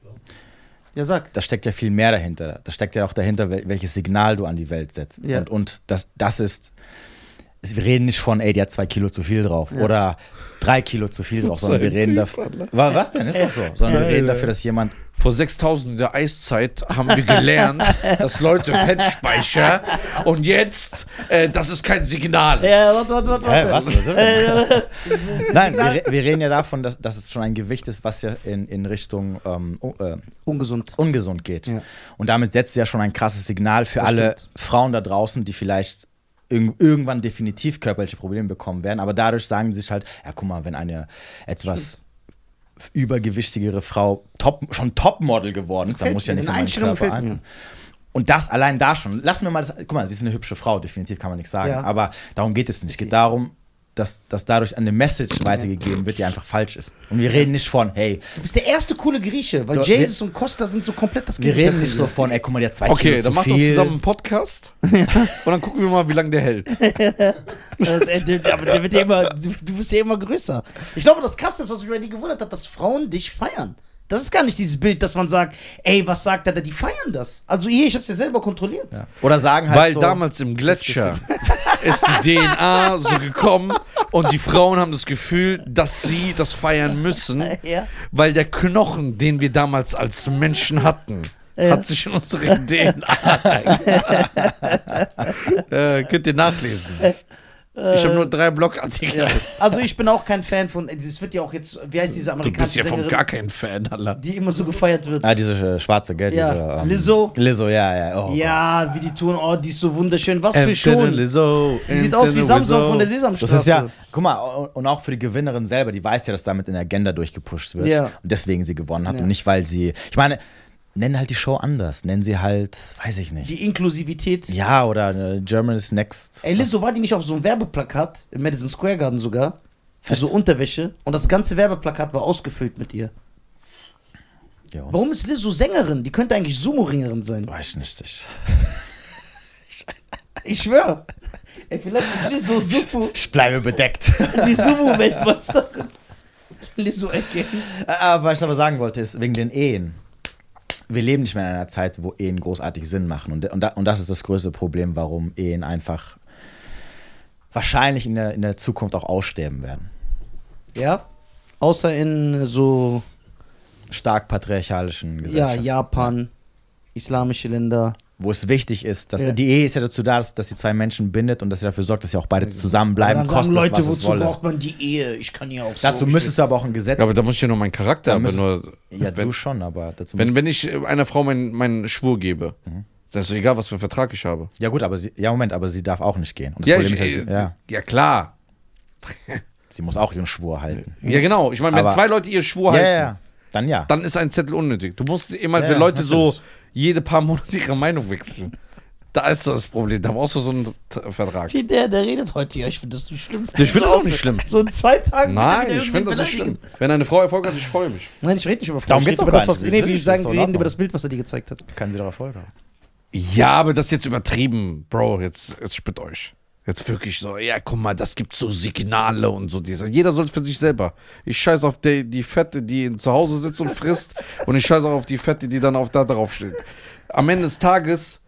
Ja, sag. da steckt ja viel mehr dahinter. Da steckt ja auch dahinter, wel- welches Signal du an die Welt setzt. Ja. Und, und das, das ist. es- Wir reden nicht von, ey, die hat zwei Kilo zu viel drauf oder drei Kilo zu viel drauf, sondern wir reden dafür. Wa- Was denn? Ist doch so. Sondern wir reden dafür, dass jemand Vor 6000 in der Eiszeit haben wir gelernt, dass Leute Fett speichern. Und jetzt, äh, das ist kein Signal. Ja, Äh, warte, warte, warte. Hä, warte. was? Was sind wir (laughs) denn? Nein, wir, re- wir reden ja davon, dass, dass es schon ein Gewicht ist, was ja in, in Richtung ähm, u- äh, Ungesund. ungesund geht. Ja. Und damit setzt du ja schon ein krasses Signal für alle Frauen da draußen, die vielleicht irg irgendwann definitiv körperliche Probleme bekommen werden. Aber dadurch sagen sie sich halt, ja, guck mal, wenn eine etwas übergewichtigere Frau top, schon Topmodel geworden ist, dann Fällt muss ich ja mir, nicht in an meinen Einstellung Körper fällt mir. achten. Und das allein da schon. Lassen wir mal das. Guck mal, sie ist eine hübsche Frau, definitiv kann man nichts sagen. Ja. Aber darum geht es nicht. Es geht darum, dass, dass dadurch eine Message weitergegeben wird, die einfach falsch ist. Und wir reden nicht von, hey, Du bist der erste coole Grieche, weil Doch, Jesus und Costa sind so komplett das wir Gegenteil reden nicht von so dir. von, ey, guck mal, der hat zwei Okay, Kilo dann zu macht doch viel. zusammen einen Podcast und dann gucken wir mal, wie lange der hält. Das endet, aber Also, äh, der wird ja immer, du, du bist ja immer größer. Ich glaube, das Krasse ist, was mich bei dir gewundert hat, dass Frauen dich feiern. Das ist gar nicht dieses Bild, dass man sagt, ey, was sagt er da? Die feiern das. Also hier, ich hab's ja selber kontrolliert. Ja. Oder sagen halt Weil so, damals im Gletscher ist die DNA so gekommen und die Frauen haben das Gefühl, dass sie das feiern müssen, (laughs) Ja. weil der Knochen, den wir damals als Menschen hatten, hat sich in unsere DNA. (laughs) äh, könnt ihr nachlesen. Ich habe nur drei Blogartikel. Ja. Also ich bin auch kein Fan von, es wird ja auch jetzt, wie heißt diese Du bist amerikanische ja Oh von Sängerin, gar kein Fan, Alter. die immer so gefeiert wird. Ah, diese äh, schwarze, gell? Ja. Diese, Lizzo. Lizzo, ja, ja. Oh, Ja, wie die tun, oh, die ist so wunderschön, was für Anthony schon. Lizzo, Die sieht aus wie Anthony Samsung Lizzo. von der Das Sesamstraße. ist ja, guck mal, o- und auch für die Gewinnerin selber, die weiß ja, dass damit in der Agenda durchgepusht wird. Ja. Und deswegen sie gewonnen hat Ja. und nicht, weil sie. Ich meine, nennen halt die Show anders. Nennen sie halt, weiß ich nicht. Die Inklusivität. ja, oder äh, Germany's Next. Ey, Lizzo, war die nicht auf so einem Werbeplakat, im Madison Square Garden sogar, für so Unterwäsche? Und das ganze Werbeplakat war ausgefüllt mit ihr. Ja, und- Warum ist Lizzo Sängerin? Die könnte eigentlich Sumo-Ringerin sein. Weiß nicht. Ich, Ich schwör. Ey, vielleicht ist Lizzo Sumo, ich bleibe bedeckt. die Sumo-Weltmeisterin. Lizzo Ecke. Aber Äh, was ich aber sagen wollte, ist wegen den Ehen. Wir leben nicht mehr in einer Zeit, wo Ehen großartig Sinn machen. Und, und, da, und das ist das größte Problem, warum Ehen einfach wahrscheinlich in der, in der Zukunft auch aussterben werden. Ja. Außer in so, Stark patriarchalischen ja, Gesellschaften. Japan, islamische Länder. Wo es wichtig ist, dass Ja. die Ehe ist ja dazu da, dass, dass die zwei Menschen bindet und dass sie dafür sorgt, dass sie auch beide zusammenbleiben, genau. Dann sagen kostet es, Leute, was es wozu wolle. braucht man die Ehe? Ich kann ja auch Dazu so. müsstest du aber auch ein Gesetz. Ja, aber da muss ich ja nur meinen Charakter, Da aber müsst- nur. Ja, wenn, du schon, aber dazu wenn, musst- Mhm. wenn ich einer Frau meinen meinen Schwur gebe, dann ist es egal, was für einen Vertrag ich habe. Ja, gut, aber sie, ja, Moment, aber sie darf auch nicht gehen. Und das Ja, Problem ich, ist, ja, äh, sie, ja, ja, klar. sie muss auch ihren Schwur halten. Ja, genau. Ich meine, wenn Mhm. Aber- zwei Leute ihr Schwur Ja, halten, ja, ja. Dann ja. dann ist ein Zettel unnötig. Du musst immer, Ja, wenn ja, Leute so natürlich. jede paar (laughs) Monate ihre Meinung wechseln, da ist das Problem. Da brauchst du so einen T- Vertrag. Wie der, der redet heute ja. Ich finde das nicht schlimm. Ich finde das auch nicht schlimm. So in zwei Tagen. Nein, wieder ich finde das nicht beleidigen. schlimm. Wenn eine Frau Erfolg hat, ich freue mich. Nein, ich rede nicht über Frauen. Darum Ich geht's rede doch über das, gar was, nicht. Nee, wie ich Ist sagen, doch wir in reden Ordnung. über das Bild, was er dir gezeigt hat. Kann sie doch Erfolg haben. Ja, aber das ist jetzt übertrieben, Bro. Jetzt, jetzt spit euch. Jetzt wirklich so, ja, guck mal, das gibt so Signale und so. Diese. Jeder soll für sich selber. Ich scheiß auf die, die Fette, die zu Hause sitzt und frisst. und ich scheiß auch auf die Fette, die dann auf da drauf steht. Am Ende des Tages,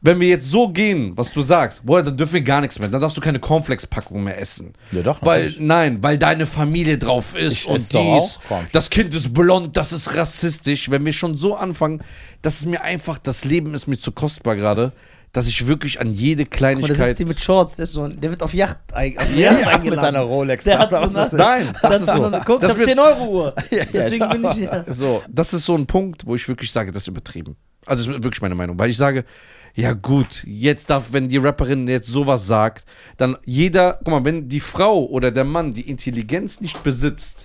wenn wir jetzt so gehen, was du sagst, boah, dann dürfen wir gar nichts mehr. Dann darfst du keine Cornflakes-Packung mehr essen. Ja, doch, Weil, natürlich. nein, weil deine Familie drauf ist Ich und esse dies. doch auch Cornflakes. das Kind ist blond, das ist rassistisch. Wenn wir schon so anfangen, dass es mir einfach, das Leben ist mir zu kostbar gerade, dass ich wirklich an jede Und der sitzt Kleinigkeit. hier mit Shorts. Der, ist so, ein- der wird auf Yacht, ein- auf Ja, Yacht mit eingeladen. mit seiner Rolex. Der da, hat oder so was das eine- ist. Nein, (laughs) das das ist so. (laughs) Guck, ich Das hab wird- 10 (laughs) Euro Uhr. ja, Deswegen schau bin ich ja. So, das ist so ein Punkt, wo ich wirklich sage, das ist übertrieben. Also das ist wirklich meine Meinung, weil ich sage, ja gut, jetzt darf, wenn die Rapperin jetzt sowas sagt, dann jeder, guck mal, wenn die Frau oder der Mann die Intelligenz nicht besitzt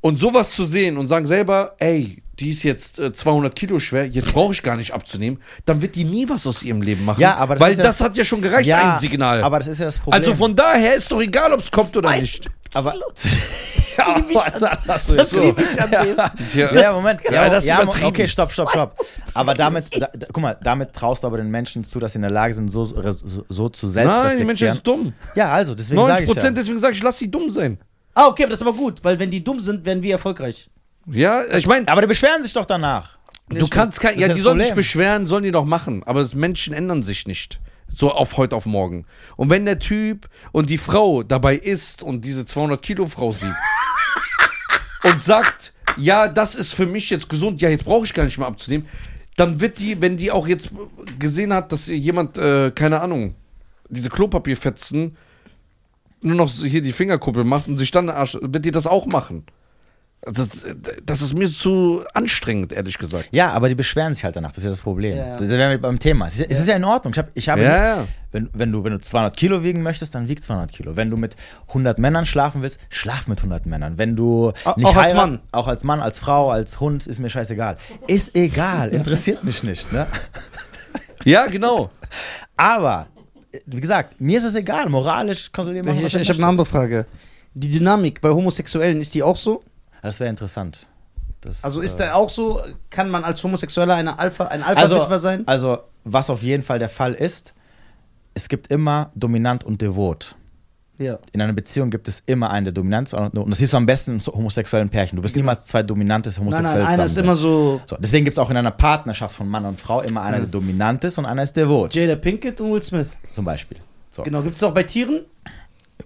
und sowas zu sehen und sagen selber, ey, die ist jetzt äh, 200 Kilo schwer, jetzt brauche ich gar nicht abzunehmen, dann wird die nie was aus ihrem Leben machen, Ja, aber das weil ist ja das das- hat ja schon gereicht, Ja, ein Signal. Aber das ist ja das Problem. also von daher ist doch egal, ob es kommt oder nicht. (laughs) aber (laughs) ja, was, das hast du jetzt Das so. liebe ich an dem. Tja, Ja, Moment. Ja, das ist ja, übertrieben. okay, stopp, stopp, stopp. Aber damit, da, da, guck mal, damit traust du aber den Menschen zu, dass sie in der Lage sind, so, so, so zu selbst Nein, die Menschen sind dumm. Ja, also, deswegen sage 90 ich ja. Prozent, deswegen sage ich, lass sie dumm sein. Ah, okay, aber das ist aber gut, weil wenn die dumm sind, werden wir erfolgreich. Ja, ich meine, Aber die beschweren sich doch danach. du kannst kein, Das ja, ist die das sollen sich Problem. beschweren, sollen die doch machen. Aber das Menschen ändern sich nicht. So auf heute auf morgen. Und wenn der Typ und die Frau dabei ist und diese 200 Kilo Frau (laughs) sieht und sagt, ja, das ist für mich jetzt gesund, ja, jetzt brauche ich gar nicht mehr abzunehmen, dann wird die, wenn die auch jetzt gesehen hat, dass ihr jemand, äh, keine Ahnung, diese Klopapierfetzen nur noch so hier die Fingerkuppel macht und sich dann den Arsch, wird die das auch machen. Das, das ist mir zu anstrengend, ehrlich gesagt. Ja, aber die beschweren sich halt danach. Das ist ja das Problem. Ja, ja. Das wären wir beim Thema. Es ist, es ist ja in Ordnung. Ich habe, ich habe Ja, ja. Wenn, wenn, du, wenn du 200 Kilo wiegen möchtest, dann wieg 200 Kilo. Wenn du mit 100 Männern schlafen willst, schlaf mit 100 Männern. Wenn du Au- auch als heirat- Mann. auch als Mann, als Frau, als Hund, ist mir scheißegal. Ist (laughs) egal, interessiert mich nicht. Ne? Ja, (laughs) genau. Aber äh, wie gesagt, mir ist es egal. Moralisch kontrollieren wir Ich, ich, ich habe eine andere Frage. Die Dynamik bei Homosexuellen, ist die auch so? Das wäre interessant. Das, Also ist äh, da auch so, kann man als Homosexueller eine Alpha, ein Alpha-Witwer also, sein? also, was auf jeden Fall der Fall ist, es gibt immer dominant und devot. Ja. in einer Beziehung gibt es immer einen, der dominant ist. Und das siehst du am besten in so homosexuellen Pärchen. Du wirst niemals zwei dominante Nein, homosexuelle nein, einer ist zusammen immer sein. so so, deswegen gibt es auch in einer Partnerschaft von Mann und Frau immer einer, der dominant ist und einer ist devot. Jada Pinkett und Will Smith. Zum Beispiel. So, Genau, gibt es auch bei (laughs) Tieren?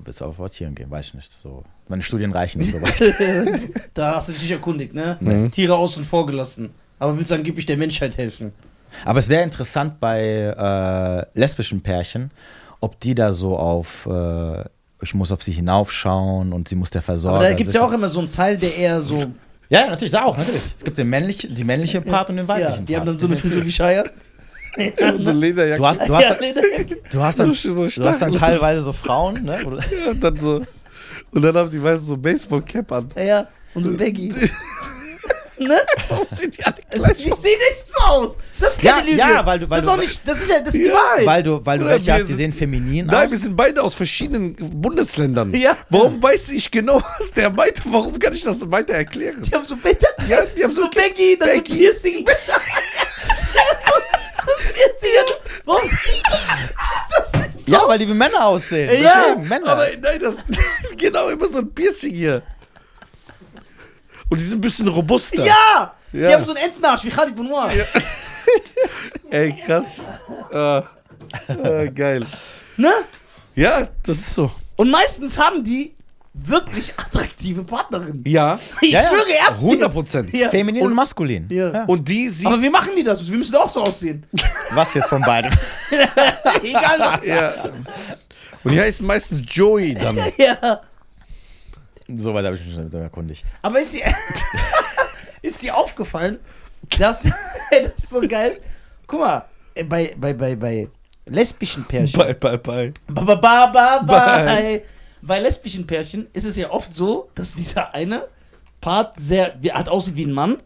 willst du auf Wortieren gehen? Weiß ich nicht. So, meine Studien reichen nicht so (laughs) weit. Da hast du dich nicht erkundigt, ne? Nee. Tiere außen vor gelassen. Aber willst du angeblich der Menschheit helfen? Aber es wäre interessant bei äh, lesbischen Pärchen, ob die da so auf, äh, ich muss auf sie hinaufschauen und sie muss der Versorger Aber da gibt es ja sicher- auch immer so einen Teil, der eher so. Ja, ja, natürlich, da auch, natürlich. Es gibt den männlichen, die männliche Part und den weiblichen Ja, Part. die haben dann so eine Frisur (laughs) wie Scheier. Eine Lederjacke. du hast, du hast, Ja, nee, nee. Du hast dann, So- so du hast dann Stacheln. teilweise so Frauen, ne? wo du- und dann so. Und dann haben die meisten so Baseball-Cap an. Ja, ja, und so (laughs) ein Baggy. ne? Warum sind die alle Also, die sehen nicht so aus. Das ist Ja, keine Lüge. ja, weil du- weil das ist auch du- nicht, das ist ja, das ist die Ja, Wahrheit. Weil du, weil du Oder welche wir hast, die sind- sehen feminin Nein, aus. wir sind beide aus verschiedenen Bundesländern. Ja. Warum weiß ich genau, was der meint? Warum kann ich das weiter erklären? die haben so Beta, Ja, die haben so. Baggy, dann so Baggy. Piercing. Die haben so Piercing. Warum? Ist das nicht so? ja, weil die wie Männer aussehen. Ja, Deswegen, Männer. Aber nein, das. (laughs) Genau, immer so ein Piercing hier. Und die sind ein bisschen robuster. Ja! Die Ja. haben so einen Entenarsch wie Khalid Benoit. Ey, krass. Äh, äh, geil. Ne? Ja, das ist so. Und meistens haben die wirklich attraktive Partnerinnen. Ja. Ich Ja, ja. schwöre ernsthaft. 100 Prozent. Ja. Feminin und, maskulin. Ja. Und die sieht. Aber wie machen die das? Wir müssen auch so aussehen. Was jetzt von (laughs) beidem? Egal was. Ja. Und die heißen meistens Joey dann. Ja. Soweit habe ich mich schon erkundigt. Aber ist dir, (laughs) ist dir aufgefallen, dass. (laughs) das ist so geil. Guck mal, äh, bei, bei, bei, bei lesbischen Pärchen. Bye, bye, bye. Ba, ba, ba, ba, bye. Bei lesbischen Pärchen ist es ja oft so, dass dieser eine Part sehr wie- hat aussieht wie ein Mann,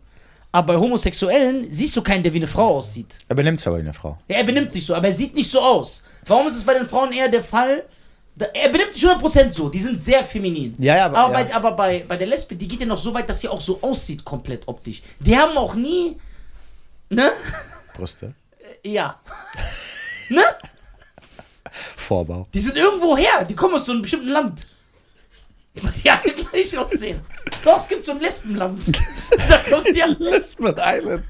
aber bei Homosexuellen siehst du keinen, der wie eine Frau aussieht. Er benimmt sich aber wie eine Frau. Ja, er benimmt sich so, aber er sieht nicht so aus. Warum ist es bei den Frauen eher der Fall? Da, er benimmt sich 100% so, die sind sehr feminin. Ja, ja, aber- aber, ja. Bei, aber bei, bei der Lesbe, die geht ja noch so weit, dass sie auch so aussieht komplett optisch. Die haben auch nie, ne? Brüste, Ja. (laughs) ne? Vorbau. Die sind irgendwo her, die kommen aus so einem bestimmten Land. Weil die alle gleich aussehen. Doch, es gibt so ein (laughs) Lesbenland. da kommt die alle. Lisbon Island.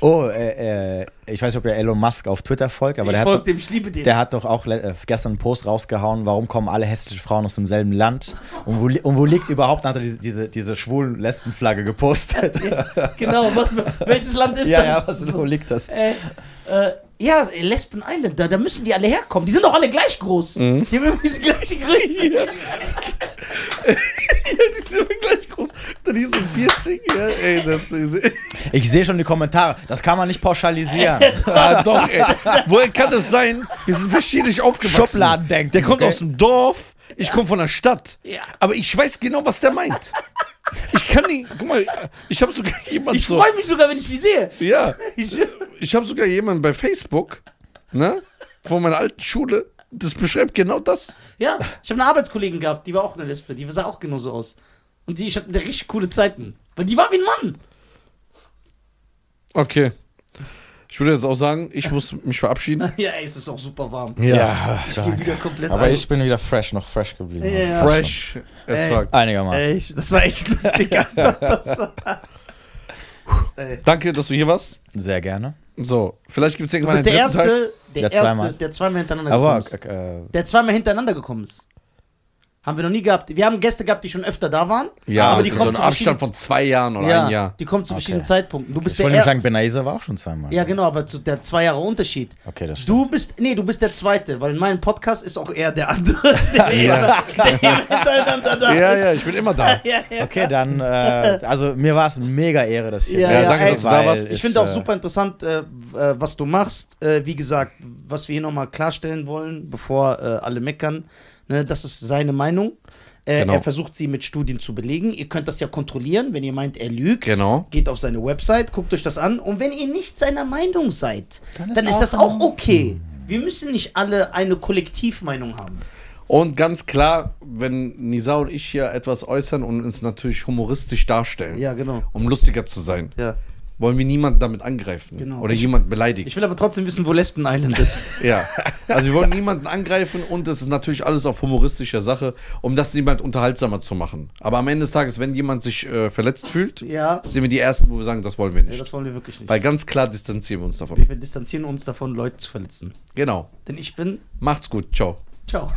Oh, äh, äh, ich weiß nicht, ob ihr Elon Musk auf Twitter folgt, aber Ich der folge hat, doch, dem, ich liebe den. der hat doch auch le- äh, gestern einen Post rausgehauen, warum kommen alle hessischen Frauen aus demselben Land? Und wo, li- und wo liegt überhaupt, dann hat er diese, diese, diese schwulen Lesbenflagge gepostet. genau, was, welches Land (laughs) ist ja, ja, das? was, wo liegt das? äh, äh, ja, Lesben Island, da, da müssen die alle herkommen. Die sind doch alle gleich groß. Mhm. Die haben immer diese gleiche Größe. Die sind immer gleich groß. Dann hier so ein Piercing. Ja, ey, das ist. Ich sehe schon die Kommentare. Das kann man nicht pauschalisieren. Ah, doch, ey. (laughs) Woher kann das sein? Wir sind verschiedentlich aufgewachsen. Schubladendenken, Der kommt okay? aus dem Dorf. Ich komme von der Stadt. Ja. Aber ich weiß genau, was der meint. Ich kann ihn. Guck mal, ich habe sogar jemanden. Ich so, freue mich sogar, wenn ich die sehe. Ja. Ich, Ich habe sogar jemanden bei Facebook, ne? Von meiner alten Schule. Das beschreibt genau das. ja, ich habe eine Arbeitskollegin gehabt, die war auch eine Lesbe, die sah auch genauso aus. Und die, ich hatte richtig coole Zeiten. Weil die war wie ein Mann. Okay. Ich würde jetzt auch sagen, ich muss mich verabschieden. (laughs) Ja, ey, es ist auch super warm. (laughs) Ja, Ich gehe wieder komplett aber ein. ich bin wieder fresh, noch fresh geblieben. Ja, ja. Fresh as Ey. fuck. Einigermaßen. Ey, ich- das war echt lustig. (laughs) Alter. Das war, ey. Danke, dass du hier warst. Sehr gerne. So, vielleicht gibt es Du irgendwann bist der einen dritten Teil. Erste, der, Ja, Erste, zweimal. der zweimal hintereinander Aber gekommen ist. äh, Der zweimal hintereinander gekommen ist. Haben wir noch nie gehabt. Wir haben Gäste gehabt, die schon öfter da waren. Ja, aber die so kommen einen zu Abstand von verschiedenen- zwei Jahren oder ja, ein (laughs) Jahr. Die kommen zu verschiedenen Okay. Zeitpunkten. Du bist ich wollte der nämlich er sagen, Benaiser war auch schon zweimal. Ja, genau, aber zu der zwei Jahre Unterschied. Okay, das stimmt. Du bist, nee, du bist der Zweite, weil in meinem Podcast ist auch er der andere. (laughs) Der ist der hintereinander da. Ja, ja, ich bin immer da. ja, ja. Okay, dann, äh, (laughs) also mir war es eine mega Ehre, dass ich hier Ja, bin. ja, danke, Weil dass du da warst. Ich es, finde auch äh, super interessant, äh, w- äh, was du machst. Äh, wie gesagt, was wir hier nochmal klarstellen wollen, bevor äh, alle meckern, ne, das ist seine Meinung. Äh, Genau. Er versucht sie mit Studien zu belegen. Ihr könnt das ja kontrollieren, wenn ihr meint, er lügt. Genau. Geht auf seine Website, guckt euch das an. Und wenn ihr nicht seiner Meinung seid, dann Dann ist, ist das auch- auch okay. Wir müssen nicht alle eine Kollektivmeinung haben. Und ganz klar, wenn Nisa und ich hier etwas äußern und uns natürlich humoristisch darstellen, genau. um lustiger zu sein, Ja. wollen wir niemanden damit angreifen Genau. oder jemanden beleidigen. Ich will aber trotzdem wissen, wo Lesben Island ist. (laughs) Ja. Also wir wollen niemanden angreifen und das ist natürlich alles auf humoristischer Sache, um das niemand unterhaltsamer zu machen. Aber am Ende des Tages, wenn jemand sich äh, verletzt fühlt, ja. sind wir die Ersten, wo wir sagen, das wollen wir ja, nicht. das wollen wir wirklich nicht. Weil ganz klar distanzieren wir uns davon. Wir distanzieren uns davon, Leute zu verletzen. Genau. Denn ich bin. Macht's gut. Ciao. Ciao.